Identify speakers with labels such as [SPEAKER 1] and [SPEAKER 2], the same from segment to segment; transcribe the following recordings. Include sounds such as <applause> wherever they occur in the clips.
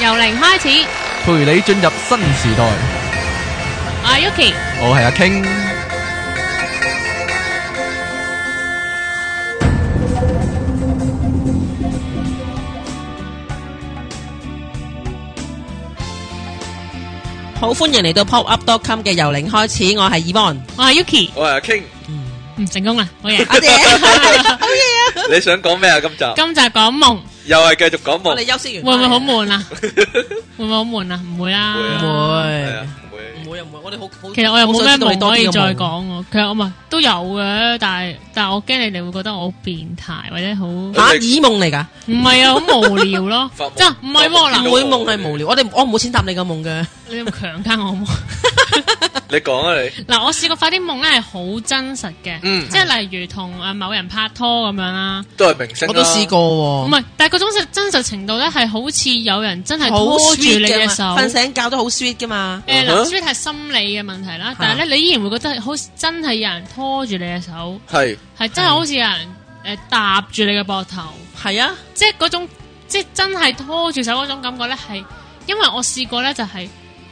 [SPEAKER 1] 由零開始，
[SPEAKER 2] 陪你進入新時代。
[SPEAKER 1] 我係 Yuki，
[SPEAKER 2] 我係阿 King，
[SPEAKER 3] 好歡迎嚟到 pop up dot com 嘅由零開始，我係 Yvonne。
[SPEAKER 4] <laughs>
[SPEAKER 1] 我係 Yuki，
[SPEAKER 4] 我係阿 King， <laughs>
[SPEAKER 1] 唔成功啦，好 <laughs> 嘢！
[SPEAKER 3] 阿姐，好嘢啊！
[SPEAKER 4] 你想講咩啊？今集
[SPEAKER 1] 今集講
[SPEAKER 3] <laughs>
[SPEAKER 1] 夢，
[SPEAKER 4] 又係繼續講
[SPEAKER 3] 我
[SPEAKER 4] 夢，
[SPEAKER 3] 哋休息
[SPEAKER 1] 會唔
[SPEAKER 3] 完
[SPEAKER 1] 會
[SPEAKER 3] 翻
[SPEAKER 1] 好
[SPEAKER 3] 嚟，
[SPEAKER 1] 悶
[SPEAKER 3] <laughs>
[SPEAKER 1] 啊？會唔會好悶啊？唔會啦，
[SPEAKER 4] 唔會係
[SPEAKER 3] 會
[SPEAKER 4] 啊，唔會
[SPEAKER 3] 唔會啊？唔會，我哋好好。
[SPEAKER 1] 其實我又冇
[SPEAKER 3] 好
[SPEAKER 1] 咩
[SPEAKER 3] 想知道
[SPEAKER 1] 夢
[SPEAKER 3] 你多
[SPEAKER 1] 可以
[SPEAKER 3] 啲嘅
[SPEAKER 1] 再
[SPEAKER 3] 夢
[SPEAKER 1] 講喎。其實我咪都有嘅，但係但係我驚你哋會覺得我好變態或者好唔
[SPEAKER 3] 吓，耳夢嚟噶，
[SPEAKER 1] 係啊，好無聊
[SPEAKER 3] <laughs>
[SPEAKER 1] 咯
[SPEAKER 4] 發夢。
[SPEAKER 1] 真係唔係喎
[SPEAKER 4] 發夢
[SPEAKER 1] 嗱
[SPEAKER 4] 見，
[SPEAKER 3] 唔
[SPEAKER 4] 到
[SPEAKER 3] 會夢係無聊。我哋我唔會先答你
[SPEAKER 4] <laughs>
[SPEAKER 3] 個夢嘅。
[SPEAKER 1] 你要強姦我夢。 <laughs>
[SPEAKER 4] 你講啊你，
[SPEAKER 1] 嗱，我試過發啲夢咧係好真實嘅，
[SPEAKER 4] 嗯
[SPEAKER 1] 即係例如同啊某人拍拖咁樣啦，
[SPEAKER 4] 都係明星
[SPEAKER 3] 我都試過
[SPEAKER 1] 唔
[SPEAKER 3] 喎，
[SPEAKER 1] 係，但係嗰種實真實程度咧係好似有人真係
[SPEAKER 3] 好
[SPEAKER 1] 拖住
[SPEAKER 3] sweet
[SPEAKER 1] 你
[SPEAKER 3] 嘅
[SPEAKER 1] 嘅
[SPEAKER 3] 嘛
[SPEAKER 1] 手。
[SPEAKER 3] 瞓醒覺都好 sweet 噶
[SPEAKER 1] <laughs>
[SPEAKER 3] 嘛。
[SPEAKER 1] 誒
[SPEAKER 4] 嗯
[SPEAKER 1] 嗱
[SPEAKER 4] 哼
[SPEAKER 1] ，sweet 係心理嘅問題啦，但係咧你依然會覺得好似真係有人拖住你嘅手，
[SPEAKER 4] 係
[SPEAKER 1] 係真係好似有人誒搭住你嘅膊頭，
[SPEAKER 3] 係啊，
[SPEAKER 1] 即係嗰種即係真係拖住手嗰種感覺咧，係因為我試過咧就係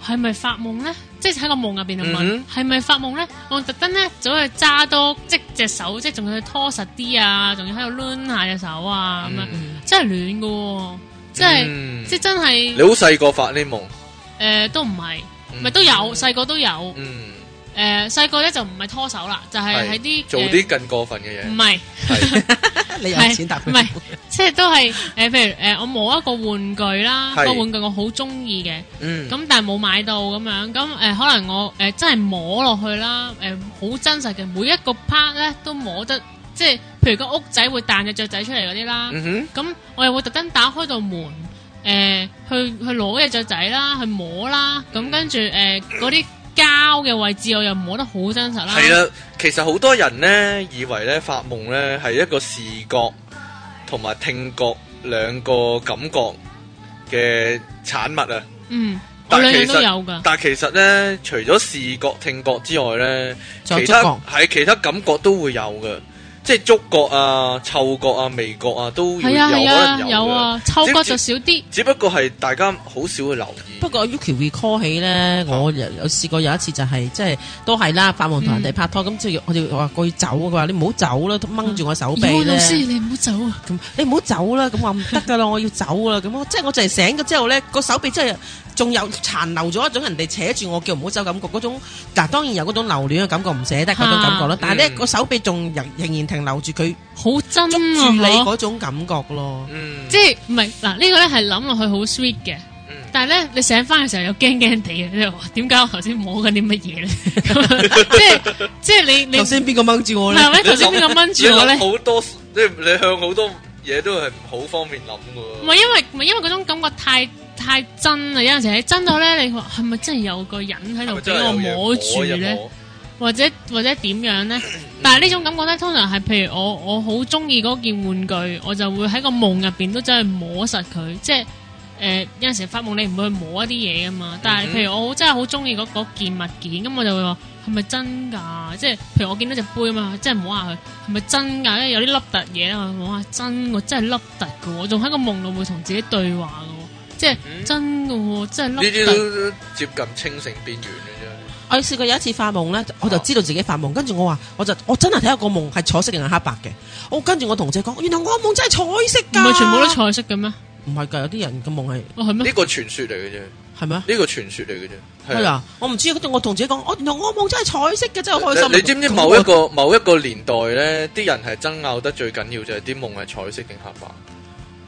[SPEAKER 1] 係咪發夢咧？即係喺個夢入邊度問
[SPEAKER 4] 嗯
[SPEAKER 1] 係咪發夢咧？我特登咧走去揸多即係隻手，即係仲要去拖實啲啊，仲要喺度攣下隻手啊咁樣，
[SPEAKER 4] Ừ.
[SPEAKER 1] 真係亂嘅喎，即係
[SPEAKER 4] 嗯
[SPEAKER 1] 即係真係
[SPEAKER 4] 你好細個發呢夢，
[SPEAKER 1] 誒都唔係，
[SPEAKER 4] 嗯
[SPEAKER 1] 咪都有細個都有。
[SPEAKER 4] 嗯，
[SPEAKER 1] 誒細個咧就唔係拖手啦，就係喺啲
[SPEAKER 4] 做啲更過分嘅
[SPEAKER 1] 誒唔
[SPEAKER 4] 嘢，
[SPEAKER 1] 係 <laughs>
[SPEAKER 4] 係
[SPEAKER 3] 你有
[SPEAKER 1] 係
[SPEAKER 3] 錢答佢。
[SPEAKER 1] 唔係即係都係誒，譬如呃誒我冇一個玩具啦，
[SPEAKER 4] 係
[SPEAKER 1] 個玩具我好中意嘅，
[SPEAKER 4] 嗯
[SPEAKER 1] 咁但係冇買到咁樣，咁誒可能我誒真係摸落去啦，誒好真實嘅，每一個 part 咧都摸得，即係譬如個屋仔會彈隻雀仔出嚟嗰啲啦，
[SPEAKER 4] 嗯
[SPEAKER 1] 咁我又會特登打開道門。誒、去去攞隻雀仔啦，去摸啦，咁跟住誒嗰啲膠嘅位置，我又摸得好真實啦。
[SPEAKER 4] 哼，係啊啦，其實好多人咧以為咧發夢咧係一個視覺同埋聽覺兩個感覺嘅產物啊。
[SPEAKER 1] 嗯，我
[SPEAKER 4] 但
[SPEAKER 1] 兩
[SPEAKER 4] 其
[SPEAKER 1] 樣
[SPEAKER 4] 實
[SPEAKER 1] 都有噶。
[SPEAKER 4] 但其實咧，除咗視覺、聽覺之外咧，
[SPEAKER 3] 仲有
[SPEAKER 4] 其他
[SPEAKER 3] 觸
[SPEAKER 4] 係其他感覺都會有嘅，即係觸覺啊、嗅覺啊、味覺啊，都會
[SPEAKER 1] 係
[SPEAKER 4] 有
[SPEAKER 1] 啊
[SPEAKER 4] 可
[SPEAKER 1] 係啊
[SPEAKER 4] 能
[SPEAKER 1] 有
[SPEAKER 4] 嘅。
[SPEAKER 1] 啊，嗅覺就少啲。
[SPEAKER 4] 只不過係大家好少去留意。
[SPEAKER 3] 不過 Yuki recall 起咧，我有有試過有一次就係、即係都係啦，發夢同人哋拍拖，咁即係我哋話過去走，佢話你唔好走啦，掹住我手臂
[SPEAKER 1] 咦老。
[SPEAKER 3] 咧
[SPEAKER 1] 師你唔好走啊！
[SPEAKER 3] 咁你唔好走啦，咁話唔得噶啦，我要走啦，咁我即係我就係醒咗之後咧，個手臂真係仲有殘留咗一種人哋扯住我叫唔好走感覺嗰種，嗱當然有嗰種留戀嘅感覺，唔捨得嗰種感覺啦
[SPEAKER 1] 啊，
[SPEAKER 3] 但係咧
[SPEAKER 4] 嗯
[SPEAKER 3] 個手臂仲仍仍然停留住佢
[SPEAKER 1] 好真
[SPEAKER 3] 捉住你
[SPEAKER 1] 啊！嗬
[SPEAKER 3] 嗰種感覺咯，
[SPEAKER 4] 嗯，
[SPEAKER 1] 即係唔係嗱？呢個咧係諗落去好 sweet 嘅，
[SPEAKER 4] 嗯
[SPEAKER 1] 但係咧你醒翻嘅時候又驚驚地啊嘅，即係話點解我頭先摸緊啲乜嘢咧？咁樣 <laughs> 即係即係你你
[SPEAKER 3] 頭先邊個掹住我咧
[SPEAKER 1] 係？咪頭先邊個掹住我咧
[SPEAKER 4] 你諗？好多，即係你向好多嘢都係唔好方面諗
[SPEAKER 1] 唔
[SPEAKER 4] 嘅喎。
[SPEAKER 1] 係因為唔係因為嗰種感覺太太真啊啦，有陣時係真到咧，你話係咪真係有個人喺
[SPEAKER 4] 係咪
[SPEAKER 1] 度俾
[SPEAKER 4] 真係
[SPEAKER 1] 我
[SPEAKER 4] 有嘢
[SPEAKER 1] 摸住
[SPEAKER 4] 一
[SPEAKER 1] 咧？
[SPEAKER 4] 摸
[SPEAKER 1] 或者或者點樣
[SPEAKER 4] <coughs>
[SPEAKER 1] 呢？但係呢種感覺呢，通常係譬如我我好中意嗰件玩具，我就會喺個夢入邊都真係摸實佢，即係誒、呃有陣時發夢你唔會去摸一啲嘢噶嘛。但係
[SPEAKER 4] 嗯哼
[SPEAKER 1] 譬如我好真係好中意嗰嗰件物件，咁我就會話係咪真㗎？即係譬如我見到隻杯啊嘛，即係摸下佢係咪真㗎？因為有啲凹凸嘢啊嘛，我話真喎，真係凹凸嘅喎，我仲喺個夢度會同自己對話嘅喎，即係
[SPEAKER 4] 嗯
[SPEAKER 1] 真嘅喎，真係
[SPEAKER 4] 呢
[SPEAKER 1] 凹
[SPEAKER 4] 啲
[SPEAKER 1] 凸。
[SPEAKER 4] 都接近清醒邊緣嘅
[SPEAKER 3] 我試過有一次發夢咧，我就知道自己發夢，跟住我話我就我真係睇下個夢係彩色定係黑白嘅，我跟住我同姐講，原來我個夢真係彩色
[SPEAKER 1] 唔
[SPEAKER 3] 㗎，
[SPEAKER 1] 係全部都，彩色嘅咩？
[SPEAKER 3] 唔係㗎，有啲人嘅夢係
[SPEAKER 1] 哦，係
[SPEAKER 4] 啫。
[SPEAKER 1] 咩
[SPEAKER 4] 呢？個傳說嚟嘅啫，呢
[SPEAKER 3] 係咪啊？
[SPEAKER 4] 個傳說嚟嘅啫。
[SPEAKER 3] 係啊，我唔知，跟住我同自己講，我原來我個夢真係彩色嘅，真係開心啊。
[SPEAKER 4] 你你知唔知某一個某一個年代咧，啲人係爭拗得最緊要就係啲夢係彩色定黑白。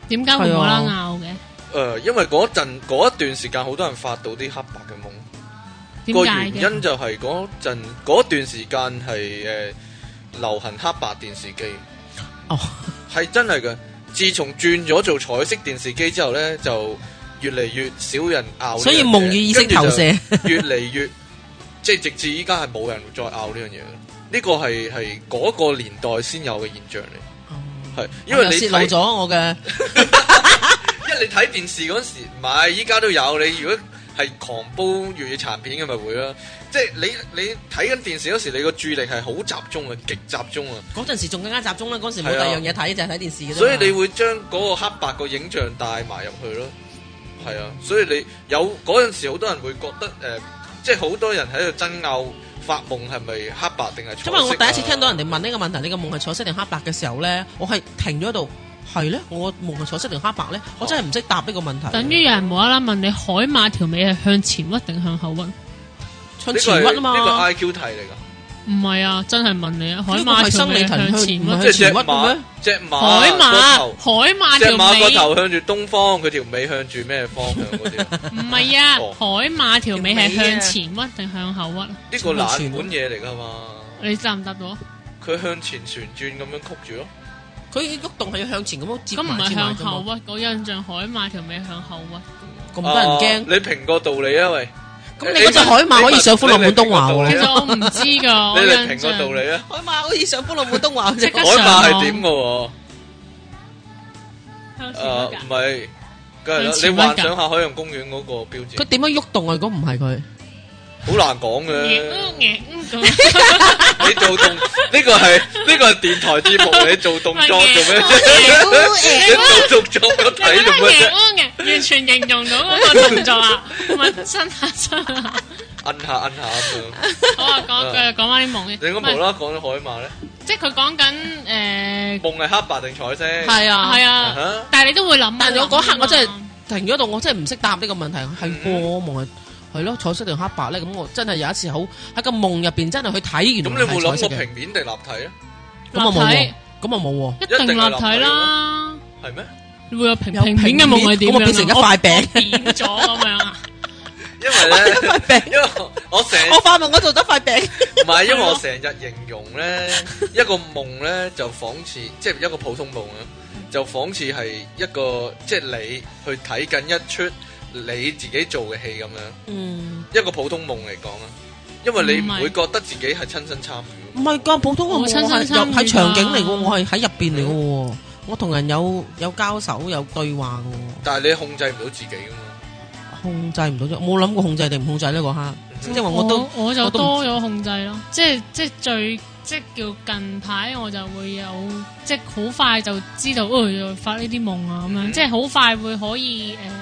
[SPEAKER 1] 點解會
[SPEAKER 4] 啊
[SPEAKER 1] 冇啦拗嘅？
[SPEAKER 4] 誒、因為嗰陣嗰一段時間，好多人發到啲黑白嘅夢。
[SPEAKER 1] 點
[SPEAKER 4] 個
[SPEAKER 1] 解
[SPEAKER 4] 原
[SPEAKER 1] 嘅？
[SPEAKER 4] 因就係嗰陣嗰段時間係誒、呃流行黑白電視機。
[SPEAKER 3] 哦，
[SPEAKER 4] 係真係嘅。自從轉咗做彩色電視機之後咧，就越嚟越少人拗呢樣嘢。
[SPEAKER 3] 所以夢與意識投射，
[SPEAKER 4] 跟住就越嚟越即係直至依家係冇人再拗呢樣嘢嘅。呢個係係嗰個年代先有嘅現象嚟，係因為
[SPEAKER 3] 我
[SPEAKER 4] 你
[SPEAKER 3] 又泄露
[SPEAKER 4] 睇
[SPEAKER 3] 咗我嘅
[SPEAKER 4] 因為你睇電視嗰時，唔係依家都有。你如果係狂煲粵語殘片嘅咪會啦，即係你你睇緊電視嗰時，你個注意力係好集中啊，極集中啊，
[SPEAKER 3] 嗰陣時仲更加集中啦，嗰時冇
[SPEAKER 4] 係
[SPEAKER 3] 第
[SPEAKER 4] 啊
[SPEAKER 3] 二樣嘢睇，就係睇電視嘅啫嘛。
[SPEAKER 4] 所以你會將嗰個黑白個影像帶埋入去咯。係啊，所以你有嗰陣時，好多人會覺得誒、呃即係好多人喺度爭拗發夢係咪黑白定係彩色、
[SPEAKER 3] 因為我第一次聽到人哋問呢個問題，你個夢係彩色定黑白嘅時候咧，我係停咗喺度。係咧，我夢係彩色定黑白咧，我真係唔識答呢個問題。
[SPEAKER 1] 等於有人無啦啦問你海馬條尾係向前屈定向後屈？
[SPEAKER 3] 向
[SPEAKER 4] 呢個
[SPEAKER 3] 前
[SPEAKER 4] 係
[SPEAKER 3] 屈啊
[SPEAKER 4] 呢個
[SPEAKER 3] 嘛，
[SPEAKER 4] I Q 題嚟㗎，
[SPEAKER 1] 唔係啊，真係問你啊，海
[SPEAKER 3] 呢個
[SPEAKER 1] 馬條
[SPEAKER 3] 係生
[SPEAKER 1] 尾
[SPEAKER 3] 理
[SPEAKER 1] 係向前
[SPEAKER 3] 題，
[SPEAKER 1] 屈。
[SPEAKER 3] 唔係向
[SPEAKER 4] 即係隻
[SPEAKER 3] 前屈嘅
[SPEAKER 4] 馬
[SPEAKER 3] 咩？
[SPEAKER 4] 隻
[SPEAKER 1] 海
[SPEAKER 4] 馬個
[SPEAKER 1] 馬
[SPEAKER 4] 頭，
[SPEAKER 1] 海馬
[SPEAKER 4] 隻馬個
[SPEAKER 1] 條
[SPEAKER 4] 頭向住東方，佢條尾向住咩方向嗰
[SPEAKER 3] <laughs>
[SPEAKER 4] 啲？
[SPEAKER 1] 尾唔係啊，
[SPEAKER 4] 哦
[SPEAKER 1] 海馬條尾係
[SPEAKER 3] 條尾啊
[SPEAKER 1] 向前屈定向後屈？
[SPEAKER 4] 呢個冷門嘢嚟㗎嘛，
[SPEAKER 1] 你答唔答到啊？
[SPEAKER 4] 佢向前旋轉咁樣曲住咯。
[SPEAKER 3] 佢喐動係要向前咁樣接
[SPEAKER 1] 咁唔
[SPEAKER 3] 埋
[SPEAKER 1] 係
[SPEAKER 3] 接埋
[SPEAKER 1] 向
[SPEAKER 3] 㗎
[SPEAKER 1] 後
[SPEAKER 3] 嘛，
[SPEAKER 1] 屈，我印象海馬條尾向後
[SPEAKER 4] <laughs>
[SPEAKER 1] 屈。
[SPEAKER 3] 咁多人驚。
[SPEAKER 4] 啊你評個道理啊喂，
[SPEAKER 3] 咁你嗰隻海馬可以上歡樂滿東華
[SPEAKER 4] 你
[SPEAKER 1] 其
[SPEAKER 4] 嚟
[SPEAKER 3] 喎，
[SPEAKER 1] 實哎我唔知噶，
[SPEAKER 4] 你
[SPEAKER 1] 我
[SPEAKER 4] 嚟
[SPEAKER 1] 印
[SPEAKER 4] 評個
[SPEAKER 1] 象
[SPEAKER 4] 道理啊！
[SPEAKER 3] 海馬可以上歡樂滿東華
[SPEAKER 1] 即刻
[SPEAKER 4] 海
[SPEAKER 1] 上
[SPEAKER 4] 馬係
[SPEAKER 1] 網
[SPEAKER 4] 點嘅喎？
[SPEAKER 1] 向前屈㗎
[SPEAKER 4] 誒唔係，梗係啦
[SPEAKER 1] 向
[SPEAKER 4] 你
[SPEAKER 1] 前
[SPEAKER 4] 幻
[SPEAKER 1] 屈㗎
[SPEAKER 4] 想下海洋公園嗰個標
[SPEAKER 3] 佢
[SPEAKER 4] 誌，
[SPEAKER 3] 點樣喐動啊？如果唔係佢，
[SPEAKER 4] 好難講
[SPEAKER 1] <laughs>
[SPEAKER 4] 嘅。
[SPEAKER 1] 咁
[SPEAKER 4] 你做動呢個係呢個係電台節目，你做動作做咩 <laughs> 啫？你做動作我睇做乜啫？
[SPEAKER 1] 完全形容到嗰個動作啊！紋身下身下，
[SPEAKER 4] 摁下摁下咁
[SPEAKER 1] <laughs>
[SPEAKER 4] 樣。
[SPEAKER 1] 好啊，講佢講翻啲夢
[SPEAKER 4] 你
[SPEAKER 1] 嘅，
[SPEAKER 4] 咁無啦啦講咗海馬咧，
[SPEAKER 1] 即係佢講緊誒
[SPEAKER 4] 夢係黑白定彩色？
[SPEAKER 3] 係啊，
[SPEAKER 1] 係
[SPEAKER 4] 啊
[SPEAKER 1] 啊，
[SPEAKER 4] 哈
[SPEAKER 1] 但係你都會諗啊。
[SPEAKER 3] 但係我嗰刻我真係
[SPEAKER 1] 諗啊嘛
[SPEAKER 3] 停咗度，我真係唔識答呢個問題。係喎我望係係咯，彩色定黑白咧？咁我真係有一次好喺個夢入邊，真係去睇
[SPEAKER 4] 咁
[SPEAKER 3] 原來
[SPEAKER 4] 你有冇
[SPEAKER 3] 係彩
[SPEAKER 4] 諗
[SPEAKER 3] 色
[SPEAKER 4] 過
[SPEAKER 3] 嘅。
[SPEAKER 4] 平面定立體咧？
[SPEAKER 3] 咁我冇
[SPEAKER 1] 立
[SPEAKER 3] 喎，咁我冇喎。
[SPEAKER 1] 體一定立體啦，
[SPEAKER 4] 係咩？
[SPEAKER 1] 你會有平
[SPEAKER 3] 有
[SPEAKER 1] 平面嘅夢係點
[SPEAKER 3] 咁我變成一
[SPEAKER 1] 樣啊？
[SPEAKER 3] 塊餅，
[SPEAKER 1] 扁咗咁樣啊？
[SPEAKER 4] 因為
[SPEAKER 3] <laughs>
[SPEAKER 4] 咧，
[SPEAKER 3] 塊餅。
[SPEAKER 4] 因為我我成
[SPEAKER 3] 我發夢我做咗塊餅，
[SPEAKER 4] 唔係，因為我成日形容咧 <laughs> 一個夢咧就仿似，即係一個普通夢啊，就仿似係一個即係你去睇緊一出你自己做嘅戲咁樣，
[SPEAKER 3] 嗯，
[SPEAKER 4] 一個普通夢嚟講啊，因為你
[SPEAKER 1] 唔
[SPEAKER 4] 唔
[SPEAKER 1] 係
[SPEAKER 4] 會覺得自己係親身參與。
[SPEAKER 3] 唔係㗎，普通嘅
[SPEAKER 1] 我
[SPEAKER 3] 我
[SPEAKER 1] 親
[SPEAKER 3] 係
[SPEAKER 1] 身參與㗎
[SPEAKER 3] 係場景嚟嘅喎，我係喺入邊嚟嘅喎，我同人有有交手有對話嘅喎。
[SPEAKER 4] 但係你控制唔到自己噶嘛？
[SPEAKER 3] 控制唔到啫，冇諗過控制定唔控制呢嗰刻，即係話 <laughs> 我都
[SPEAKER 1] 我就
[SPEAKER 3] 我都唔
[SPEAKER 1] 多咗控制咯，即係即係最即係叫近排我就會有即係好快就知道，哦、原來發呢啲夢啊咁樣，
[SPEAKER 4] 嗯
[SPEAKER 1] 即係好快會可以誒、呃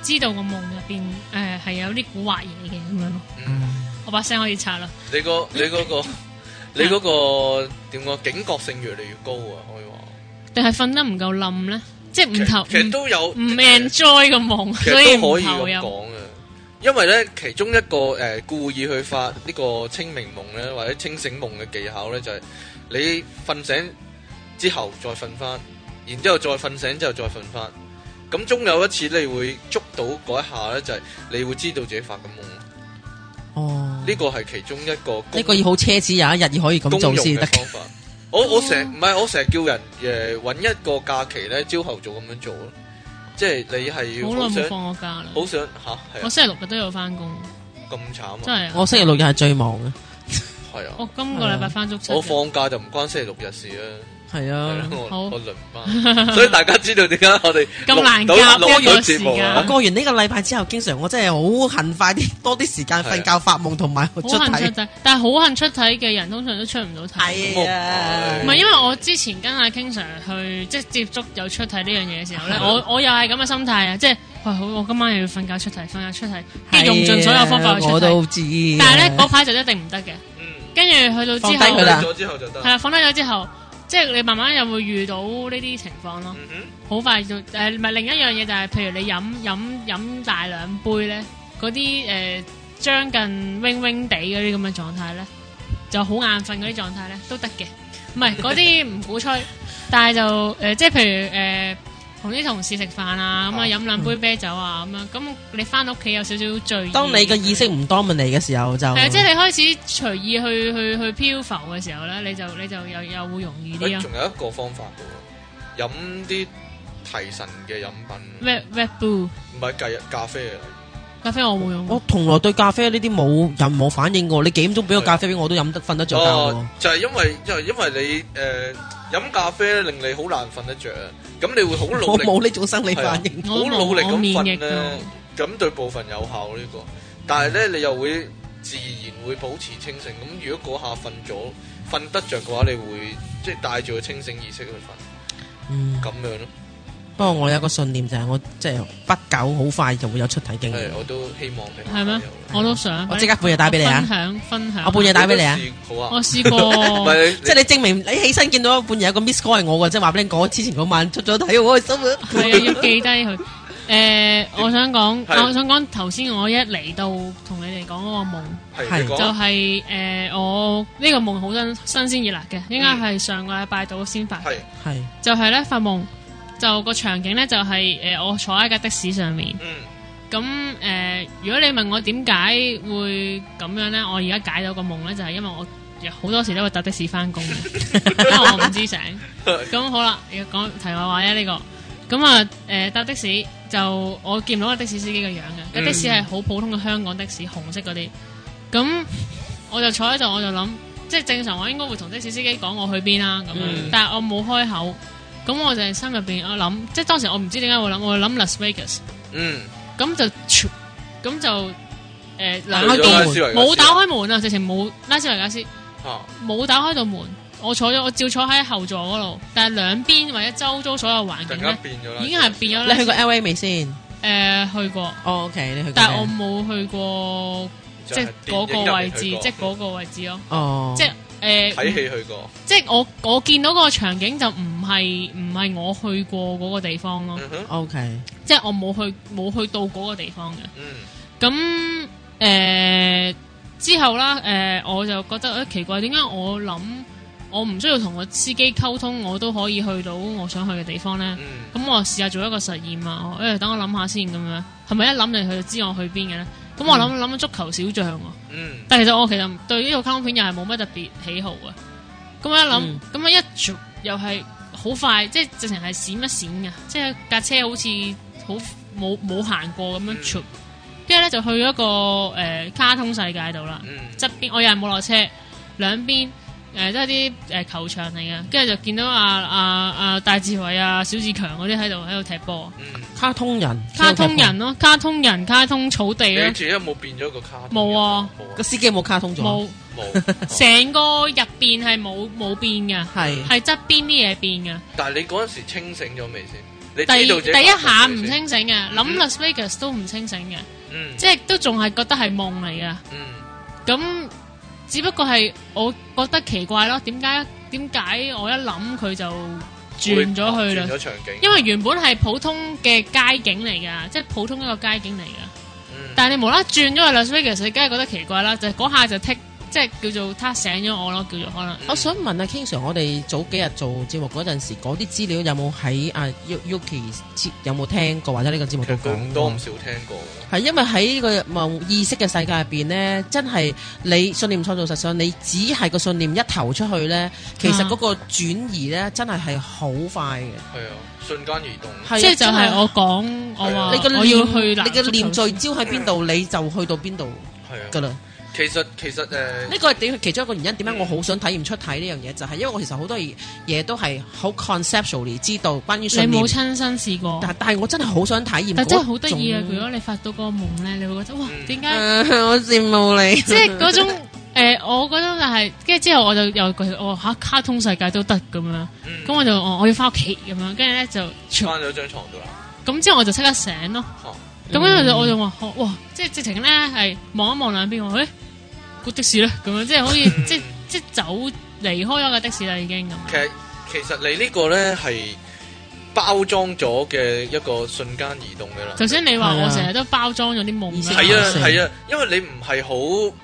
[SPEAKER 1] 知道個夢入邊誒係有啲古惑嘢嘅咁樣咯。
[SPEAKER 4] 嗯
[SPEAKER 1] 我把聲可以拆啦，
[SPEAKER 4] 你個你
[SPEAKER 1] <laughs>
[SPEAKER 4] 嗰個你嗰個點講警覺性越嚟越高啊，可以話。
[SPEAKER 1] 定係瞓得唔夠冧咧？即係
[SPEAKER 4] 其
[SPEAKER 1] 唔投
[SPEAKER 4] 其實
[SPEAKER 1] 唔
[SPEAKER 4] 都有
[SPEAKER 1] 唔 enjoy 個夢，
[SPEAKER 4] 其
[SPEAKER 1] 所以
[SPEAKER 4] 實都
[SPEAKER 1] 唔
[SPEAKER 4] 可以
[SPEAKER 1] 投
[SPEAKER 4] 咁
[SPEAKER 1] 入。
[SPEAKER 4] 講嘅，因為咧其中一個誒、呃故意去發呢個清明夢咧，或者清醒夢嘅技巧咧，就係、你瞓醒之後再瞓翻，然之後再瞓醒之後再瞓翻，咁終有一次你會捉到嗰一下咧，就係、你會知道自己發緊夢，呢、
[SPEAKER 3] 哦，
[SPEAKER 4] 個係其中一個公
[SPEAKER 3] 呢個要好奢侈，有一日要可以咁
[SPEAKER 4] 公
[SPEAKER 3] 做
[SPEAKER 4] 用
[SPEAKER 3] 先
[SPEAKER 4] 嘅
[SPEAKER 3] 得。
[SPEAKER 4] 方法。我我成唔係我成日叫人誒揾、一個假期咧，朝頭早咁樣做咯，即係你係
[SPEAKER 1] 好
[SPEAKER 4] 好
[SPEAKER 1] 耐冇
[SPEAKER 4] 想
[SPEAKER 1] 放過假啦，
[SPEAKER 4] 好哦想吓係
[SPEAKER 1] 我
[SPEAKER 4] 啊
[SPEAKER 1] 星期六日都有翻工，
[SPEAKER 4] 咁慘
[SPEAKER 1] 真
[SPEAKER 4] 啊！
[SPEAKER 1] 係啊！
[SPEAKER 3] 我星期六日係最忙嘅，
[SPEAKER 4] 系啊，
[SPEAKER 1] 我今個禮拜翻足七日
[SPEAKER 4] 我放假就唔關星期六日事啦，
[SPEAKER 3] 係
[SPEAKER 4] 係
[SPEAKER 3] 啊
[SPEAKER 4] 啦，。
[SPEAKER 1] 好
[SPEAKER 4] 我我輪
[SPEAKER 1] <laughs>
[SPEAKER 4] 班，所以大家知道點解我哋
[SPEAKER 1] 咁難
[SPEAKER 4] 錄
[SPEAKER 1] 夾
[SPEAKER 4] 到錄
[SPEAKER 1] 一
[SPEAKER 4] 到
[SPEAKER 1] 個
[SPEAKER 4] 節目
[SPEAKER 1] 時
[SPEAKER 3] 我
[SPEAKER 1] 間
[SPEAKER 4] 啊！
[SPEAKER 3] 過完呢個禮拜之後，經常我真係好恨快啲多啲時間瞓覺、發夢同埋出 <laughs>
[SPEAKER 1] 好恨出
[SPEAKER 3] 體。
[SPEAKER 1] 體，但係好恨出體嘅人通常都出唔到體。
[SPEAKER 3] 係啊
[SPEAKER 1] 唔係因為我之前跟阿 King Sir 去即係接觸有出體呢樣嘢嘅時候咧，我我又係咁嘅心態啊，即係喂好，我今晚又要瞓覺出體，瞓覺出體，跟住用盡所有方法去
[SPEAKER 3] 係啊
[SPEAKER 1] 出
[SPEAKER 3] 我
[SPEAKER 1] 體。
[SPEAKER 3] 都知啊。
[SPEAKER 1] 但係咧嗰排就一定唔得嘅，
[SPEAKER 4] 嗯，
[SPEAKER 1] 跟住去到之
[SPEAKER 3] 放低
[SPEAKER 1] 後
[SPEAKER 3] 佢啦
[SPEAKER 4] 咗之後就得
[SPEAKER 1] 係。啦，放低咗之後，即係你慢慢又會遇到呢啲情況咯。
[SPEAKER 4] 嗯
[SPEAKER 1] 好快就誒，唔係另一樣嘢就係，譬如你飲飲飲大兩杯咧，嗰啲誒將近 wing wing 地嗰啲咁嘅狀態咧，就好眼瞓嗰啲狀態咧都得嘅，唔係
[SPEAKER 3] <laughs>
[SPEAKER 1] 嗰啲唔鼓吹，但係就誒、呃即係譬如誒同啲同事食飯啊，咁啊
[SPEAKER 4] 啊
[SPEAKER 1] 飲兩杯啤酒啊咁樣，咁你翻屋企有少少醉意。
[SPEAKER 3] 當你個意識唔 dominate 嘅時候，就
[SPEAKER 1] 係啊，即係你開始隨意去去去漂浮嘅時候咧，你就你就又又會容易
[SPEAKER 4] 哼，
[SPEAKER 1] 啲
[SPEAKER 4] 喂，
[SPEAKER 1] 啊
[SPEAKER 4] 仲有一個方法嘅喎，飲啲提神嘅飲品，
[SPEAKER 1] ，Red Red Bull
[SPEAKER 4] 唔係計咖啡啊，
[SPEAKER 1] 咖啡我冇用過。
[SPEAKER 3] 我從來對咖啡呢啲冇任何反應嘅喎。你幾點鐘俾個咖啡俾我都飲得瞓得着覺嘅喎
[SPEAKER 4] 哦，就係因為就係因為你誒飲咖啡咧，令你好難瞓得着啊，咁你會好努
[SPEAKER 3] 我
[SPEAKER 4] 力。
[SPEAKER 3] 冇呢種生理反應。
[SPEAKER 1] 我
[SPEAKER 4] 好努力
[SPEAKER 1] 我
[SPEAKER 4] 咁
[SPEAKER 1] 免
[SPEAKER 4] 瞓
[SPEAKER 1] 疫啊
[SPEAKER 4] 咧，咁對部分有效呢、個。但係咧，你又會自然會保持清醒。咁如果嗰下瞓咗，瞓得着嘅話，你會即係帶住個清醒意識去瞓，
[SPEAKER 3] 嗯，
[SPEAKER 4] 咁樣咯。
[SPEAKER 3] 不過我有個信念就係我即係不久好快就會有出體經驗
[SPEAKER 4] 係，我都希望你
[SPEAKER 1] 嗯係咩？我都想，
[SPEAKER 3] 我即刻半夜打俾你啊
[SPEAKER 1] 分！享分享，
[SPEAKER 3] 我半夜打俾你啊！！
[SPEAKER 4] 好啊，
[SPEAKER 1] 我試過，
[SPEAKER 4] <laughs> 唔係你
[SPEAKER 3] 即係你證明你起身見到半夜有個 miss call 係我嘅，即係話俾你講，之前嗰晚出咗體好開心啊！
[SPEAKER 1] 係啊，要記低
[SPEAKER 4] <laughs>
[SPEAKER 1] 佢。誒，我想講，啊
[SPEAKER 4] 係
[SPEAKER 1] 我想講頭先我一嚟到同你哋講嗰個夢。
[SPEAKER 4] 你係你
[SPEAKER 1] 就
[SPEAKER 4] 講啊
[SPEAKER 1] 係、誒、我呢、個夢好新新鮮熱辣嘅，應該
[SPEAKER 4] 嗯
[SPEAKER 1] 係上個禮拜到先發。
[SPEAKER 4] 係
[SPEAKER 3] 係
[SPEAKER 1] 就係咧發夢，就個場景咧就係、誒、我坐喺架的士上面。
[SPEAKER 4] 嗯
[SPEAKER 1] 咁誒、如果你問我點解會咁樣咧，我而家解到個夢咧，就係、因為我有好多時都會搭的士翻工嘅，因為我唔知醒。咁好啦，要講題外話咧呢、個。咁啊誒搭的士就我見唔到個的士司機嘅樣嘅，個、的士係好普通嘅香港的士，紅色嗰啲。咁我就坐喺度，我就諗，即係正常我應該會同的士司機講我去邊啦咁樣，
[SPEAKER 3] 嗯
[SPEAKER 1] 但係我冇開口。咁我就係心入邊我諗，即係當時我唔知點解會諗，我會諗 Las Vegas。
[SPEAKER 4] 嗯，
[SPEAKER 1] 咁就唰咁就诶
[SPEAKER 3] 打
[SPEAKER 1] 兩
[SPEAKER 3] 開道門
[SPEAKER 1] 冇打開門啊，直情冇拉斯維加斯
[SPEAKER 4] 啊，
[SPEAKER 1] 冇打開到門，我坐咗我照坐喺後座嗰度，但係兩邊或者周遭所有環
[SPEAKER 4] 突
[SPEAKER 1] 境咧
[SPEAKER 4] 然間變咗啦，
[SPEAKER 1] 已經係變咗
[SPEAKER 3] 你去過
[SPEAKER 1] 咧
[SPEAKER 3] L A 未先？
[SPEAKER 1] 诶去過，
[SPEAKER 3] 哦，OK，你去過 LA。
[SPEAKER 1] 但係我冇去過
[SPEAKER 4] 就
[SPEAKER 1] 即係
[SPEAKER 4] 係
[SPEAKER 1] 嗰
[SPEAKER 4] 電影入
[SPEAKER 1] 個位
[SPEAKER 4] 面
[SPEAKER 1] 置，
[SPEAKER 4] 去過
[SPEAKER 1] 即係嗰哦個位置咯，
[SPEAKER 3] 哦，
[SPEAKER 1] 即係诶
[SPEAKER 4] 睇戲去過，
[SPEAKER 1] 即係我我見到嗰個場景就唔係唔係我去過嗰個地方咯，
[SPEAKER 4] 嗯哼，
[SPEAKER 3] OK，
[SPEAKER 1] 即係我冇去冇去到嗰個地方嘅。
[SPEAKER 4] 嗯
[SPEAKER 1] 咁誒、呃之後啦，誒、我就覺得誒、呃奇怪，點解我諗我唔需要同個司機溝通，我都可以去到我想去嘅地方呢？
[SPEAKER 4] 嗯
[SPEAKER 1] 咁我試下做一個實驗啊！我誒、等我諗下先咁樣，係咪一諗你佢就知我去邊嘅呢？咁我諗諗足球小將啊喎，
[SPEAKER 4] 嗯
[SPEAKER 1] 但其實我其實對呢個卡通片又係冇乜特別喜好嘅。咁我一諗
[SPEAKER 3] 嗯，
[SPEAKER 1] 咁啊、一做又係好快，即係直情係閃一閃嘅，即係架車好似好冇冇行過咁樣
[SPEAKER 4] 嗯
[SPEAKER 1] 做。跟住咧就去咗一個誒、呃卡通世界度啦。
[SPEAKER 4] 嗯，
[SPEAKER 1] 側邊我又係冇落車，兩邊誒都係啲誒球場嚟嘅，跟住就見到啊啊啊大智慧啊、小志強嗰啲喺度喺度踢波，
[SPEAKER 4] 嗯，
[SPEAKER 3] 卡通人，
[SPEAKER 1] 卡通人咯，卡通人、卡通草地
[SPEAKER 4] 你
[SPEAKER 1] 咯
[SPEAKER 4] 自，己有冇變咗個卡通人？
[SPEAKER 1] 啊冇啊
[SPEAKER 4] 冇
[SPEAKER 3] 個司機有冇卡通咗？啊
[SPEAKER 1] 冇 <laughs>
[SPEAKER 4] 冇，
[SPEAKER 1] 成個入邊係冇冇變嘅，
[SPEAKER 3] 係，
[SPEAKER 1] 係側邊啲嘢變嘅。
[SPEAKER 4] 但係你嗰陣時清醒咗未先？你
[SPEAKER 1] 第
[SPEAKER 4] 知道自己
[SPEAKER 1] 第一下
[SPEAKER 4] 發生
[SPEAKER 1] 唔
[SPEAKER 4] 咩先，
[SPEAKER 1] 清醒嘅，諗 Las Vegas 都唔清醒嘅，
[SPEAKER 4] 嗯
[SPEAKER 1] 即係都仲係覺得係夢嚟嘅。
[SPEAKER 4] 嗯
[SPEAKER 1] 咁只不過係我覺得奇怪咯，點解點解我一諗佢就轉咗去
[SPEAKER 4] 轉
[SPEAKER 1] 啦？
[SPEAKER 4] 咗場景，
[SPEAKER 1] 因為原本係普通嘅街景嚟㗎，即係普通一個街景嚟㗎。
[SPEAKER 4] 嗯
[SPEAKER 1] 但係你無啦啦轉咗去 Las Vegas，你梗係覺得奇怪啦。就係嗰下就剔，即係叫做他醒咗我咯，叫做可
[SPEAKER 4] 嗯
[SPEAKER 1] 能。
[SPEAKER 3] 我想問啊，King Sir，我哋早幾日做節目嗰陣時，嗰啲資料有冇喺啊 Yu- Yuki 節有冇聽過，或者呢個節目
[SPEAKER 4] 其
[SPEAKER 3] 都
[SPEAKER 4] 實佢
[SPEAKER 3] 講
[SPEAKER 4] 唔多
[SPEAKER 3] 過
[SPEAKER 4] 唔？少聽過㗎。
[SPEAKER 3] 係因為喺呢個夢意識嘅世界入邊呢，真係你信念創造實相，你只係個信念一投出去呢，其實
[SPEAKER 1] 啊
[SPEAKER 3] 嗰個轉移呢，真係係好快嘅。
[SPEAKER 4] 系啊，瞬間移動。
[SPEAKER 3] 係啊
[SPEAKER 1] 即係就
[SPEAKER 3] 真
[SPEAKER 1] 係我講我話
[SPEAKER 3] 你個
[SPEAKER 1] 我要
[SPEAKER 3] 念
[SPEAKER 1] 去南
[SPEAKER 3] 你嘅念
[SPEAKER 1] 足球
[SPEAKER 3] 聚焦喺邊度，你就去到邊度
[SPEAKER 4] 係
[SPEAKER 3] 㗎
[SPEAKER 4] 啊，
[SPEAKER 3] 啦。
[SPEAKER 4] 其實其實呃诶，
[SPEAKER 3] 呢個係點其中一個原因，點解我好想體驗出體呢樣嘢，就係、因為我其實好多嘢都係好 conceptually 知道關於
[SPEAKER 1] 你
[SPEAKER 3] 信念
[SPEAKER 1] 冇，親身試過，
[SPEAKER 3] 但但係我真係好想體驗嗰種。
[SPEAKER 1] 但真係好得意啊！如果你發到嗰個夢咧，你會覺得哇
[SPEAKER 4] 嗯，
[SPEAKER 1] 點解？
[SPEAKER 3] 誒 <laughs> 我羨慕你，
[SPEAKER 1] 即係嗰種 <laughs> 诶、呃我覺得就係，跟住之後我就又覺得，我吓卡通世界都得咁樣，咁
[SPEAKER 4] 咁
[SPEAKER 1] 我就我我要翻屋企咁樣，跟住咧就
[SPEAKER 4] 嗯翻咗張床度啦。
[SPEAKER 1] 咁之後我就即刻醒咯，
[SPEAKER 4] 嚇
[SPEAKER 3] 嗯
[SPEAKER 1] 咁跟住就我就話哦哇，即係直情咧係望一望兩邊，我诶，個的士咧咁樣，即係好似
[SPEAKER 4] <laughs> 嗯
[SPEAKER 1] 即即走離開咗個的士啦已經咁樣。
[SPEAKER 4] 其實其實你呢個咧係包裝咗嘅一個瞬間移動嘅啦。
[SPEAKER 1] 頭先你話
[SPEAKER 3] 係啊
[SPEAKER 1] 我成日都包裝咗啲夢啦，
[SPEAKER 4] 係啊
[SPEAKER 3] 嗯
[SPEAKER 4] 係啊，因為你唔係好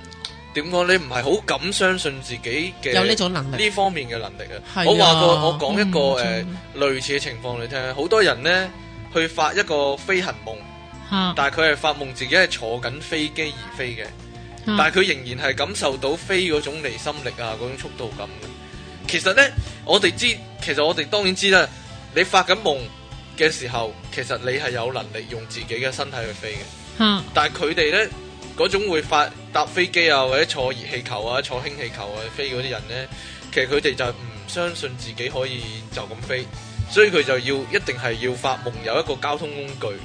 [SPEAKER 4] 點講，你唔係好敢相信自己嘅
[SPEAKER 3] 有呢種能力，
[SPEAKER 4] 呢方面嘅能力
[SPEAKER 3] 係
[SPEAKER 4] 啊
[SPEAKER 3] 啊。
[SPEAKER 4] 我話過，我講一個
[SPEAKER 1] 嗯
[SPEAKER 4] 誒類似嘅情況你聽，好多人咧去發一個飛行夢，
[SPEAKER 1] 吓，
[SPEAKER 4] 但係佢係發夢自己係坐緊飛機而飛嘅。
[SPEAKER 1] 嚇
[SPEAKER 4] 但係佢仍然係感受到飛嗰種離心力啊，嗰種速度感嘅。其實呢，我哋知，其實我哋當然知啦。你發緊夢嘅時候，其實你係有能力用自己嘅身體去飛嘅。
[SPEAKER 1] 嚇
[SPEAKER 4] 但係佢哋呢，嗰種會發搭飛機啊，或者坐熱氣球啊、坐氫氣球啊飛嗰啲人呢，其實佢哋就係唔相信自己可以就咁飛，所以佢就要一定係要發夢有一個交通工具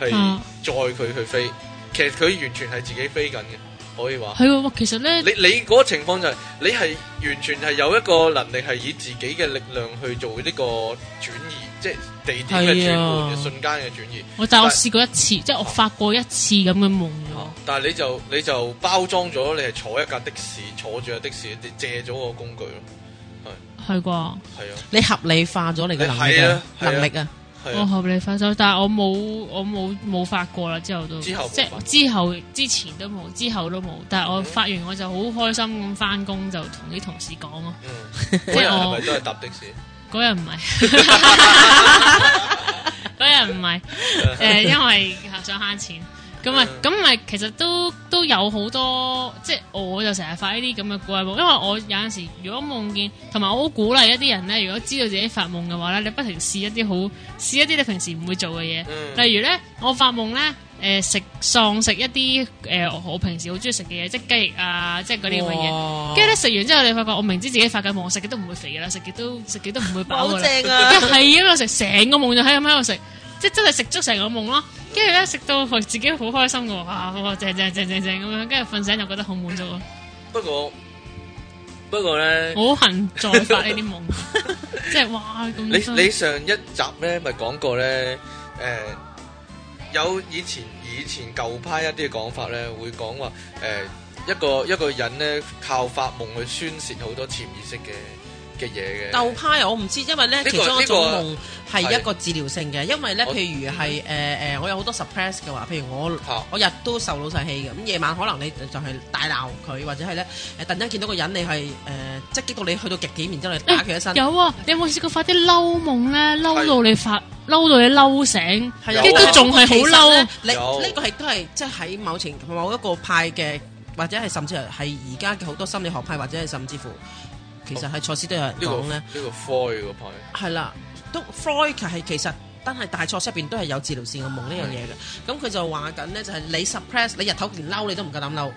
[SPEAKER 4] 係
[SPEAKER 1] 嗯
[SPEAKER 4] 載佢去飛。其實佢完全係自己飛緊嘅，可以話。
[SPEAKER 1] 係喎，哇其實咧
[SPEAKER 4] 你你嗰個情況就係、你係完全係有一個能力係以自己嘅力量去做呢個轉移，即、即係地點嘅轉換
[SPEAKER 3] 係啊
[SPEAKER 4] 嘅瞬間嘅轉移。
[SPEAKER 1] 我但係我
[SPEAKER 4] 但
[SPEAKER 1] 試過一次，即係我發過一次咁嘅夢咯。
[SPEAKER 4] 但係你就你就包裝咗，你係坐一架的士，坐住架的士，你借咗個工具咯，
[SPEAKER 1] 係啩？
[SPEAKER 4] 係啊，
[SPEAKER 3] 你合理化咗你嘅能力
[SPEAKER 4] 係
[SPEAKER 3] 啊
[SPEAKER 4] 啊，係啊
[SPEAKER 3] 能力啊，
[SPEAKER 4] 係
[SPEAKER 1] 我
[SPEAKER 4] 啊，
[SPEAKER 1] 合理分手，但係我冇我冇冇發過啦，之後都
[SPEAKER 4] 之後冇
[SPEAKER 1] 即
[SPEAKER 4] 發嗯
[SPEAKER 1] 係之後之前都冇，之後都冇。但係我發完我就好開心咁翻工，就同啲同事講咯。
[SPEAKER 4] 嗯，
[SPEAKER 1] <laughs> 即
[SPEAKER 4] 嗰日
[SPEAKER 1] 係
[SPEAKER 4] 係
[SPEAKER 1] 我
[SPEAKER 4] 咪都係搭的士？
[SPEAKER 1] 嗰日唔
[SPEAKER 4] <laughs>
[SPEAKER 1] 係，嗰日唔係，
[SPEAKER 4] 啊
[SPEAKER 1] 誒，呃因為想慳錢。咁啊，咁咪其實都都有好多，即係我就成日發呢啲咁嘅古怪夢，因為我有陣時如果夢見，同埋我好鼓勵一啲人咧，如果知道自己發夢嘅話咧，你不停試一啲好試一啲你平時唔會做嘅嘢，
[SPEAKER 4] 嗯
[SPEAKER 1] 例如咧，我發夢咧，誒、呃食喪食一啲誒、我平時好中意食嘅嘢，即係雞翼啊，即係嗰啲咁嘅嘢。
[SPEAKER 3] 嘢
[SPEAKER 1] 跟住咧食完之後，你發覺我明知自己發緊夢，我食極都唔會肥噶啦，食極都食極都唔會飽
[SPEAKER 3] 好
[SPEAKER 1] 噶啦。
[SPEAKER 3] 正啊！
[SPEAKER 1] 跟住係咁我食，成個夢就係咁喺度食，即係真係食足成個夢咯。跟住咧食到佢自己好開心嘅喎，哇！哇正正正正正咁樣，跟住瞓醒就覺得好滿足咯。
[SPEAKER 4] 不過不過咧，
[SPEAKER 1] 我好恨再發呢啲夢，即係哇咁
[SPEAKER 4] 你
[SPEAKER 1] 多。
[SPEAKER 4] 你上一集咧咪講過咧，誒、有以前以前舊派一啲嘅講法咧，會講話誒一個一個人咧靠發夢去宣泄好多潛意識嘅嘅嘢嘅。
[SPEAKER 3] 鬥派啊我唔知，因為咧
[SPEAKER 4] 呢個
[SPEAKER 3] 其中一種夢
[SPEAKER 4] 呢
[SPEAKER 3] 係一個治療性嘅，因為咧
[SPEAKER 4] 我嗯
[SPEAKER 3] 譬如係誒誒，我有好多 suppress 嘅話，譬如我
[SPEAKER 4] 嚇
[SPEAKER 3] 我日都受老細氣嘅，咁夜晚可能你就係大鬧佢，或者係咧誒突然間見到個人你係誒即係激到你去到極點，然之後你打佢一身，
[SPEAKER 1] 有啊，你有冇試過發啲嬲夢咧？嬲到你發，嬲到你嬲醒，
[SPEAKER 3] 係啊
[SPEAKER 1] 跟住都仲係好嬲。
[SPEAKER 3] 其實咧
[SPEAKER 4] 有
[SPEAKER 3] 你呢個係都係即係喺某程某一個派嘅，或者係甚至係而家嘅好多心理學派，或者係甚至乎其實係賽斯都有人
[SPEAKER 4] 呢、個
[SPEAKER 3] 講咧
[SPEAKER 4] 呢。個 Freud 嗰派，
[SPEAKER 3] 係啦，都 Freud 係其實但係大錯室入邊都係有治療線嘅夢呢樣嘢嘅。咁佢就話緊咧，就係你 suppress，你日頭連嬲你都唔夠膽嬲，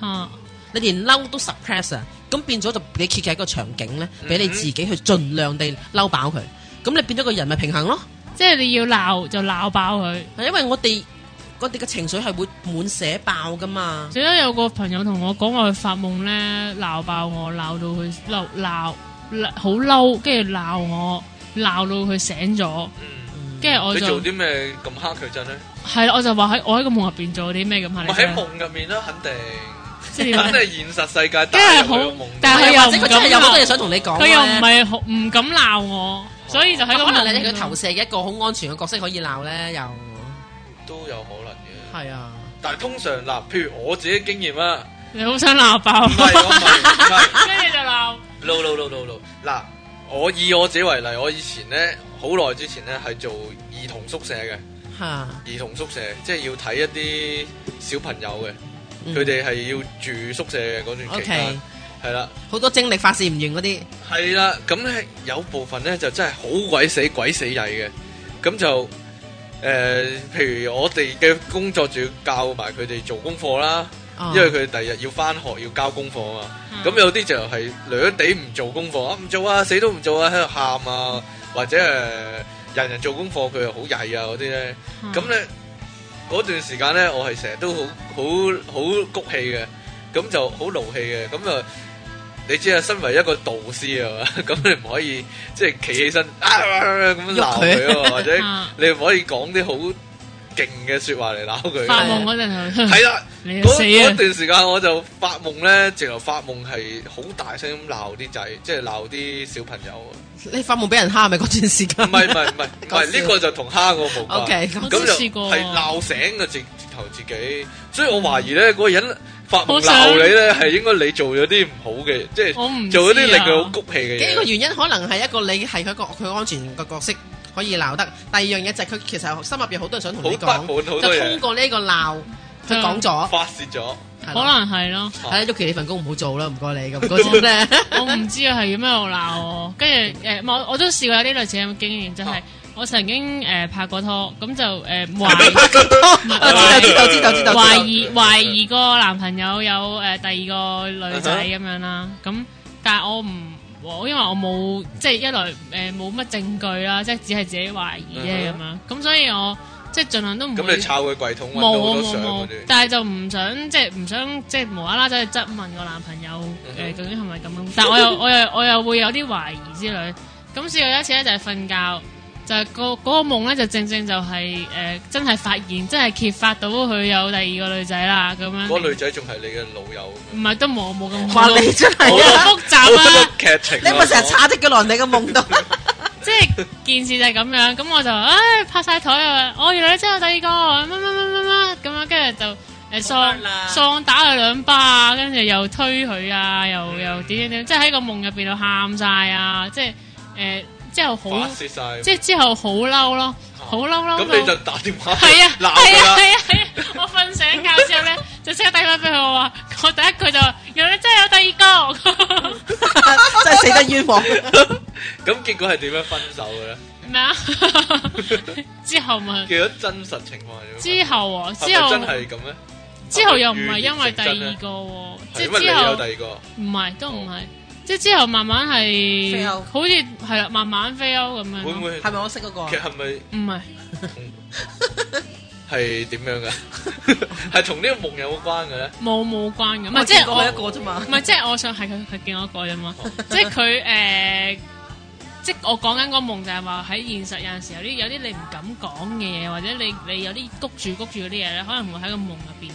[SPEAKER 1] 吓，
[SPEAKER 3] 你連嬲都 suppress 啊。咁變咗就你設計一個場景咧，俾你
[SPEAKER 4] 嗯哼
[SPEAKER 3] 自己去盡量地嬲飽佢。咁你變咗個人咪平衡咯。
[SPEAKER 1] 即係你要鬧就鬧爆佢。
[SPEAKER 3] 係因為我哋我哋嘅情緒係會滿寫爆噶嘛。
[SPEAKER 1] 最多有個朋友同我講話佢發夢咧鬧爆我，鬧到佢嬲鬧好嬲，跟住鬧我，鬧到佢醒咗，
[SPEAKER 4] 嗯，
[SPEAKER 1] 跟住我
[SPEAKER 4] 你
[SPEAKER 1] 就
[SPEAKER 4] 做啲咩咁黑佢真咧？
[SPEAKER 1] 係啦，我就話喺我喺個夢入邊做啲咩咁嚇
[SPEAKER 4] 唔
[SPEAKER 1] 你
[SPEAKER 4] 係喺
[SPEAKER 1] 聽，
[SPEAKER 4] 夢入面啦，肯定
[SPEAKER 1] 啊即係點
[SPEAKER 4] 肯
[SPEAKER 1] 啊
[SPEAKER 4] 定係現實世界
[SPEAKER 1] 跟
[SPEAKER 4] 打
[SPEAKER 1] 住
[SPEAKER 4] 入
[SPEAKER 1] 好
[SPEAKER 4] 佢個夢，
[SPEAKER 1] 但係
[SPEAKER 3] 或
[SPEAKER 1] 佢又
[SPEAKER 3] 者
[SPEAKER 1] 唔
[SPEAKER 3] 佢真係
[SPEAKER 1] 敢
[SPEAKER 3] 有好多嘢
[SPEAKER 1] 鬧，
[SPEAKER 3] 想同你講
[SPEAKER 1] 佢又唔
[SPEAKER 3] 咧。
[SPEAKER 1] 係好唔敢鬧我，所以就喺個
[SPEAKER 3] 可能你
[SPEAKER 1] 夢
[SPEAKER 3] 哋
[SPEAKER 1] 入
[SPEAKER 3] 佢投
[SPEAKER 1] 面
[SPEAKER 3] 射嘅一個好安全嘅角色可以鬧咧，又
[SPEAKER 4] 都有可能嘅。
[SPEAKER 3] 係啊。
[SPEAKER 4] 但係通常嗱，譬如我自己經驗啦，
[SPEAKER 1] 你好想鬧爆
[SPEAKER 4] 唔係
[SPEAKER 1] 我，
[SPEAKER 4] 我唔係唔
[SPEAKER 1] <laughs>
[SPEAKER 4] 係。
[SPEAKER 1] 跟住就鬧。
[SPEAKER 4] no no no no no，嗱，我以我自己為例，我以前咧好耐之前咧係做兒童宿舍嘅，
[SPEAKER 3] 嚇，
[SPEAKER 4] 兒童宿舍即係要睇一啲小朋友嘅，
[SPEAKER 3] 嗯
[SPEAKER 4] 佢哋係要住宿舍嘅嗰段
[SPEAKER 3] O
[SPEAKER 4] 期
[SPEAKER 3] K，
[SPEAKER 4] 間，係啦
[SPEAKER 3] 好多精力發泄唔完嗰啲，
[SPEAKER 4] 係啦，咁咧有部分咧就真係好鬼死鬼死曳嘅，咁就。誒、譬如我哋嘅工作仲要教埋佢哋做功課啦，
[SPEAKER 3] 哦
[SPEAKER 4] 因為佢哋第日要翻學要交功課啊嘛。
[SPEAKER 1] 嗯
[SPEAKER 4] 咁有啲就係掠地唔做功課啊，唔做啊，死都唔做啊，喺度喊啊，或者誒、呃人人做功課佢又好曳啊嗰啲咧，
[SPEAKER 1] 嗯
[SPEAKER 4] 咁咧嗰段時間咧，我係成日都好好好谷氣嘅，咁就好勞氣嘅，咁啊。你知啊，身為一個導師啊嘛， <laughs> 咁你唔可以即係企起身啊咁樣鬧佢啊嘛，或
[SPEAKER 1] <laughs>
[SPEAKER 4] 者
[SPEAKER 1] 啊
[SPEAKER 4] 你唔可以講啲好勁嘅説話嚟鬧佢
[SPEAKER 1] 發
[SPEAKER 4] 啊。
[SPEAKER 1] 夢嗰陣就
[SPEAKER 4] 係啦。
[SPEAKER 1] <laughs> 你就
[SPEAKER 4] 嗰
[SPEAKER 1] 死
[SPEAKER 4] 嗰
[SPEAKER 1] 啊！
[SPEAKER 4] 段時間我就發夢咧，直頭發夢係好大聲咁鬧啲仔，即係鬧啲小朋友。啊
[SPEAKER 3] 你發夢俾人蝦咪嗰段時
[SPEAKER 4] 唔
[SPEAKER 3] 間。 <laughs>
[SPEAKER 4] 係唔係唔
[SPEAKER 1] <laughs>
[SPEAKER 4] 係唔
[SPEAKER 3] 講笑
[SPEAKER 4] 係，呢個就同蝦個冇
[SPEAKER 3] O
[SPEAKER 4] 關。
[SPEAKER 3] K，
[SPEAKER 1] 我
[SPEAKER 3] 咁
[SPEAKER 1] 都
[SPEAKER 4] 咁就
[SPEAKER 1] 試過
[SPEAKER 4] 係鬧醒嘅直直頭自己，所以我懷疑咧，嗰個人發
[SPEAKER 1] 好
[SPEAKER 4] 夢
[SPEAKER 1] 想
[SPEAKER 4] 鬧你咧，係應該你做咗啲唔好嘅，即係
[SPEAKER 1] 我唔
[SPEAKER 4] 做咗
[SPEAKER 1] 知
[SPEAKER 4] 啲令
[SPEAKER 1] 啊
[SPEAKER 4] 佢好谷氣嘅
[SPEAKER 3] 幾個
[SPEAKER 4] 嘢。
[SPEAKER 3] 原因可能係一個你係佢個佢安全嘅角色可以鬧得，第二樣嘢就係佢其實心入邊好多人想同你
[SPEAKER 4] 好不
[SPEAKER 3] 講，
[SPEAKER 4] 滿好
[SPEAKER 3] 就
[SPEAKER 4] 多嘢
[SPEAKER 3] 通過呢個鬧佢講咗，
[SPEAKER 4] 發泄咗，
[SPEAKER 3] 可
[SPEAKER 1] 可能係咯。
[SPEAKER 3] 係啦，Yuki 你份工唔好做啦，唔該你咁嗰 <laughs> 種咧，
[SPEAKER 1] 我唔知啊，係咁樣鬧我，跟住誒，我我都試過有啲類似咁嘅經驗，就係
[SPEAKER 4] 啊
[SPEAKER 1] 我曾經誒拍過拖，咁就誒懷
[SPEAKER 3] 我知道知道知道知道， <laughs>
[SPEAKER 1] 懷疑懷疑個男朋友有誒第二個女仔咁樣啦，咁但係我唔。我因為我冇即係一來誒冇乜證據啦，即係只係自己懷疑啫咁樣，咁所以我即係盡量都唔
[SPEAKER 4] 咁
[SPEAKER 1] 會
[SPEAKER 4] 你抄佢櫃桶揾
[SPEAKER 1] 冇
[SPEAKER 4] 到好
[SPEAKER 1] 啊
[SPEAKER 4] 多
[SPEAKER 1] 冇
[SPEAKER 4] 相
[SPEAKER 1] 冇
[SPEAKER 4] 嗰，啲。
[SPEAKER 1] 但係就唔想即係唔想即係無啦啦走去質問個男朋友
[SPEAKER 4] 嗯哼
[SPEAKER 1] 誒究竟係咪咁樣？但係我又我又我又會有啲懷疑之類。咁試過有一次咧就係瞓覺，就係個嗰個夢咧，就正正就係、呃真係發現，真係揭發到佢有第二個女仔啦，咁樣。
[SPEAKER 4] 嗰個女仔仲係你嘅老友咁
[SPEAKER 1] 唔
[SPEAKER 4] 樣。
[SPEAKER 1] 係都冇冇咁
[SPEAKER 3] 哇！你真
[SPEAKER 1] 好
[SPEAKER 3] 係啊，
[SPEAKER 1] 複雜
[SPEAKER 4] 好
[SPEAKER 1] 啊
[SPEAKER 4] 多！劇情啊。
[SPEAKER 3] 你咪成日
[SPEAKER 4] 我
[SPEAKER 3] 插的嘅落人哋嘅夢度，
[SPEAKER 1] 即係件事就係咁樣，咁我就唉、拍晒台啊！我原來你真係有第二個乜乜乜乜乜咁樣，跟住就誒
[SPEAKER 3] 好
[SPEAKER 1] 喪
[SPEAKER 3] 得啦
[SPEAKER 1] 喪打佢兩巴啊，跟住又推佢啊，又又點點點，即係喺個夢入邊度喊晒啊！即係誒、之後好
[SPEAKER 4] 發，泄晒。
[SPEAKER 1] 即係之後好嬲咯，好嬲嬲
[SPEAKER 4] 咁你
[SPEAKER 1] 到
[SPEAKER 4] 就打電話
[SPEAKER 1] 係啊，係
[SPEAKER 4] <laughs> 鬧
[SPEAKER 1] 啊，
[SPEAKER 4] 佢
[SPEAKER 1] 係
[SPEAKER 4] 啦。
[SPEAKER 1] 啊，係啊！我瞓醒覺之後咧， <laughs> 就即刻打電話俾佢我話，我第一句就話原來你真係有第二個
[SPEAKER 4] <laughs>
[SPEAKER 3] 真係死得 <laughs> 冤枉。
[SPEAKER 4] 咁結果係點樣分手嘅咧？
[SPEAKER 1] 咩啊？之後咪
[SPEAKER 4] 其實真實情況係點？
[SPEAKER 1] 之後啊，
[SPEAKER 4] 係
[SPEAKER 1] 之
[SPEAKER 4] 咪
[SPEAKER 1] 後
[SPEAKER 4] 真係咁咧？
[SPEAKER 1] 之後又唔係因為第二個喎，
[SPEAKER 4] 係
[SPEAKER 1] 即
[SPEAKER 4] 因
[SPEAKER 1] 係
[SPEAKER 4] 為你
[SPEAKER 1] 之
[SPEAKER 4] 有
[SPEAKER 1] 後
[SPEAKER 4] 第二個。哦
[SPEAKER 1] 唔係都唔係，即係之後慢慢係
[SPEAKER 3] 飛歐
[SPEAKER 1] 好似係啦，慢慢飛歐咁樣
[SPEAKER 4] 會
[SPEAKER 1] 咯。
[SPEAKER 4] 唔會
[SPEAKER 3] 係咪我識嗰個啊
[SPEAKER 4] 其？實係咪
[SPEAKER 1] 唔係
[SPEAKER 4] 係點樣噶？ <laughs> 係同呢個夢有冇關嘅咧？
[SPEAKER 1] 冇冇關嘅，唔
[SPEAKER 3] 我
[SPEAKER 1] 係即
[SPEAKER 3] 見
[SPEAKER 1] 係
[SPEAKER 3] 過佢一
[SPEAKER 1] 我
[SPEAKER 3] 個啫嘛
[SPEAKER 1] 唔。係即係我想係佢佢見我一個啫嘛，
[SPEAKER 4] 哦
[SPEAKER 1] 即係佢誒。即係我講緊個夢就係話喺現實有陣時有啲有啲你唔敢講嘅嘢，或者你你有啲谷住谷住嗰啲嘢咧，可能會喺個夢入邊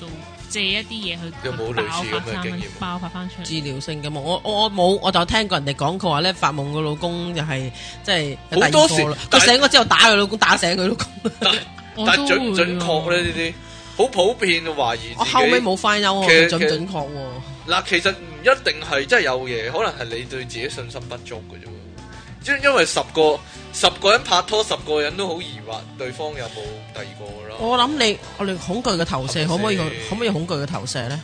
[SPEAKER 1] 度度借一啲嘢去
[SPEAKER 4] 有冇類似咁嘅
[SPEAKER 1] 爆發
[SPEAKER 4] 經驗啊
[SPEAKER 1] 翻爆發翻出
[SPEAKER 3] 治
[SPEAKER 1] 嚟。
[SPEAKER 3] 療性嘅夢，我我我冇，我就聽過人哋講，佢話咧發夢個老公就係即係有第
[SPEAKER 4] 好
[SPEAKER 3] 二
[SPEAKER 4] 多
[SPEAKER 3] 個
[SPEAKER 4] 時
[SPEAKER 3] 啦
[SPEAKER 4] 但
[SPEAKER 3] 佢
[SPEAKER 4] 係
[SPEAKER 3] 醒咗之後打佢老公，打醒佢老公。
[SPEAKER 4] 但
[SPEAKER 1] 我
[SPEAKER 4] 但
[SPEAKER 1] 都
[SPEAKER 4] 準唔
[SPEAKER 1] 會
[SPEAKER 4] 準
[SPEAKER 1] 喎
[SPEAKER 4] 確咧？呢啲好普遍懷疑
[SPEAKER 3] 我後尾
[SPEAKER 4] 自己。
[SPEAKER 3] 冇 find out
[SPEAKER 4] 其實
[SPEAKER 3] 喎佢準唔準確喎。
[SPEAKER 4] 嗱，其實唔一定係真係有嘢，可能係你對自己信心不足嘅啫喎。因因為十個十個人拍拖，十個人都好疑惑對方有冇第二個㗎啦。
[SPEAKER 3] 我諗你我哋恐懼嘅投射可唔可以
[SPEAKER 4] 投射
[SPEAKER 3] 可唔可以恐懼嘅投射咧？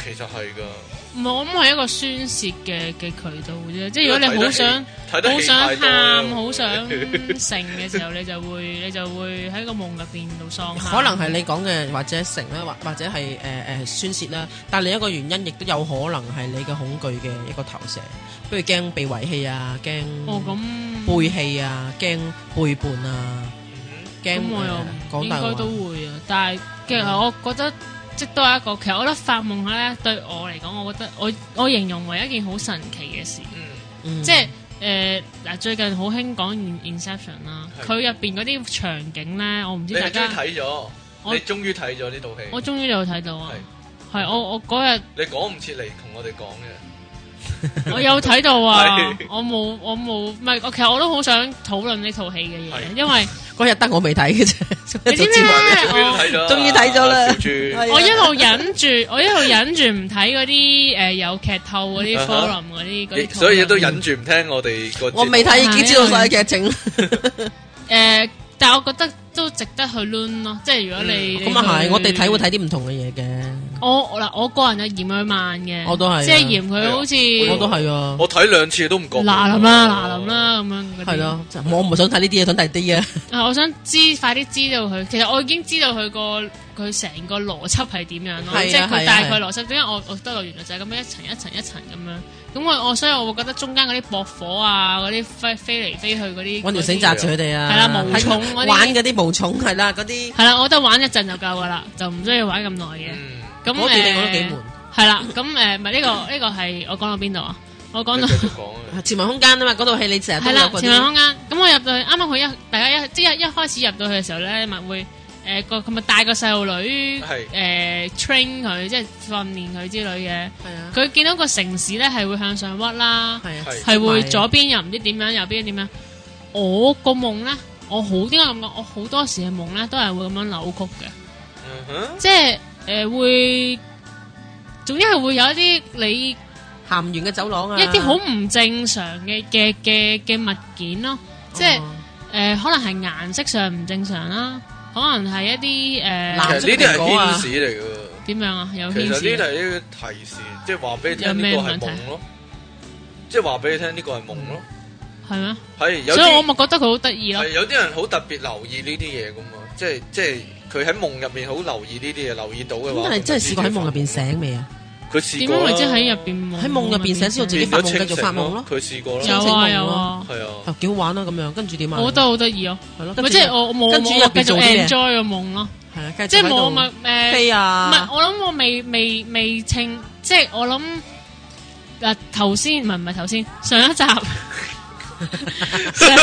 [SPEAKER 4] 其實係㗎，
[SPEAKER 1] 唔係，我諗係一個宣泄嘅嘅渠道啫。即係如果你
[SPEAKER 4] 因為睇得
[SPEAKER 1] 好
[SPEAKER 4] 戲
[SPEAKER 1] 想
[SPEAKER 4] 睇得
[SPEAKER 1] 好
[SPEAKER 4] 戲
[SPEAKER 1] 想
[SPEAKER 4] 太多啦
[SPEAKER 1] 喊、好想成嘅時候，你就會 <laughs> 你就會喺個夢入邊度喪喊。
[SPEAKER 3] 可能係你講嘅或者成啦，或或者係誒誒宣泄啦，但另一個原因亦都有可能係你嘅恐懼嘅一個投射，譬如驚被遺棄啊，驚
[SPEAKER 1] 哦咁
[SPEAKER 3] 背棄啊，驚背叛啊，驚
[SPEAKER 1] 咁我又唔
[SPEAKER 3] 誒講
[SPEAKER 1] 應
[SPEAKER 3] 大
[SPEAKER 1] 該
[SPEAKER 3] 話
[SPEAKER 1] 都。會啊。但係其實我覺得即都係一個，其實我覺得發夢咧對我嚟講，我覺得我我形容為一件好神奇嘅事。
[SPEAKER 4] 嗯，
[SPEAKER 3] 嗯
[SPEAKER 1] 即係誒嗱，最近好興講 Inception 啦，
[SPEAKER 4] 係
[SPEAKER 1] 佢入邊嗰啲場景咧，我唔
[SPEAKER 4] 你
[SPEAKER 1] 知大
[SPEAKER 4] 係終
[SPEAKER 1] 家
[SPEAKER 4] 於睇咗，
[SPEAKER 1] 我
[SPEAKER 4] 你終於睇咗呢套戲。
[SPEAKER 1] 我終於有睇到啊！係我我嗰日。
[SPEAKER 4] 你講唔切嚟同我哋講嘅，
[SPEAKER 1] 我有睇到啊
[SPEAKER 4] <laughs> 係！
[SPEAKER 1] 我冇我冇，唔係我其實我都好想討論呢套戲嘅嘢，
[SPEAKER 4] 係
[SPEAKER 1] 因
[SPEAKER 4] <laughs>
[SPEAKER 1] 為
[SPEAKER 3] 嗰日得我未睇嘅啫，
[SPEAKER 1] <laughs> 你知唔知咧
[SPEAKER 4] 你終於都睇咗啦，
[SPEAKER 3] 終於睇咗啦
[SPEAKER 4] 小豬
[SPEAKER 3] 係啊
[SPEAKER 1] 我一路忍住， <laughs> 我一路忍住唔睇嗰啲誒有劇透嗰啲
[SPEAKER 4] 啊哈
[SPEAKER 1] forum 嗰啲嗰
[SPEAKER 4] 亦
[SPEAKER 1] 啲，
[SPEAKER 4] 所以都忍住唔聽我哋個節目。
[SPEAKER 3] <laughs> 我未睇已經知道晒劇情，
[SPEAKER 1] 誒，但係我覺得都值得去 learn 咯，即係如果 <laughs>
[SPEAKER 4] 嗯
[SPEAKER 1] 你
[SPEAKER 3] 咁啊係，我哋睇會
[SPEAKER 1] 會
[SPEAKER 3] 睇啲唔同嘅嘢嘅，
[SPEAKER 1] 我我嗱，我個人就嫌佢慢嘅，
[SPEAKER 3] 我都係啊
[SPEAKER 1] 即係嫌佢好
[SPEAKER 4] 係啊
[SPEAKER 1] 似
[SPEAKER 3] 我都係啊，
[SPEAKER 4] 我睇兩次都唔覺。
[SPEAKER 1] 嗱臨啦嗱臨。啦咁樣嗰啲
[SPEAKER 3] 係咯，就我唔係想睇呢啲嘢，想睇啲嘢。
[SPEAKER 1] 啊！我想知快啲知道佢，其實我已經知道佢個佢成個邏輯係點樣咯，
[SPEAKER 3] 係啊
[SPEAKER 1] 即係
[SPEAKER 3] 係啊
[SPEAKER 1] 佢大概邏輯。點解我我得落原來就係咁樣一層一層一層咁樣。咁我我所以我會覺得中間嗰啲駁火啊，嗰啲飛飛嚟飛去嗰啲，
[SPEAKER 3] 搵條繩
[SPEAKER 1] 嗰啲
[SPEAKER 3] 扎住佢哋啊，
[SPEAKER 1] 係啦毛
[SPEAKER 3] 喺
[SPEAKER 1] 蟲嗰啲
[SPEAKER 3] 玩嗰啲毛蟲係啦，嗰啲
[SPEAKER 1] 係啦，我覺得玩一陣就夠噶啦，就唔需要玩咁耐嘅。
[SPEAKER 4] 嗯，
[SPEAKER 1] 咁
[SPEAKER 3] 嗰段你
[SPEAKER 1] 誒
[SPEAKER 3] 覺得幾悶？
[SPEAKER 1] 係啦，咁誒唔係呢個呢個係我講到邊度啊？我講
[SPEAKER 4] 你
[SPEAKER 1] 到
[SPEAKER 3] <laughs>
[SPEAKER 4] 繼續講啊。
[SPEAKER 3] 潛文空間啊嘛，嗰套戲你成日都
[SPEAKER 1] 係
[SPEAKER 3] 有
[SPEAKER 1] 啦，
[SPEAKER 3] 嗰
[SPEAKER 1] 前面
[SPEAKER 3] 啲
[SPEAKER 1] 空間。咁我入到去，啱啱佢一大家一即係一開始入到去嘅時候咧，咪會誒個佢咪帶個細路女
[SPEAKER 4] 係
[SPEAKER 1] 誒 train 佢，即係訓練佢之類嘅。
[SPEAKER 3] 係啊，
[SPEAKER 1] 佢見到個城市咧係會向上屈啦，
[SPEAKER 3] 係啊，
[SPEAKER 4] 係
[SPEAKER 1] 係會左邊又唔知點樣，右邊點樣。我個夢咧，我好點解咁講？我好多時嘅夢咧都係會咁樣扭曲嘅。
[SPEAKER 4] 嗯哼，
[SPEAKER 1] 即係诶、呃、会，總之係會有一啲你
[SPEAKER 3] 鹹完嘅走廊啊，
[SPEAKER 1] 一啲好唔正常嘅嘅嘅嘅物件咯，即係
[SPEAKER 3] 哦
[SPEAKER 1] 诶、呃可能係顏色上唔正常啦，可能係一啲诶
[SPEAKER 4] 其
[SPEAKER 3] 藍
[SPEAKER 4] 實呢啲係牽使嚟
[SPEAKER 1] 點樣啊，有
[SPEAKER 4] 嘅。
[SPEAKER 1] 牽
[SPEAKER 4] 其實呢啲
[SPEAKER 1] 涉
[SPEAKER 4] 係一個提示，即係話俾你
[SPEAKER 1] 有
[SPEAKER 4] 聽呢
[SPEAKER 1] 咩
[SPEAKER 4] 個係
[SPEAKER 1] 問題
[SPEAKER 4] 夢咯。即係話俾你聽呢個係夢咯。
[SPEAKER 1] 係咩？
[SPEAKER 4] 係有
[SPEAKER 1] 嗯所以我
[SPEAKER 4] 啲
[SPEAKER 1] 咪覺得佢好得意咯
[SPEAKER 4] 係，有啲人好特別留意呢啲嘢噶嘛，即係即係佢喺夢入面好留意呢啲嘢，留意到嘅
[SPEAKER 3] 咁
[SPEAKER 4] 話，
[SPEAKER 3] 但係真係試過喺夢入邊
[SPEAKER 4] 邊，
[SPEAKER 3] 醒未啊？
[SPEAKER 4] 佢試
[SPEAKER 1] 點
[SPEAKER 4] 過
[SPEAKER 1] 樣
[SPEAKER 4] 啦
[SPEAKER 1] 為之喺入邊夢
[SPEAKER 3] 喺夢入邊寫知道自己
[SPEAKER 4] 變
[SPEAKER 3] 發
[SPEAKER 4] 咗
[SPEAKER 3] 夢繼
[SPEAKER 4] 清
[SPEAKER 3] 續發
[SPEAKER 4] 醒
[SPEAKER 3] 夢咯
[SPEAKER 4] 咯，，佢試過啦，
[SPEAKER 1] 有
[SPEAKER 3] 清
[SPEAKER 1] 啊
[SPEAKER 3] 夢
[SPEAKER 1] 有
[SPEAKER 3] 咯
[SPEAKER 1] 啊，
[SPEAKER 4] 係啊。
[SPEAKER 3] <laughs> 啊幾好玩啦咁樣，跟住點啊？
[SPEAKER 1] 我覺得好得意咯，
[SPEAKER 3] 係咯，跟
[SPEAKER 1] 咪
[SPEAKER 3] 住
[SPEAKER 1] 即係我我冇
[SPEAKER 3] 跟住入
[SPEAKER 1] 我
[SPEAKER 3] 邊
[SPEAKER 1] 繼
[SPEAKER 3] 做
[SPEAKER 1] 續
[SPEAKER 3] 啲嘢
[SPEAKER 1] enjoy 個夢咯，
[SPEAKER 3] 係啊，跟住
[SPEAKER 1] 即係
[SPEAKER 3] 喺度
[SPEAKER 1] 冇咪诶。
[SPEAKER 3] 飛
[SPEAKER 1] 唔係，
[SPEAKER 3] 啊，
[SPEAKER 1] 我諗我未未未清，
[SPEAKER 4] <laughs>
[SPEAKER 1] 即係我諗嗱頭先唔係唔係頭先上一集
[SPEAKER 3] 其實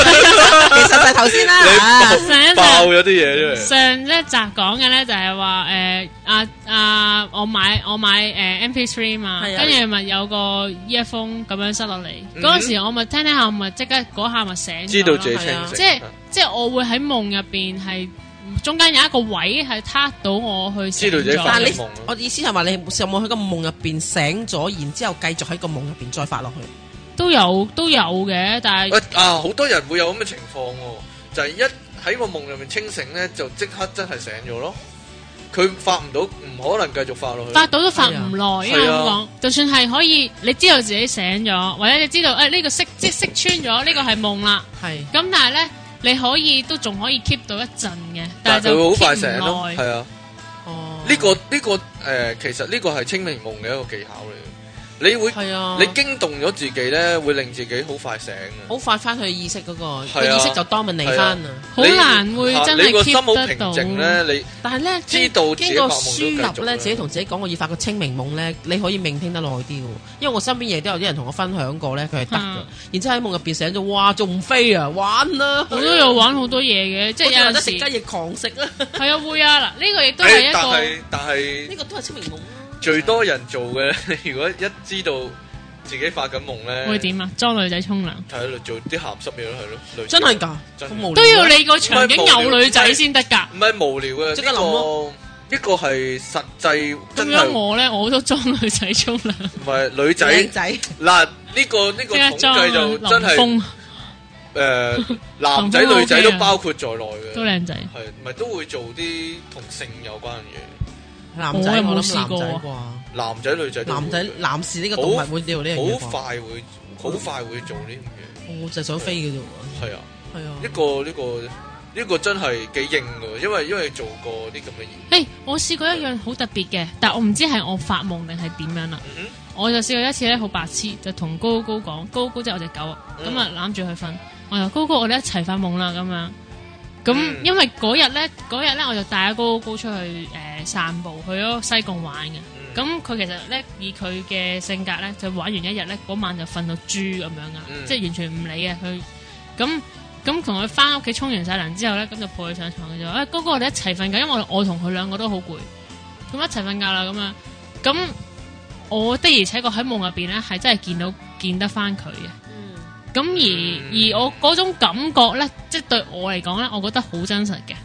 [SPEAKER 3] 就係頭先啦，啊
[SPEAKER 4] 你
[SPEAKER 1] 上一集
[SPEAKER 4] 爆爆咗啲嘢出嚟，
[SPEAKER 1] 上一集講嘅咧就係話誒啊啊，我買我買誒 MP3 嘛，
[SPEAKER 3] 係啊
[SPEAKER 1] 跟住咪有個 earphone 咁樣塞落嚟，
[SPEAKER 4] 嗯
[SPEAKER 1] 嗰陣時我咪聽聽下，我咪即刻嗰下咪醒咗
[SPEAKER 4] 知道
[SPEAKER 1] 咯
[SPEAKER 4] 自己
[SPEAKER 3] 係啊
[SPEAKER 1] 即
[SPEAKER 4] 清醒。
[SPEAKER 1] 係即係我會喺夢入邊係中間有一個位係撻到我去醒
[SPEAKER 4] 知道自己發
[SPEAKER 3] 但
[SPEAKER 1] 咗
[SPEAKER 4] 緊夢
[SPEAKER 3] 係你
[SPEAKER 4] 咯
[SPEAKER 3] 我意思係話你有冇喺個夢入邊醒咗，然之後繼續喺個夢入邊再發落去？
[SPEAKER 1] 都有都有嘅，但係
[SPEAKER 4] 喂啊，好多人會有咁嘅情況喎，就係一喺個夢入面清醒咧，就即刻真係醒咗咯。佢發唔到，唔可能繼續發落去。
[SPEAKER 1] 發到都發唔耐，因為
[SPEAKER 4] 係
[SPEAKER 1] 咁
[SPEAKER 4] 啊
[SPEAKER 1] 講，就算係可以，你知道自己醒咗，或者你知道誒呢個識即係識穿咗呢個係夢啦。
[SPEAKER 3] 係
[SPEAKER 1] 咁但系咧，你可以都仲可以 keep 到一陣嘅，但係
[SPEAKER 4] 係
[SPEAKER 1] 就
[SPEAKER 4] 會好快
[SPEAKER 1] keep
[SPEAKER 4] 醒咯，
[SPEAKER 1] 唔耐
[SPEAKER 4] 係啊。
[SPEAKER 3] 哦
[SPEAKER 4] 呢、個呢、個誒、呃其實呢個係清明夢嘅一個技巧嚟嘅。你會
[SPEAKER 3] 係啊，
[SPEAKER 4] 你驚動咗自己咧，會令自己好快醒嘅。
[SPEAKER 3] 好快翻去意識嗰個，
[SPEAKER 4] 係啊
[SPEAKER 3] 個意識就 dominate 翻啊！
[SPEAKER 1] 好
[SPEAKER 4] 你
[SPEAKER 1] 難會
[SPEAKER 4] 嚇
[SPEAKER 1] 真係
[SPEAKER 4] 你個心好
[SPEAKER 1] keep 得
[SPEAKER 4] 平
[SPEAKER 1] 到。
[SPEAKER 4] 靜咧，你
[SPEAKER 3] 但係咧，
[SPEAKER 4] 知道自己
[SPEAKER 3] 經過
[SPEAKER 4] 發夢都繼
[SPEAKER 3] 輸
[SPEAKER 4] 續
[SPEAKER 3] 入
[SPEAKER 4] 啦
[SPEAKER 3] 咧，自己同自己講我要發個清明夢咧，你可以命聽得耐啲嘅喎。因為我身邊亦都有啲人同我分享過咧，佢係得嘅
[SPEAKER 1] 嗯。
[SPEAKER 3] 然之後喺夢入邊醒咗，哇，仲飛啊，玩啦！
[SPEAKER 1] 我都有玩好多嘢嘅，即係有
[SPEAKER 3] 我仲有
[SPEAKER 1] 陣
[SPEAKER 3] 得
[SPEAKER 1] 時
[SPEAKER 3] 食雞翼狂食
[SPEAKER 1] <laughs>
[SPEAKER 3] 啦，呢
[SPEAKER 1] 係啊會啊嗱，呢個亦都係
[SPEAKER 4] 誒
[SPEAKER 1] 一
[SPEAKER 4] 但
[SPEAKER 1] 個
[SPEAKER 4] 係但係
[SPEAKER 3] 個都係清明夢啦。
[SPEAKER 4] 最多人做嘅， <laughs> 你如果一知道自己發緊夢咧，
[SPEAKER 1] 會點啊？裝女仔沖涼
[SPEAKER 4] 係喺度做啲鹹濕嘢咯，係咯，類似
[SPEAKER 3] 真係㗎，
[SPEAKER 4] 真係
[SPEAKER 3] 好無聊
[SPEAKER 1] 都要你個場景
[SPEAKER 4] 唔係無聊
[SPEAKER 1] 有女仔先得㗎。
[SPEAKER 4] 唔係無聊嘅，
[SPEAKER 3] 即
[SPEAKER 4] 即
[SPEAKER 3] 刻
[SPEAKER 4] 刻
[SPEAKER 3] 諗咯
[SPEAKER 4] 諗呢個係實際
[SPEAKER 1] 咁
[SPEAKER 4] 真
[SPEAKER 1] 樣
[SPEAKER 4] 係
[SPEAKER 1] 我咧，我都裝女仔沖涼，
[SPEAKER 4] 唔係女仔
[SPEAKER 3] 靚仔，
[SPEAKER 4] 嗱呢個呢個
[SPEAKER 1] 即刻
[SPEAKER 4] 統
[SPEAKER 1] 裝
[SPEAKER 4] 計就真
[SPEAKER 1] 林
[SPEAKER 4] 係
[SPEAKER 1] 峰 <laughs>
[SPEAKER 4] 誒男仔女仔都包括在內
[SPEAKER 1] 都
[SPEAKER 4] 嘅，
[SPEAKER 1] 靚仔，
[SPEAKER 4] 係咪都會做啲同性有關嘅嘢？
[SPEAKER 3] 男仔
[SPEAKER 1] 我又冇
[SPEAKER 3] 我諗
[SPEAKER 1] 試
[SPEAKER 3] 男
[SPEAKER 1] 過
[SPEAKER 3] 仔
[SPEAKER 1] 啊
[SPEAKER 3] 啩，
[SPEAKER 4] 男仔女仔都會
[SPEAKER 3] 男仔男士呢個
[SPEAKER 4] 好
[SPEAKER 3] 動物會做呢樣嘢
[SPEAKER 4] 好
[SPEAKER 3] 啩
[SPEAKER 4] 快會好快會做呢樣
[SPEAKER 3] 我就係想飛嘅啫
[SPEAKER 4] 嘢，係啊，
[SPEAKER 3] 喎，係啊
[SPEAKER 4] 呢。個呢個。呢個真係幾硬㗎，因為因為做過啲咁嘅嘢，
[SPEAKER 1] 誒，我試過一樣好特別嘅，但我唔知係我發夢定係點樣啦。
[SPEAKER 4] 嗯
[SPEAKER 1] 我就試過一次咧，好白痴，就同高高講，高高即係我只狗啊，
[SPEAKER 4] 嗯
[SPEAKER 1] 咁啊攬住佢瞓，我就高高，我哋一齊發夢啦咁樣。咁、
[SPEAKER 4] 嗯
[SPEAKER 1] 因為嗰日咧，嗰日咧我就帶阿高高出去誒、呃散步，去咗西貢玩嘅。
[SPEAKER 4] 哼，
[SPEAKER 1] 咁佢其實咧以佢嘅性格咧，就玩完一日咧，嗰晚就瞓到豬咁樣噶，
[SPEAKER 4] 嗯
[SPEAKER 1] 即係完全唔理嘅佢。咁咁同佢翻屋企沖完晒涼之後咧，咁就抱佢上床嘅啫。啊，嗰、個我哋一齊瞓覺，因為我我同佢兩個都好攰，咁一齊瞓覺啦咁啊。咁我的而且確喺夢入邊咧，係真係見到見得翻佢嘅。咁而而我嗰種感覺咧，即係對我嚟講咧，我覺得好真實嘅，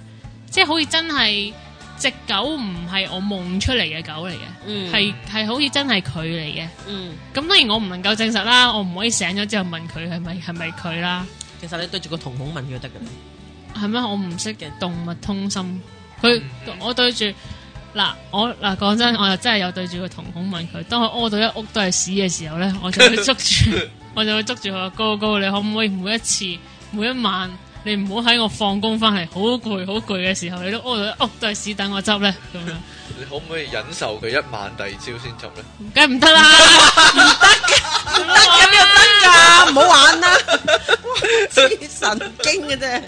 [SPEAKER 1] 即係好似真係只狗唔係我夢出嚟嘅狗嚟嘅。
[SPEAKER 3] 嗯
[SPEAKER 1] 係係好似真係佢嚟嘅。
[SPEAKER 3] 嗯。
[SPEAKER 1] 咁當然我唔能夠證實啦，我唔可以醒咗之後問佢係咪係咪佢啦，
[SPEAKER 3] 其實你對住個瞳孔問佢就得㗎啦。
[SPEAKER 1] 係咩？我唔識嘅動物通心，佢
[SPEAKER 4] 嗯
[SPEAKER 1] 我對住嗱我嗱講真，我就真係有對住個瞳孔問佢，當佢屙到一屋都係屎嘅時候咧，我就會捉住我就會捉住佢話高高，你可唔可以每一次每一晚？你唔好喺我放工翻嚟好攰好攰嘅時候，你都屙到一屋都係屎，等我執咧咁樣，
[SPEAKER 4] 你可唔可以忍受佢一晚，第二朝先執咧？
[SPEAKER 1] 梗係唔得啦，唔得嘅，唔得嘅，
[SPEAKER 3] 啊，唔好玩啦！黐神經嘅啫，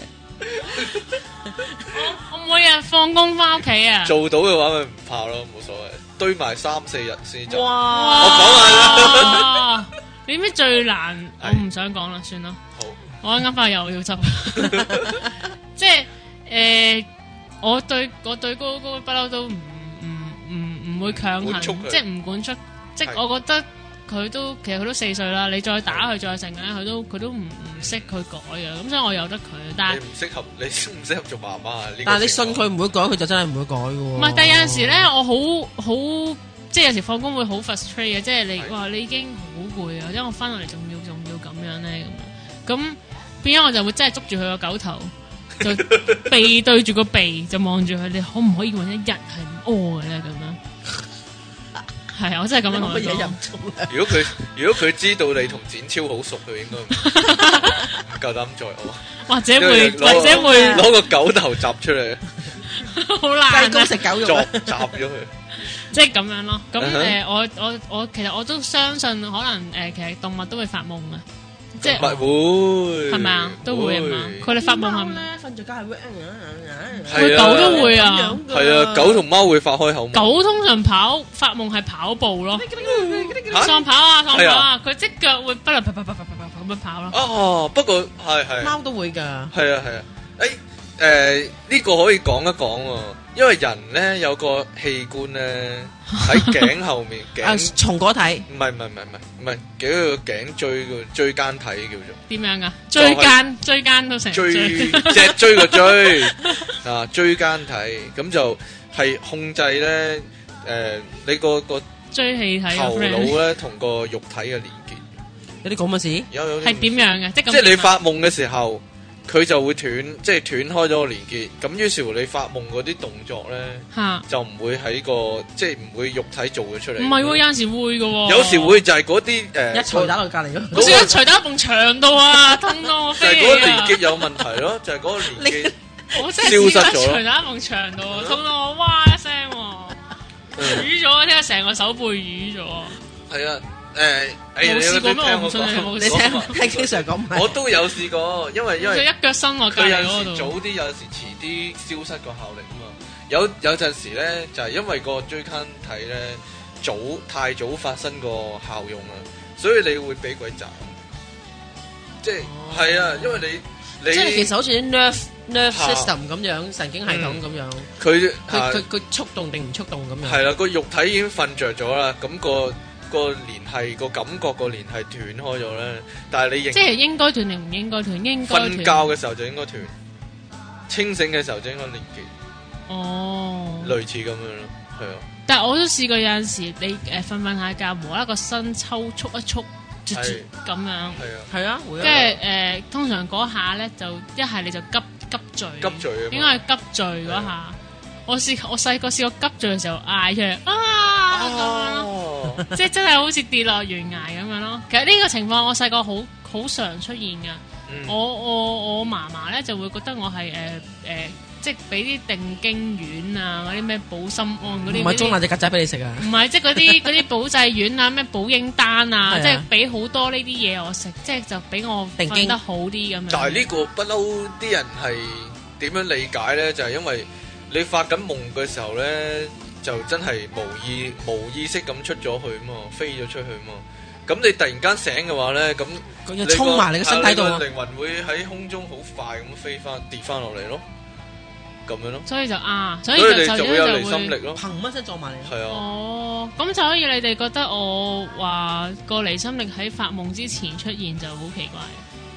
[SPEAKER 1] 我每日啊放工翻屋企啊，
[SPEAKER 4] 做到嘅話咪唔怕咯，冇所謂。堆埋三四日先執。
[SPEAKER 3] 哇！
[SPEAKER 1] 哇！你咩最難？我
[SPEAKER 4] 係
[SPEAKER 1] 唔想講啦，算啦，
[SPEAKER 4] 好，
[SPEAKER 1] 我啱翻又要執， <laughs> 即係诶、呃我對我對高高不嬲都唔唔唔唔會強
[SPEAKER 4] 唔
[SPEAKER 1] 行
[SPEAKER 4] 管束，佢
[SPEAKER 1] 即係唔管束，即係
[SPEAKER 4] 係
[SPEAKER 1] 我覺得佢都其實佢都四歲啦，你再打佢再成咧，佢都佢都唔唔識佢改嘅，咁所以我由得佢，但係
[SPEAKER 4] 你。唔適合， <laughs> 你唔適合做媽媽啊！呢個
[SPEAKER 3] 但係你
[SPEAKER 4] 情
[SPEAKER 3] 信
[SPEAKER 4] 況
[SPEAKER 3] 佢唔會改，佢就真係唔會改嘅喎。
[SPEAKER 1] 唔係，但有陣時咧，我好好即係有時放工會好 frustrate 嘅，即係你
[SPEAKER 4] 係
[SPEAKER 1] 哇，你已經好攰啊，因為我翻落嚟仲要仲要咁樣咧咁樣，咁變咗我就會真係捉住佢個狗頭，
[SPEAKER 4] <laughs>
[SPEAKER 1] 就鼻對住個鼻就望住佢，你可唔可以揾一日係唔屙啊嘅咧咁樣？係啊，我真係咁樣
[SPEAKER 3] 你
[SPEAKER 1] 同
[SPEAKER 3] 冇乜
[SPEAKER 1] 佢講
[SPEAKER 3] 嘢入。中咧，
[SPEAKER 4] 如果佢如果佢知道你同展超好熟，佢應
[SPEAKER 1] <laughs>
[SPEAKER 4] 該唔唔夠膽再我，
[SPEAKER 1] 或者會
[SPEAKER 4] 因為
[SPEAKER 1] 或
[SPEAKER 4] 攞
[SPEAKER 1] 者會
[SPEAKER 4] 攞個狗頭閘出嚟，
[SPEAKER 1] <laughs> 好
[SPEAKER 3] 雞
[SPEAKER 1] 難
[SPEAKER 3] 公
[SPEAKER 1] 啊
[SPEAKER 3] 食狗肉
[SPEAKER 4] 作
[SPEAKER 3] 啊，
[SPEAKER 4] 閘咗佢。
[SPEAKER 1] 即係咁樣咯。咁誒、
[SPEAKER 4] 嗯哼
[SPEAKER 1] 呃我我我其實我都相信，可能誒、呃其實動物都會發夢啊，即係
[SPEAKER 4] 唔會
[SPEAKER 1] 係咪啊？都會啊嘛，佢哋發
[SPEAKER 3] à?
[SPEAKER 1] 夢係咪？
[SPEAKER 3] 瞓著覺係會
[SPEAKER 4] 係
[SPEAKER 1] 佢
[SPEAKER 4] 啊
[SPEAKER 1] 狗都會啊，
[SPEAKER 4] 係啊，狗同貓會發開口夢。
[SPEAKER 1] 狗通常跑發夢係跑步咯，喪跑啊喪跑啊，佢只腳會不停啪啪啪啪啪啪啪咁樣跑咯。
[SPEAKER 4] 哦，不過係係
[SPEAKER 3] 貓都會㗎。
[SPEAKER 4] 係啊係啊，誒誒呢個可以講一講喎，因為人咧有個器官咧喺頸後面
[SPEAKER 3] 啊，
[SPEAKER 4] 頸。
[SPEAKER 3] 松果體
[SPEAKER 4] 唔係唔係唔係唔係唔係，叫個頸椎個椎間體叫
[SPEAKER 1] 點樣噶？
[SPEAKER 4] 就係
[SPEAKER 1] 追間追間都成
[SPEAKER 4] 做
[SPEAKER 1] 追
[SPEAKER 4] 椎 <laughs> 脊椎個椎啊椎間體，咁就係控制咧誒、你個個
[SPEAKER 1] 追氣體
[SPEAKER 4] 頭
[SPEAKER 1] 個 friend
[SPEAKER 4] 腦咧同個肉體嘅連結，
[SPEAKER 3] 有啲咁嘅事，
[SPEAKER 4] 有有啲
[SPEAKER 1] 係點樣嘅？即係咁
[SPEAKER 4] 即係你
[SPEAKER 1] 點啊
[SPEAKER 4] 發夢嘅時候，佢就會斷，即係斷開咗個連結，咁於是乎你發夢嗰啲動作咧
[SPEAKER 1] 嚇，
[SPEAKER 4] 就唔會喺個即係唔會肉體做咗出嚟，嗯
[SPEAKER 1] 唔係喎，有陣時會嘅喎。
[SPEAKER 4] 有時會就係嗰啲誒
[SPEAKER 3] 一錘打落隔離咯。
[SPEAKER 1] 我試過除得一埲牆度啊，吞到我
[SPEAKER 4] 就係
[SPEAKER 1] 飛
[SPEAKER 4] 嗰個
[SPEAKER 1] 起
[SPEAKER 4] 連
[SPEAKER 1] 啊！
[SPEAKER 4] 結有問題咯， <laughs> 就係嗰個連結。
[SPEAKER 1] 我真係試
[SPEAKER 4] 消
[SPEAKER 1] 過
[SPEAKER 4] 失咗
[SPEAKER 1] 除得一埲牆度啊，痛到我哇一聲喎，
[SPEAKER 4] 嗯
[SPEAKER 1] 瘀咗，即係成個手背瘀咗。
[SPEAKER 4] 係啊，誒，誒，
[SPEAKER 1] 冇
[SPEAKER 4] 你
[SPEAKER 1] 試過咩
[SPEAKER 4] 你聽
[SPEAKER 1] 我唔信
[SPEAKER 4] 講
[SPEAKER 1] 你有冇
[SPEAKER 4] 我
[SPEAKER 3] 你聽
[SPEAKER 1] 試
[SPEAKER 4] 講
[SPEAKER 3] 聽經常講唔
[SPEAKER 4] <laughs> 我
[SPEAKER 3] 係，
[SPEAKER 4] 都有試過，因為因
[SPEAKER 1] 就
[SPEAKER 4] 為
[SPEAKER 1] 一腳伸落隔
[SPEAKER 4] 佢
[SPEAKER 1] 離
[SPEAKER 4] 有
[SPEAKER 1] 嗰
[SPEAKER 4] 時早
[SPEAKER 1] 度，
[SPEAKER 4] 啲，有時遲啲消失個效力啊嘛。有有陣時咧，就係因為個追坑體咧早太早發生個效用啦，所以你會俾鬼襲。即係
[SPEAKER 3] 哦
[SPEAKER 4] 係啊，因為你
[SPEAKER 3] 即係其
[SPEAKER 4] 你
[SPEAKER 3] 實好似啲 nerve nerve
[SPEAKER 4] 嚇
[SPEAKER 3] system 咁樣，神經系統咁樣，
[SPEAKER 4] 佢啊
[SPEAKER 3] 佢佢佢觸動定唔觸動咁樣。
[SPEAKER 4] 係啦，個肉體已經瞓着咗啦，咁個個聯繫個感覺個聯繫斷開咗咧，但係你認
[SPEAKER 1] 即係應該斷定唔應該斷，應該
[SPEAKER 4] 瞓
[SPEAKER 1] 斷。
[SPEAKER 4] 覺嘅時候就應該斷，清醒嘅時候就應該連結，
[SPEAKER 1] 哦，
[SPEAKER 4] 類似咁樣咯，係啊，
[SPEAKER 1] 但係我都試過有陣時你誒瞓瞓下覺，無啦啦個身抽搐一搐，啜啜咁樣，
[SPEAKER 4] 係啊，
[SPEAKER 3] 係啊，會
[SPEAKER 1] 跟
[SPEAKER 3] 啊。
[SPEAKER 1] 住誒通常嗰下咧就一係你就急急聚，
[SPEAKER 4] 急聚啊嘛
[SPEAKER 1] 應該係急聚嗰下。我試我細個試過急聚嘅時候嗌出嚟啊咁樣咯，
[SPEAKER 4] 哦，
[SPEAKER 1] 即係真係好似跌落懸崖咁樣咯。其實呢個情況我細個好好常出現㗎。
[SPEAKER 4] 嗯
[SPEAKER 1] 我我我嫲嫲咧就會覺得我係誒誒，即係俾啲定經丸啊，嗰啲咩保心安嗰啲，
[SPEAKER 3] 唔係中
[SPEAKER 1] 嗰
[SPEAKER 3] 辣
[SPEAKER 1] 啲
[SPEAKER 3] 只曱甴俾你食啊！
[SPEAKER 1] 唔係即係嗰
[SPEAKER 3] <laughs>
[SPEAKER 1] 啲嗰啲保濟丸啊，咩保英丹
[SPEAKER 3] 係
[SPEAKER 1] 啊，
[SPEAKER 3] 啊
[SPEAKER 1] 即係俾好多呢啲嘢我食，即係就俾我
[SPEAKER 3] 定
[SPEAKER 1] 瞓
[SPEAKER 3] 經
[SPEAKER 1] 得好啲咁樣。
[SPEAKER 4] 但係呢個不嬲啲人係點樣理解咧？就係因為你發緊夢嘅時候咧，就真係無意無意識咁出咗去嘛，飛咗出去嘛。咁你突然間醒嘅話咧，咁
[SPEAKER 3] 佢
[SPEAKER 4] 你
[SPEAKER 3] 要
[SPEAKER 4] 個
[SPEAKER 3] 衝埋你個身體度
[SPEAKER 4] 啊
[SPEAKER 3] 啊
[SPEAKER 4] 個！靈魂會喺空中好快咁飛翻跌翻落嚟咯，咁樣咯，
[SPEAKER 1] 所以就啊，所
[SPEAKER 4] 所
[SPEAKER 1] 以
[SPEAKER 4] 以
[SPEAKER 1] 就
[SPEAKER 4] 你
[SPEAKER 1] 就
[SPEAKER 4] 就會有離
[SPEAKER 1] 因就
[SPEAKER 4] 心力
[SPEAKER 1] 會
[SPEAKER 4] 咯，
[SPEAKER 3] 砰一聲撞埋嚟，
[SPEAKER 4] 係
[SPEAKER 1] Ờ.
[SPEAKER 4] 啊，
[SPEAKER 1] 哦，咁就可以你哋覺得我話個離心力喺發夢之前出現就好奇怪。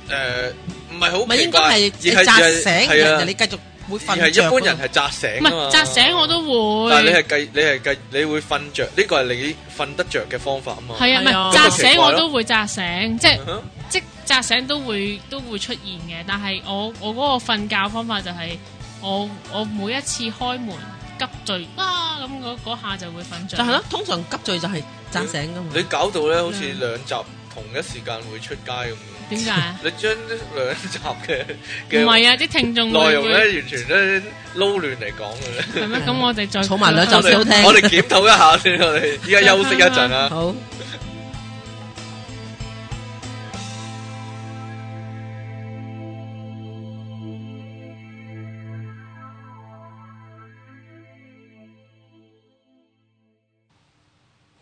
[SPEAKER 4] 誒唔係好
[SPEAKER 3] 唔係
[SPEAKER 4] 奇
[SPEAKER 3] 應該
[SPEAKER 4] 怪，
[SPEAKER 3] 係
[SPEAKER 4] 而係
[SPEAKER 3] 扎醒，
[SPEAKER 4] 係
[SPEAKER 3] 人
[SPEAKER 4] 啊
[SPEAKER 3] 哋，你繼續會
[SPEAKER 4] 而
[SPEAKER 3] 瞓
[SPEAKER 4] 係
[SPEAKER 3] 著
[SPEAKER 4] 一
[SPEAKER 3] 嗰
[SPEAKER 4] 般
[SPEAKER 3] 個。
[SPEAKER 4] 人係扎醒啊
[SPEAKER 1] 唔
[SPEAKER 4] 嘛
[SPEAKER 1] 係扎醒我都會，
[SPEAKER 4] 但係你係計，你係計，你會瞓着，呢個係你瞓得着嘅方法啊嘛。
[SPEAKER 1] 係啊，唔
[SPEAKER 3] 係啊
[SPEAKER 1] 係扎醒我都會扎醒，即係
[SPEAKER 4] 嗯哼
[SPEAKER 1] 即扎醒都會都會出現嘅。但係我我嗰個瞓覺方法就係我我每一次開門急聚啊咁嗰嗰下就會瞓着。
[SPEAKER 3] 就係咯，通常急聚就係扎醒噶嘛。
[SPEAKER 4] 嗯你搞到咧，好似兩集同一時間會出街咁樣。
[SPEAKER 1] 點解啊？
[SPEAKER 4] 你將兩集嘅
[SPEAKER 1] 唔
[SPEAKER 4] 嘅
[SPEAKER 1] 係啊，啲聽眾
[SPEAKER 4] 內
[SPEAKER 1] 會
[SPEAKER 4] 容
[SPEAKER 1] 會
[SPEAKER 4] 咧，完全咧撈亂嚟講嘅咧。
[SPEAKER 1] 係咩？咁我哋再
[SPEAKER 3] 儲埋兩集
[SPEAKER 4] 我
[SPEAKER 3] 先
[SPEAKER 4] 哋
[SPEAKER 3] 好聽
[SPEAKER 4] 我哋檢討一下先，我哋依家休息一陣啊。
[SPEAKER 3] 好，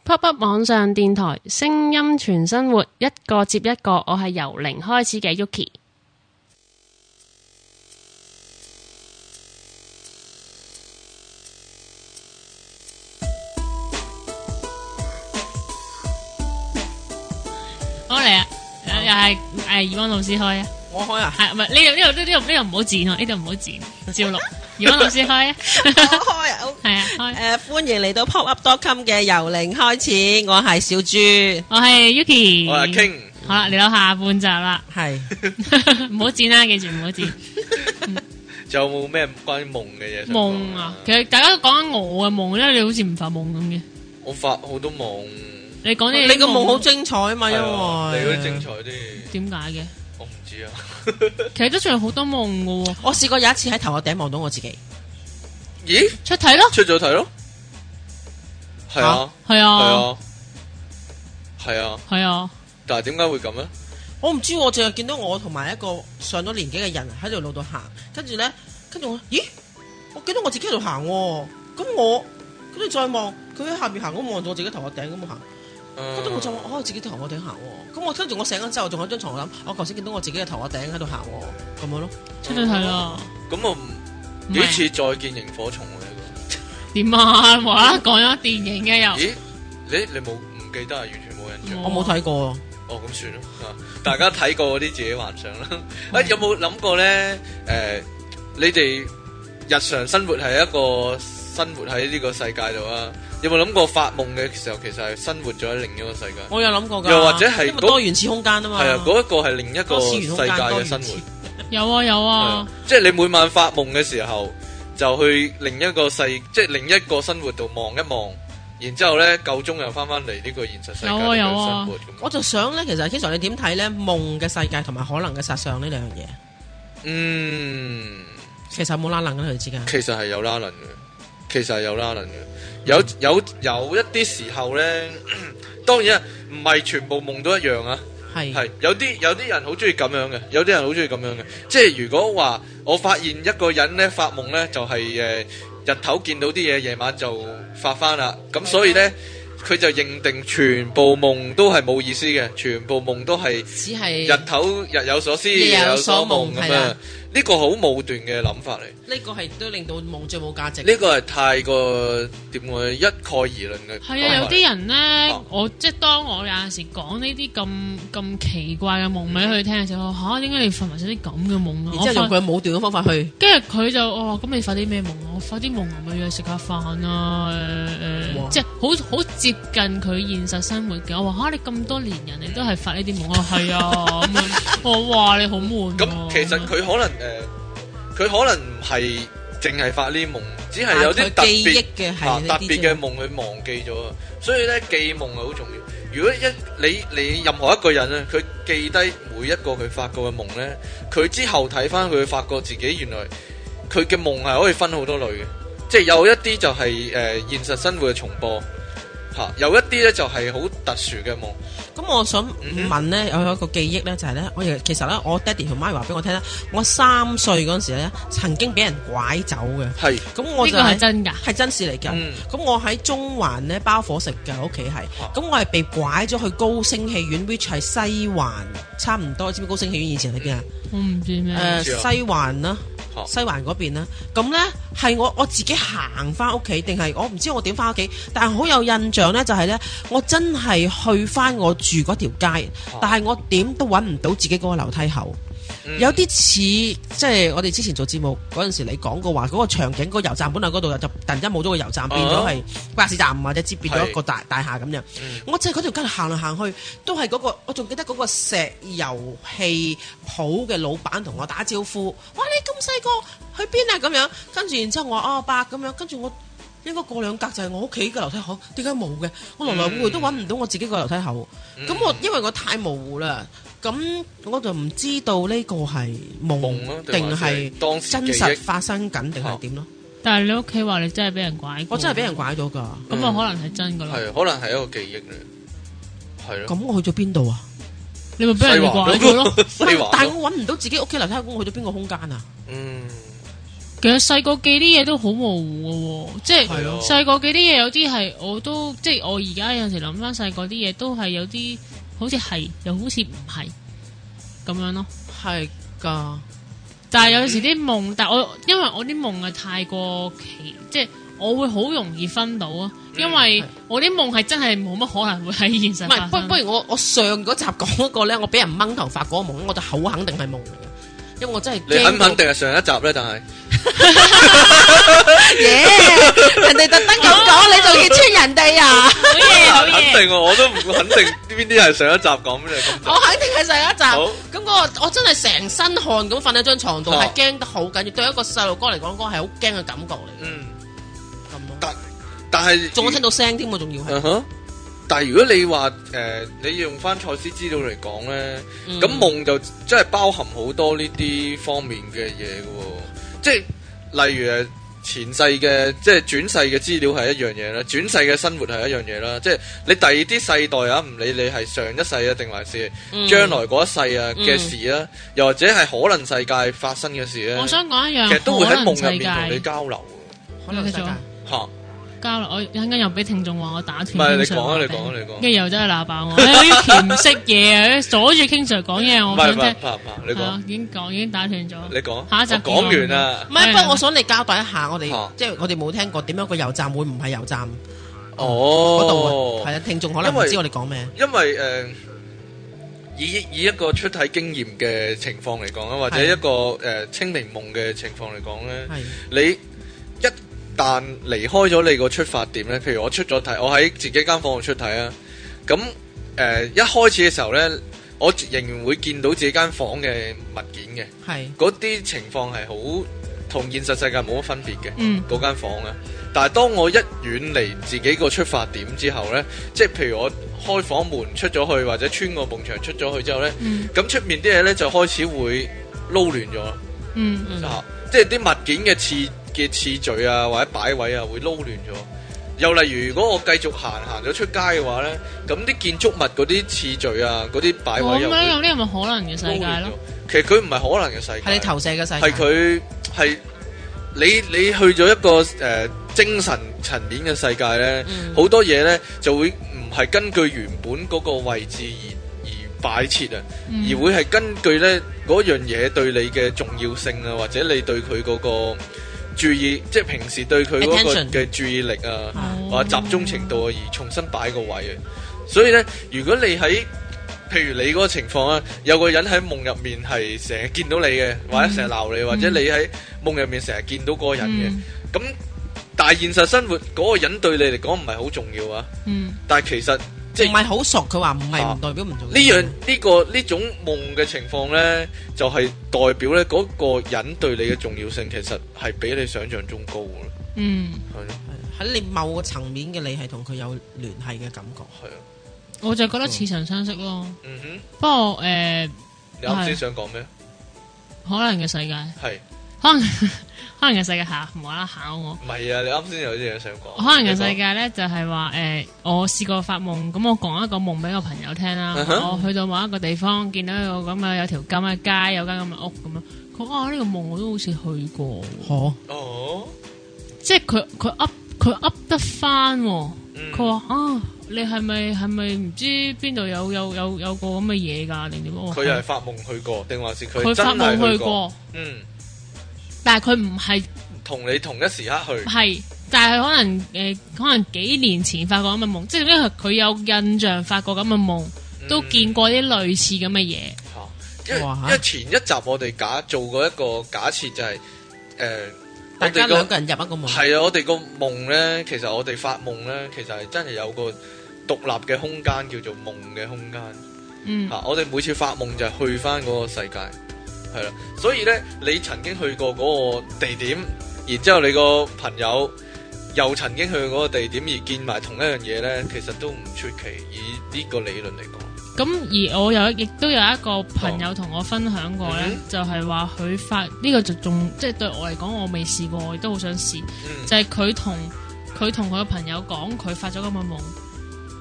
[SPEAKER 1] Pop Up 網上電台，聲音全生活，一個接一個。我係由零開始嘅 Yuki。好嚟啊！又係誒，怡安老師開啊，
[SPEAKER 3] 我開
[SPEAKER 4] <laughs>
[SPEAKER 3] 啊，
[SPEAKER 1] 係唔係呢度呢度呢度呢度唔好剪啊，呢度唔好剪，照 <laughs> 錄。怡安老師開 <laughs> 啊，
[SPEAKER 3] 我開啊。好
[SPEAKER 1] 係啊，開。
[SPEAKER 3] 誒，歡迎嚟到 pop up dot com 嘅由零開始，我係小豬，
[SPEAKER 1] 我 <laughs> 係 Yuki，
[SPEAKER 4] 我係傾，
[SPEAKER 1] 好啦，嚟到下半集啦。<laughs>
[SPEAKER 3] 係
[SPEAKER 1] 唔好剪啦，記住唔好剪
[SPEAKER 4] 仲有冇咩關於夢嘅嘢？
[SPEAKER 1] 夢啊！其，實大家都講緊我嘅夢咧，你好似唔發夢咁嘅。
[SPEAKER 4] 我發好多夢，
[SPEAKER 1] 你講啲
[SPEAKER 3] 你個夢好精彩啊嘛，因
[SPEAKER 4] 係啊你
[SPEAKER 3] 為
[SPEAKER 4] 嗰啲精彩啲，
[SPEAKER 1] 點解嘅？
[SPEAKER 4] 我唔知啊。
[SPEAKER 1] 其實都仲有好多夢嘅喎，
[SPEAKER 3] 我試過有一次喺頭殼頂望到我自己，
[SPEAKER 4] 咦？
[SPEAKER 1] 出體咯，
[SPEAKER 4] 出咗題咯，係啊。
[SPEAKER 1] 係
[SPEAKER 4] 系
[SPEAKER 1] 啊，
[SPEAKER 4] 啊，系啊，
[SPEAKER 1] 係啊，
[SPEAKER 4] 但系点解会咁咧？
[SPEAKER 3] 我唔知，我淨係見到我同埋一個上咗年紀嘅人喺條路度行，跟住咧，跟住我，咦，我見到我自己喺度行喎，咁我跟住再望佢喺下面行，咁望咗我自己頭殼頂咁行，跟住我就話：哦，自己頭殼頂行喎。咁我跟住我醒咗之後，仲有張床諗，我頭先見到我自己嘅頭殼頂喺度行喎，咁樣咯。
[SPEAKER 1] 出咗睇啦，
[SPEAKER 4] 咁我唔
[SPEAKER 1] 唔
[SPEAKER 4] 幾
[SPEAKER 1] 係
[SPEAKER 4] 似再見螢火蟲喎
[SPEAKER 1] 點啊？ <laughs> 無啦啦講咗電影嘅
[SPEAKER 4] 呢個。
[SPEAKER 1] 又，
[SPEAKER 4] 咦？你你冇唔記得啊？完全冇印象。
[SPEAKER 1] 冇
[SPEAKER 3] 我冇睇過，
[SPEAKER 4] 哦，咁算啦，啊，大家睇過嗰啲自己幻想啦。啊，有冇諗過咧？诶、你哋日常生活係一個生活喺呢個世界度啊，有冇諗過發夢嘅時候其實係生活咗喺另一個世界？
[SPEAKER 3] 我有諗過㗎。
[SPEAKER 4] 又或者係
[SPEAKER 3] 因為
[SPEAKER 4] 嗰
[SPEAKER 3] 多元次空間啊嘛。
[SPEAKER 4] 係啊，嗰一個係另一個
[SPEAKER 3] 多次元
[SPEAKER 4] 世
[SPEAKER 3] 空
[SPEAKER 4] 界
[SPEAKER 3] 間多
[SPEAKER 4] 嘅
[SPEAKER 3] 元
[SPEAKER 4] 生活
[SPEAKER 3] 次。
[SPEAKER 1] 有啊有
[SPEAKER 4] 係
[SPEAKER 1] 啊
[SPEAKER 4] 啊，即係你每晚發夢嘅時候，就去另一個世，即係另一個生活度望一望，然之後咧夠鐘又翻翻嚟呢個現實世界
[SPEAKER 1] 有
[SPEAKER 4] 度
[SPEAKER 1] 啊
[SPEAKER 4] 嘅
[SPEAKER 1] 有啊
[SPEAKER 4] 生活咁。
[SPEAKER 3] 我就想咧，其實 K 常你點睇咧夢嘅世界同埋可能嘅實相呢兩樣嘢，
[SPEAKER 4] 嗯，
[SPEAKER 3] 其實有冇拉楞嘅佢之間。
[SPEAKER 4] 其實係有拉能嘅，其實係有拉能嘅。有有有一啲時候咧， <clears throat> 當然啊，唔係全部夢都一樣啊。
[SPEAKER 3] 係
[SPEAKER 4] 係有啲有啲人好中意咁樣嘅，有啲人好中意咁樣嘅。即係如果話我發現一個人咧發夢咧，就係、誒、日頭見到啲嘢，夜晚就發翻啦。咁所以咧，佢就認定全部夢都係冇意思嘅，全部夢都係
[SPEAKER 3] 只係
[SPEAKER 4] 日頭日有所思，
[SPEAKER 3] 夜
[SPEAKER 4] 夜
[SPEAKER 3] 有
[SPEAKER 4] 有所
[SPEAKER 3] 所
[SPEAKER 4] 夢
[SPEAKER 3] 夢
[SPEAKER 4] 咁
[SPEAKER 3] 係
[SPEAKER 4] 樣。
[SPEAKER 3] 啦
[SPEAKER 4] 呢個好武斷嘅諗法嚟。
[SPEAKER 3] 呢個係都令到夢最冇價值。
[SPEAKER 4] 呢個係太過點講咧一概而論嘅。
[SPEAKER 1] 係啊，有啲人咧
[SPEAKER 4] 哦，
[SPEAKER 1] 我即係當我有陣時講呢啲咁咁奇怪嘅夢俾佢聽嘅時候，我話嚇點解你發埋晒啲咁嘅夢啊？
[SPEAKER 3] 然
[SPEAKER 1] 我
[SPEAKER 3] 之
[SPEAKER 1] 發
[SPEAKER 3] 後用佢嘅武斷嘅方法去。
[SPEAKER 1] 跟住佢就我話：咁你發啲咩夢啊？我發啲夢咪要去食下飯啊！誒、誒
[SPEAKER 3] 哇
[SPEAKER 1] 即係好好接近佢現實生活嘅。我話嚇、你咁多年人，你都係發呢啲夢啊？係啊，咁
[SPEAKER 3] <laughs>
[SPEAKER 1] 樣我話你好悶、喎。啊
[SPEAKER 4] 咁其實佢可能誒，佢、可能唔係淨係發呢啲夢，只係有啲特
[SPEAKER 3] 但佢記
[SPEAKER 4] 別
[SPEAKER 3] 憶嘅係
[SPEAKER 4] 啊
[SPEAKER 3] 呢
[SPEAKER 4] 特
[SPEAKER 3] 啲
[SPEAKER 4] 別
[SPEAKER 3] 啫
[SPEAKER 4] 嘅夢佢忘記咗啊。所以咧記夢係好重要。如果一你你任何一個人咧，佢記低每一個佢發過嘅夢咧，佢之後睇翻佢發覺自己原來佢嘅夢係可以分好多類嘅，即係有一啲就係、誒、現實生活嘅重播。嚇，有一啲咧就係好特殊嘅夢，
[SPEAKER 3] 咁我想
[SPEAKER 4] 嗯哼
[SPEAKER 3] 問咧，我有一個記憶咧，就係咧，我亦其實咧，我爹哋同媽咪話俾我聽咧，我三歲嗰陣時咧，曾經俾人拐走嘅。
[SPEAKER 4] 係，
[SPEAKER 3] 咁我
[SPEAKER 1] 呢
[SPEAKER 3] 就
[SPEAKER 1] 個係
[SPEAKER 3] 係
[SPEAKER 1] 真㗎。
[SPEAKER 3] 係真事嚟㗎。
[SPEAKER 4] 嗯，
[SPEAKER 3] 咁我喺中環咧包伙食嘅屋企係
[SPEAKER 4] 啊，
[SPEAKER 3] 咁我係被拐咗去高升戲院，which 係西環，差唔多，知唔知高升戲院以前喺邊啊？
[SPEAKER 1] 我唔知咩。
[SPEAKER 3] 誒
[SPEAKER 4] 知啊
[SPEAKER 3] 西環啦
[SPEAKER 4] 啊，
[SPEAKER 3] 西環嗰邊啦。咁呢，係我我自己行翻屋企，定係我唔知我點翻屋企，但係好有印象呢，就係呢，我真係去翻我住嗰條街
[SPEAKER 4] 啊，
[SPEAKER 3] 但係我點都揾唔到自己嗰個樓梯口。
[SPEAKER 4] 嗯
[SPEAKER 3] 有啲似即係我哋之前做節目嗰陣時，你講過話嗰個場景，嗰個油站本來嗰度就突然間冇咗個油站，變咗係巴士站或者接變咗一個大大廈咁樣。
[SPEAKER 4] 嗯
[SPEAKER 3] 我就係嗰條街行嚟行去，都係嗰、個，我仲記得嗰個石油氣鋪嘅老闆同我打招呼，哇！你咁細個去邊啊？咁樣，跟住然之後我話哦伯咁樣，跟住我。應該過兩格就係我屋企嘅樓梯口，點解冇嘅？我來來回回都揾唔到我自己個樓梯口。
[SPEAKER 4] 嗯
[SPEAKER 3] 咁我因為我太模糊啦，咁我就唔知道呢個係
[SPEAKER 4] 夢
[SPEAKER 3] 夢
[SPEAKER 4] 啊
[SPEAKER 3] 嗯定係
[SPEAKER 4] 當時
[SPEAKER 3] 真
[SPEAKER 4] 記憶
[SPEAKER 3] 實啊發生緊定
[SPEAKER 4] 哦
[SPEAKER 3] 係點咯？
[SPEAKER 1] 但係你屋企話你真係俾人拐，
[SPEAKER 3] 我真係俾
[SPEAKER 4] 嗯
[SPEAKER 3] 人，拐咗嗯㗎，
[SPEAKER 1] 咁啊可能係真㗎啦。
[SPEAKER 4] 係可能係一個記憶嚟，係咯。
[SPEAKER 3] 咁我去咗邊度啊？
[SPEAKER 1] 你咪俾人拐咗咯。
[SPEAKER 4] 咯， <laughs> 西環
[SPEAKER 3] 但係
[SPEAKER 4] 咯，
[SPEAKER 3] 我揾唔到自己屋企樓梯口，我去咗邊個空間啊？
[SPEAKER 4] 嗯，
[SPEAKER 1] 其實細個記啲嘢都好模糊嘅喎，即係
[SPEAKER 4] 係咯
[SPEAKER 1] 細個記啲嘢有啲係我都即係我而家有陣時諗翻細個啲嘢都係有啲好似係又好似唔係咁樣咯。
[SPEAKER 3] 係㗎，
[SPEAKER 1] 但係有時啲夢，但我因為我啲夢係太過奇，即係我會好容易分到啊，因為
[SPEAKER 4] 嗯
[SPEAKER 3] 係
[SPEAKER 1] 我啲夢係真係冇乜可能會喺現實
[SPEAKER 3] 唔係
[SPEAKER 1] 發
[SPEAKER 3] 不
[SPEAKER 1] 生
[SPEAKER 3] 不。如我我上嗰集講嗰個咧，我俾人掹頭髮嗰個夢，我就好肯定係夢嚟嘅，因為我真係
[SPEAKER 4] 你肯唔
[SPEAKER 3] 驚到
[SPEAKER 4] 肯定係上一集咧？但係
[SPEAKER 3] 嘢，人哋特登咁講，你仲要穿人哋啊？
[SPEAKER 1] 好嘢好
[SPEAKER 4] 肯
[SPEAKER 1] 嘢，
[SPEAKER 4] 定喎我都唔肯定邊啲係上一集講嘅咁
[SPEAKER 3] 我
[SPEAKER 4] 就。
[SPEAKER 3] 肯定係上一集。
[SPEAKER 4] 好
[SPEAKER 3] 咁我我真係成身汗咁瞓喺張床度，
[SPEAKER 4] 哦
[SPEAKER 3] 係驚得好緊要。對一個細路哥嚟講，嗰個係好驚嘅感覺嚟嘅
[SPEAKER 4] 嗯，
[SPEAKER 3] 咁
[SPEAKER 4] 但
[SPEAKER 3] 咯。
[SPEAKER 4] 但係
[SPEAKER 3] 仲我聽到聲添喎，仲要係。
[SPEAKER 4] 嗯哼但係如果你話誒，你要用翻賽斯資料嚟講咧，
[SPEAKER 3] 嗯
[SPEAKER 4] 咁夢就真係包含好多呢啲方面嘅嘢嘅喎，即係例如誒前世嘅即係轉世嘅資料係一樣嘢啦，轉世嘅生活係一樣嘢啦，即係你第二啲世代啊，唔理你係上一世啊定還是
[SPEAKER 3] 嗯
[SPEAKER 4] 將來嗰一世啊嘅事啊，又或者係可能世界發生嘅事咧
[SPEAKER 1] 嗯
[SPEAKER 4] 啊
[SPEAKER 1] 我，想講一樣，
[SPEAKER 4] 其實都會喺夢入面
[SPEAKER 1] 可能世
[SPEAKER 4] 同你
[SPEAKER 1] 界
[SPEAKER 4] 交流
[SPEAKER 3] 可能世界
[SPEAKER 1] 繼續啊
[SPEAKER 4] 嘅嚇。
[SPEAKER 1] 交流，我一陣間又俾聽眾話我打斷
[SPEAKER 4] 唔係
[SPEAKER 1] King
[SPEAKER 4] 你
[SPEAKER 1] Sir
[SPEAKER 4] 講啊
[SPEAKER 1] 話
[SPEAKER 4] 你
[SPEAKER 1] 俾
[SPEAKER 4] 講啊你講啊
[SPEAKER 1] 跟住又真係鬧爆我，哎呀啲唔識嘢啊，阻住 King Sir 講嘢，我
[SPEAKER 4] 唔係
[SPEAKER 1] 想
[SPEAKER 4] 唔係
[SPEAKER 1] 聽
[SPEAKER 4] 唔。係唔係，你
[SPEAKER 1] 係啊
[SPEAKER 4] 講
[SPEAKER 1] 已經講已經打斷咗。
[SPEAKER 4] 你講，
[SPEAKER 1] 下一集
[SPEAKER 4] 我講完啊啦。
[SPEAKER 3] 唔係，不過我想你交代一下，我
[SPEAKER 4] 嚇
[SPEAKER 3] 哋即係我哋冇聽過點樣個油站會唔係油站嗰度
[SPEAKER 4] 哦
[SPEAKER 3] 啊？，係啊，聽眾可能
[SPEAKER 4] 因
[SPEAKER 3] 唔
[SPEAKER 4] 為
[SPEAKER 3] 知我哋講咩。
[SPEAKER 4] 因為誒、呃以以一個出體經驗嘅情況嚟講啊，或者
[SPEAKER 3] 係
[SPEAKER 4] 一個誒、呃清明夢嘅情況嚟講咧，
[SPEAKER 3] 係
[SPEAKER 4] 你一旦離開咗你個出發點咧，譬如我出咗體，我喺自己間房度出體啊，咁誒、呃一開始嘅時候咧，我仍然會見到自己間房嘅物件嘅，
[SPEAKER 3] 係
[SPEAKER 4] 嗰啲情況係好同現實世界冇乜分別嘅。
[SPEAKER 1] 嗯
[SPEAKER 4] 嗰間房啊。但係當我一遠離自己個出發點之後呢，即係譬如我開房門出咗去，或者穿個埲牆出咗去之後呢，
[SPEAKER 1] 嗯
[SPEAKER 4] 咁出面啲嘢呢就開始會撈亂咗啦，
[SPEAKER 1] 嗯
[SPEAKER 3] 嗯
[SPEAKER 4] 啊即係啲物件嘅次嘅次序啊，或者擺位啊，會撈亂咗。又例如，如果我繼續行行咗出街嘅話呢，咁啲建築物嗰啲次序啊，嗰啲擺
[SPEAKER 1] 我
[SPEAKER 4] 位
[SPEAKER 1] 咁
[SPEAKER 4] 又會
[SPEAKER 1] 樣
[SPEAKER 4] 撈
[SPEAKER 1] 咁呢個咪可能嘅世界
[SPEAKER 4] 亂咗
[SPEAKER 1] 咯，。
[SPEAKER 4] 其實佢唔係可能嘅世界
[SPEAKER 3] 係你。投射嘅世界。
[SPEAKER 4] 係佢係你你去咗一個誒、呃精神層面嘅世界咧，
[SPEAKER 3] 嗯
[SPEAKER 4] 好、多嘢咧就會唔係根據原本嗰個位置而而擺設啊，
[SPEAKER 1] 嗯
[SPEAKER 4] 而會係根據咧嗰樣嘢對你嘅重要性啊，或者你對佢嗰個注意，即係平時對佢嗰個
[SPEAKER 3] Attention
[SPEAKER 4] 嘅注意力啊。
[SPEAKER 1] 哦
[SPEAKER 3] 啊
[SPEAKER 4] 或者集中程度啊，而重新擺個位啊。所以咧，如果你喺譬如你嗰個情況啊，有個人喺夢入面係成日見到你嘅，或者成日鬧你，或者你喺夢入面成日見到嗰個人嘅，
[SPEAKER 1] 嗯
[SPEAKER 4] 咁、但係現實生活嗰、個人對你嚟講唔係好重要啊。
[SPEAKER 1] 嗯
[SPEAKER 4] 但係其實即係
[SPEAKER 3] 唔係好熟，佢話唔係
[SPEAKER 4] 啊
[SPEAKER 3] 唔代表唔重要。
[SPEAKER 4] 呢樣呢個呢種夢嘅情況呢，就係、代表呢嗰、個人對你嘅重要性，其實係比你想象中高嘅。
[SPEAKER 1] 嗯，
[SPEAKER 4] 係咯，
[SPEAKER 3] 喺你某個層面嘅你係同佢有聯繫嘅感覺。
[SPEAKER 4] 係啊，
[SPEAKER 1] 我就覺得似曾相識咯。
[SPEAKER 4] 嗯哼，
[SPEAKER 1] 不過誒，
[SPEAKER 4] 你啱先
[SPEAKER 1] 係
[SPEAKER 4] 想講咩？
[SPEAKER 1] 可能嘅世界，
[SPEAKER 4] 係。
[SPEAKER 1] 可能 <laughs> 可能嘅世界嚇無啦啦考我。
[SPEAKER 4] 唔係啊，你啱先有啲嘢想講。
[SPEAKER 1] 可能嘅世界咧，就係話誒，我試過發夢，咁我講一個夢俾個朋友聽啦。
[SPEAKER 4] 嗯哼
[SPEAKER 1] 我去到某一個地方，見到有個咁嘅有條咁嘅街，有間咁嘅屋咁樣。佢話啊，呢個夢我都好似去過，
[SPEAKER 3] 哦，
[SPEAKER 4] 你講。哦，
[SPEAKER 1] 即係佢佢噏佢噏得翻。
[SPEAKER 4] 嗯
[SPEAKER 1] 佢話啊，你係咪係咪唔知邊度有有有有個咁嘅嘢㗎？定點？我
[SPEAKER 4] 佢又係發夢去過，定還是佢
[SPEAKER 1] 佢
[SPEAKER 4] 真
[SPEAKER 1] 發
[SPEAKER 4] 係
[SPEAKER 1] 夢
[SPEAKER 4] 去
[SPEAKER 1] 去
[SPEAKER 4] 過？
[SPEAKER 1] 過，
[SPEAKER 4] 嗯，
[SPEAKER 1] 但係佢唔係
[SPEAKER 4] 同你同一時刻去。
[SPEAKER 1] 係，但係可能誒、可能幾年前發過咁嘅夢，即係因為佢有印象發過咁嘅夢。
[SPEAKER 4] 嗯
[SPEAKER 1] 都見過啲類似咁嘅嘢。
[SPEAKER 4] 嚇因為
[SPEAKER 3] 哇
[SPEAKER 4] 因為前一集我哋假做過一個假設，就係誒，我
[SPEAKER 3] 大家
[SPEAKER 4] 哋
[SPEAKER 3] 兩
[SPEAKER 4] 個
[SPEAKER 3] 個人入一個夢，
[SPEAKER 4] 係啊，我哋個夢咧，其實我哋發夢咧，其實係真係有個獨立嘅空間，叫做夢嘅空間。
[SPEAKER 1] 嗯
[SPEAKER 4] 啊！我哋每次發夢就係去翻嗰個世界，係啦。所以呢，你曾經去過嗰個地點，然之後你個朋友又曾經去過嗰個地點而見埋同一樣嘢呢，其實都唔出奇。以呢個理論嚟講，
[SPEAKER 1] 咁而我有亦都有一個朋友同我分享過呢
[SPEAKER 4] 哦嗯
[SPEAKER 1] 就係話佢發呢、個就仲即係對我嚟講，我未試過，我亦都好想試。
[SPEAKER 4] 嗯，
[SPEAKER 1] 就係佢同佢同佢嘅朋友講，佢發咗咁嘅夢，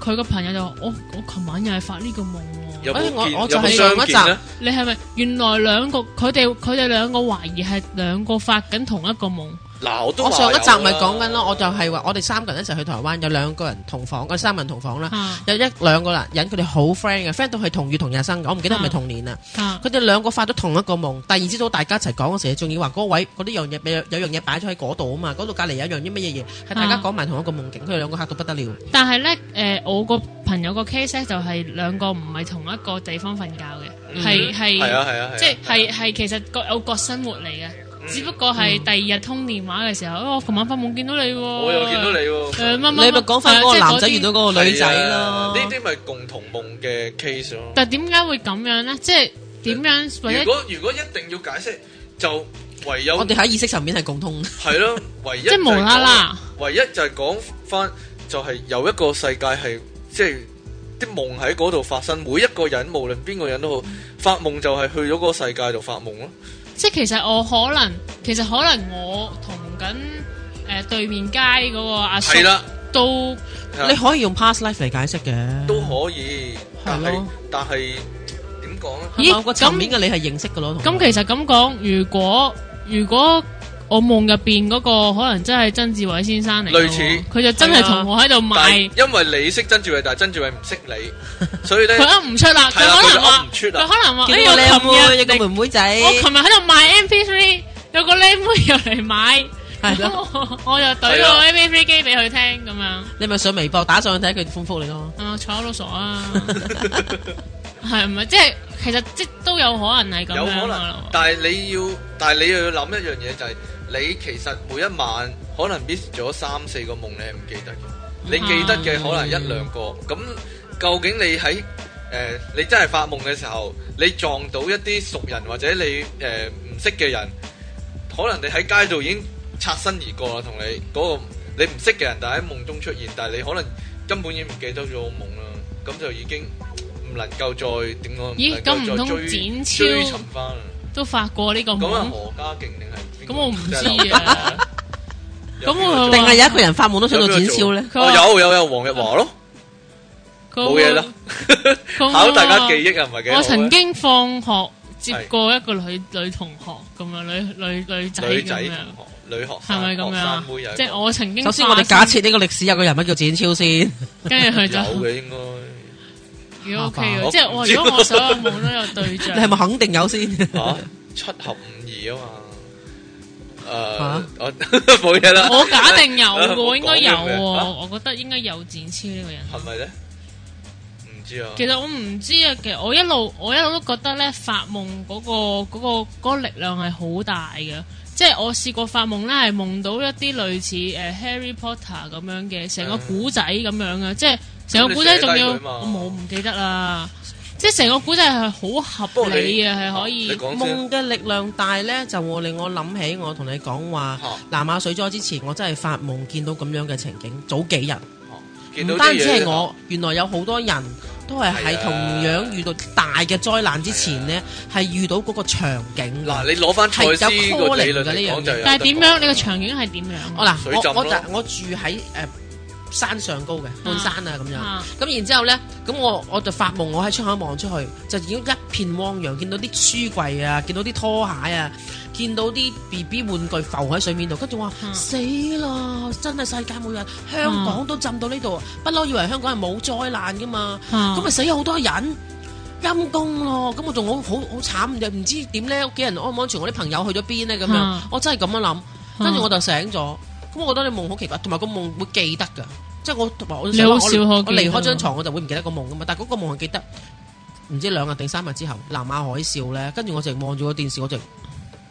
[SPEAKER 1] 佢個朋友就話：我我琴晚又係發呢個夢喎。
[SPEAKER 4] 有冇
[SPEAKER 3] 哎我
[SPEAKER 4] 見
[SPEAKER 3] 我
[SPEAKER 4] 有
[SPEAKER 3] 就
[SPEAKER 4] 冇
[SPEAKER 3] 係
[SPEAKER 4] 相
[SPEAKER 3] 上一
[SPEAKER 4] 見呢？
[SPEAKER 1] 你係咪原來兩個佢哋佢哋兩個懷疑係兩個發緊同一個夢？
[SPEAKER 4] 嗱，我都
[SPEAKER 3] 我
[SPEAKER 4] 話
[SPEAKER 3] 上一
[SPEAKER 4] 有啊
[SPEAKER 3] 集咪
[SPEAKER 4] 啦
[SPEAKER 3] 講緊咯，我就係話我哋三個人一齊去台灣，有兩個人同房，我哋三個人同房啦，
[SPEAKER 1] 啊
[SPEAKER 3] 有一兩個人佢哋好 friend 嘅，friend 到係同月同日生嘅，我唔記得係咪
[SPEAKER 1] 啊
[SPEAKER 3] 同年啦。
[SPEAKER 1] 啊
[SPEAKER 3] 佢哋兩個發咗同一個夢，第二朝早大家一齊講嗰時，仲要話嗰位嗰啲樣嘢有有樣嘢擺咗喺嗰度啊嘛，嗰度隔離有一樣啲乜嘢嘢，係大家講埋同一個夢境，佢哋兩個嚇到不得了。
[SPEAKER 1] 但係咧，誒、我個朋友個 case 咧就係兩個唔係同一個地方瞓覺嘅，係
[SPEAKER 4] 係啊
[SPEAKER 1] 係
[SPEAKER 4] 係啊，嗯
[SPEAKER 1] 即係
[SPEAKER 4] 係
[SPEAKER 1] 係係其實各有各生活嚟嘅，只不
[SPEAKER 4] 過
[SPEAKER 1] 過係第二日通電話嘅時候，哦我琴晚發夢見到你喎，
[SPEAKER 4] 我又見到你喎。
[SPEAKER 1] 誒乜啊乜
[SPEAKER 3] 你咪講翻嗰個男仔遇到
[SPEAKER 1] 個，
[SPEAKER 3] 嗰個女仔
[SPEAKER 4] 係
[SPEAKER 3] 咯
[SPEAKER 4] 啊呢。啲咪共同夢嘅 case 咯。
[SPEAKER 1] 但係點解會咁樣咧？即係點樣或
[SPEAKER 4] 如
[SPEAKER 1] 者
[SPEAKER 4] 果如果一定要解釋，就唯有
[SPEAKER 3] 我哋喺意識層面係共通，
[SPEAKER 4] 係咯，唯一
[SPEAKER 1] 即係無啦啦，
[SPEAKER 4] 唯一就係講翻，就係有一個世界係即係啲夢喺嗰度發生，每一個人無論邊個人都好，發夢就係去咗嗰個世界度發夢咯。
[SPEAKER 1] 即係其實我可能其實可能我同緊誒對面街嗰個阿叔
[SPEAKER 4] 係啦，
[SPEAKER 1] 都
[SPEAKER 4] 啊
[SPEAKER 3] 你可以用 past life 嚟解釋嘅，
[SPEAKER 4] 都可以，但
[SPEAKER 3] 係
[SPEAKER 4] 係
[SPEAKER 3] 咯
[SPEAKER 4] 但係點講咧？
[SPEAKER 1] 咦
[SPEAKER 3] 某個層面嘅你係認識嘅咯。同
[SPEAKER 1] 咁
[SPEAKER 3] 埋
[SPEAKER 1] 其實咁講，如果如果我夢入邊嗰個可能真係曾志偉先生嚟嘅喎，
[SPEAKER 4] 類似
[SPEAKER 1] 佢就真係同我喺度
[SPEAKER 4] 但
[SPEAKER 1] 賣
[SPEAKER 4] 係，因為你識曾志偉，但係曾志偉唔識你， <laughs> 所
[SPEAKER 1] <laughs>
[SPEAKER 4] 以咧
[SPEAKER 1] 佢噏唔出啦，佢
[SPEAKER 4] 係啦
[SPEAKER 1] 可能話，佢
[SPEAKER 4] 佢就噏唔出啦
[SPEAKER 1] 可能話，哎
[SPEAKER 5] 見到你
[SPEAKER 1] 呀，
[SPEAKER 5] 有
[SPEAKER 1] 我
[SPEAKER 5] 冇
[SPEAKER 1] 琴日
[SPEAKER 5] 有個妹妹仔？
[SPEAKER 1] 我琴日喺度賣 MP3，有個靚 <laughs> 妹又嚟買，
[SPEAKER 5] 係
[SPEAKER 1] 咁
[SPEAKER 5] 咯，
[SPEAKER 1] <laughs> 我我就懟
[SPEAKER 4] 係
[SPEAKER 1] 個
[SPEAKER 4] 啊
[SPEAKER 1] MP3 機俾佢聽咁樣。
[SPEAKER 3] 你咪上微博打上去睇佢款福你咯。
[SPEAKER 1] 啊，坐喺度傻啊，係唔係？即係其實即都有可能係咁
[SPEAKER 4] 有
[SPEAKER 1] 樣
[SPEAKER 4] 可
[SPEAKER 1] 噶
[SPEAKER 4] 能
[SPEAKER 1] 啦，。
[SPEAKER 4] 但係你要，但係你又要諗一樣嘢就係、你其實每一晚可能 miss 咗三四個夢，你係唔記得嘅。你記得嘅可能一兩個。咁究竟你喺誒、呃你真係發夢嘅時候，你撞到一啲熟人或者你誒唔、識嘅人，可能你喺街度已經擦身而過啦，同你嗰、個你唔識嘅人，但係喺夢中出現，但係你可能根本已經唔記得咗個夢啦，咁就已經。唔能夠再點講？
[SPEAKER 1] 咦
[SPEAKER 4] 能夠
[SPEAKER 1] 咁唔
[SPEAKER 4] 再
[SPEAKER 1] 通
[SPEAKER 4] 追
[SPEAKER 1] 展超
[SPEAKER 4] 追尋翻啦？
[SPEAKER 1] 都發過呢個
[SPEAKER 4] 咁啊，
[SPEAKER 1] 夢，
[SPEAKER 4] 何家勁定係邊個？
[SPEAKER 1] 咁我唔知啊
[SPEAKER 4] 真係 <laughs> 劉德
[SPEAKER 1] à? 咁
[SPEAKER 4] 華。
[SPEAKER 1] 我又話
[SPEAKER 3] 定係有一個人發夢都想
[SPEAKER 4] 有
[SPEAKER 3] 到
[SPEAKER 4] 邊個
[SPEAKER 3] 展
[SPEAKER 4] 做
[SPEAKER 3] 銷咧？
[SPEAKER 1] 佢
[SPEAKER 4] 哦
[SPEAKER 1] 話
[SPEAKER 4] 有有有黃日華咯，
[SPEAKER 1] 佢
[SPEAKER 4] 冇嘢啦，
[SPEAKER 1] 佢話
[SPEAKER 4] 考大家記憶啊，唔係幾好啊
[SPEAKER 1] 我曾經放學接過一個女女同學咁樣，女女女仔
[SPEAKER 4] 女
[SPEAKER 1] 咁
[SPEAKER 4] 仔
[SPEAKER 1] 樣，
[SPEAKER 4] 同學女學
[SPEAKER 1] 係咪咁樣啊
[SPEAKER 4] 學生妹有？
[SPEAKER 1] 即係我曾經
[SPEAKER 3] 首先我
[SPEAKER 1] 發
[SPEAKER 3] 哋假
[SPEAKER 1] 生，
[SPEAKER 3] 設呢個歷史有個人物叫展超先，
[SPEAKER 1] 跟住佢
[SPEAKER 4] 有
[SPEAKER 1] 就
[SPEAKER 4] 嘅應該
[SPEAKER 1] 如果 OK
[SPEAKER 4] 我
[SPEAKER 1] 嘅，
[SPEAKER 4] 唔
[SPEAKER 1] 即係我
[SPEAKER 4] 知
[SPEAKER 1] 如果我所有夢都有對
[SPEAKER 3] 你
[SPEAKER 1] 象，
[SPEAKER 3] 係咪肯定有先？
[SPEAKER 4] 嚇七合五二啊嘛誒，
[SPEAKER 3] 嚇。
[SPEAKER 4] 我 <laughs> 冇嘢啦。
[SPEAKER 1] <laughs> 我假定
[SPEAKER 4] <laughs>
[SPEAKER 1] 有嘅
[SPEAKER 4] 哎我
[SPEAKER 1] 喎，應該有
[SPEAKER 4] 講嘅
[SPEAKER 1] 喎，
[SPEAKER 4] 咩啊
[SPEAKER 1] 我覺得應該有展超呢個人。
[SPEAKER 4] 係咪咧？啊唔知啊。
[SPEAKER 1] 其實我唔知啊，其實我一路我一路都覺得咧，發夢嗰、個嗰、個嗰、個力量係好大嘅。即係我試過發夢咧，係夢到一啲類似誒、呃 Harry Potter 咁樣嘅，成個
[SPEAKER 4] 嗯
[SPEAKER 1] 古仔咁樣啊嘅，即係成個古仔仲要
[SPEAKER 4] 咁你寫低佢嘛
[SPEAKER 1] 我冇唔記得啦。即係成個古仔係好
[SPEAKER 4] 不
[SPEAKER 1] 合
[SPEAKER 4] 過你
[SPEAKER 1] 理嘅，係可以
[SPEAKER 4] 你講先
[SPEAKER 3] 夢嘅力量大咧，就我令我諗起我同你講話
[SPEAKER 4] 嚇
[SPEAKER 3] 南亞水災之前，我真係發夢見到咁樣嘅情景，早幾日。
[SPEAKER 4] 見到
[SPEAKER 3] 唔
[SPEAKER 4] 啲
[SPEAKER 3] 單止
[SPEAKER 4] 嘢
[SPEAKER 3] 係我，原來有好多人都係
[SPEAKER 4] 係啊
[SPEAKER 3] 喺同樣遇到大嘅災難之前呢，係遇到嗰個場景。
[SPEAKER 4] 嗱，你攞翻賽斯
[SPEAKER 3] 係有
[SPEAKER 4] 個
[SPEAKER 3] calling
[SPEAKER 4] 理論
[SPEAKER 3] 㗎呢
[SPEAKER 4] 嚟
[SPEAKER 3] 樣
[SPEAKER 4] 講
[SPEAKER 3] 嘢
[SPEAKER 4] 就有得
[SPEAKER 1] 但係點
[SPEAKER 4] 講
[SPEAKER 1] 樣？你個場景係點
[SPEAKER 3] 我
[SPEAKER 1] 樣？啊
[SPEAKER 3] 嗱，
[SPEAKER 4] 水浸
[SPEAKER 3] 我我
[SPEAKER 4] 咯
[SPEAKER 3] 就我住喺誒、呃山上高嘅半山啊咁樣。
[SPEAKER 1] 啊，
[SPEAKER 3] 咁然之後呢，咁我我就發夢，我喺窗口望出去，就已經一片汪洋，見到啲書櫃啊，見到啲拖鞋啊，見到啲 B B 玩具浮喺水面度，跟住我話、
[SPEAKER 1] 嗯
[SPEAKER 3] 死啦！真係世界末日，香港都浸到呢度，不嬲以為香港係冇災難噶嘛，咁啊
[SPEAKER 1] 咁
[SPEAKER 3] 咪死咗好多人。陰公咯，咁我仲好好好慘，又唔知點呢？屋企人安唔安全，我啲朋友去咗邊呢？咁樣，
[SPEAKER 1] 啊
[SPEAKER 3] 我真係咁樣諗，跟住我就醒咗。咁我覺得你夢好奇怪，同埋個夢會記得㗎，即係我同埋我
[SPEAKER 1] 你好少可
[SPEAKER 3] 我我
[SPEAKER 1] 記得
[SPEAKER 3] 離開張床我就會唔記得個夢㗎嘛，但係嗰個夢係記得，唔知兩日定三日之後南亞海嘯咧，跟住我就望住個電視，我就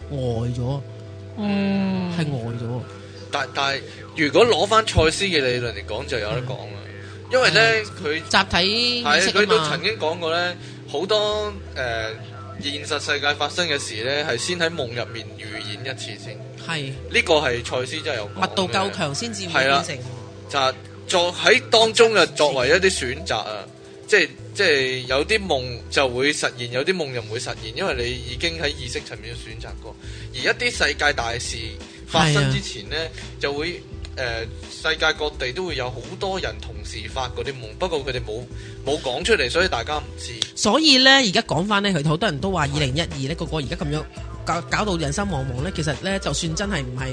[SPEAKER 3] 呆咗，
[SPEAKER 1] 哦
[SPEAKER 3] 係呆咗。
[SPEAKER 4] 但但係如果攞翻賽斯嘅理論嚟講，就有得講啦。因為咧，佢
[SPEAKER 3] 集體意
[SPEAKER 4] 係
[SPEAKER 3] 識
[SPEAKER 4] 佢
[SPEAKER 3] 啊
[SPEAKER 4] 都
[SPEAKER 3] 嘛
[SPEAKER 4] 曾，經講過咧，好多誒、呃、現實世界發生嘅事咧，係先喺夢入面預演一次先。呢、
[SPEAKER 3] 係
[SPEAKER 4] 個係賽斯真係有講
[SPEAKER 3] 密度夠
[SPEAKER 4] 嘅，
[SPEAKER 3] 強先至會
[SPEAKER 4] 係啦
[SPEAKER 3] 變成。
[SPEAKER 4] 就係作喺當中就作為一啲選擇啊，即係即係有啲夢就會實現，有啲夢又唔會實現，因為你已經喺意識層面選擇過。而一啲世界大事發
[SPEAKER 3] 係
[SPEAKER 4] 生
[SPEAKER 3] 啊
[SPEAKER 4] 之前呢，就會誒、呃世界各地都會有好多人同時發嗰啲夢，不過佢哋冇冇講出嚟，所以大家唔知。
[SPEAKER 3] 所以咧，而家講翻咧，佢好多人都話二零一二咧，個個而家咁樣搞搞到人心惶惶咧。其實咧，就算真係唔係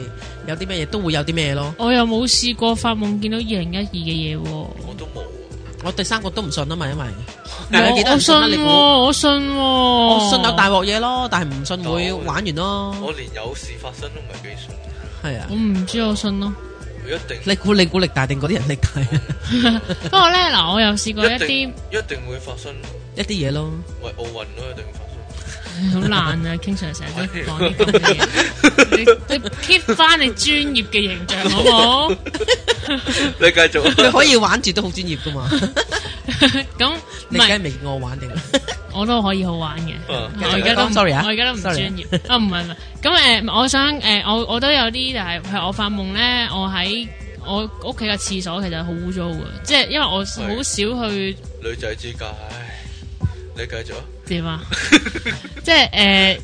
[SPEAKER 3] 有啲咩嘢，都會有啲咩咯。
[SPEAKER 1] 我又冇試過發夢見到二零一二嘅嘢喎。
[SPEAKER 4] 我都冇啊。
[SPEAKER 3] 我第三個都唔信啊嘛，因為
[SPEAKER 1] 我
[SPEAKER 3] 有幾多
[SPEAKER 1] 我信
[SPEAKER 3] 人信啊你
[SPEAKER 1] 喎，
[SPEAKER 3] 估
[SPEAKER 1] 我信喎，
[SPEAKER 3] 我
[SPEAKER 1] 我
[SPEAKER 3] 哦信有大鑊嘢咯，但係唔信會
[SPEAKER 4] 我
[SPEAKER 3] 玩完咯。
[SPEAKER 4] 我連有事發生都唔係幾信，
[SPEAKER 3] 係啊
[SPEAKER 1] 我，唔知我信咯。
[SPEAKER 4] 佢一定
[SPEAKER 3] 你估你估力大定嗰啲人力大 <laughs>
[SPEAKER 1] 不過咧，嗱，我又試過一
[SPEAKER 4] 一定
[SPEAKER 1] 啲
[SPEAKER 4] 一定會發生，
[SPEAKER 3] 一啲嘢咯。
[SPEAKER 4] 喂奧運都一定發生。
[SPEAKER 1] 好爛啊，King Sir 成
[SPEAKER 3] <laughs>
[SPEAKER 1] 日都講啲咁嘅嘢，你你 keep 翻你專業嘅形象好
[SPEAKER 3] <laughs>
[SPEAKER 1] 冇？
[SPEAKER 4] 你繼續啊。
[SPEAKER 3] 你可以玩住都好專業噶嘛，
[SPEAKER 1] 咁唔
[SPEAKER 3] 你梗
[SPEAKER 1] 係
[SPEAKER 3] 係明我玩定啦。
[SPEAKER 1] 我都可以好玩嘅，我
[SPEAKER 4] 嗯
[SPEAKER 1] 而家都唔
[SPEAKER 3] Sorry 啊
[SPEAKER 1] 我而家都唔專
[SPEAKER 3] Sorry
[SPEAKER 1] 業啊，唔係唔係。咁誒，我想誒，我我都有啲就係，譬如我發夢咧，我喺我屋企嘅廁所其實好污糟嘅，即係因為我好少去。
[SPEAKER 4] 女仔之間，唉你繼續啊。
[SPEAKER 1] 點啊？即係誒、呃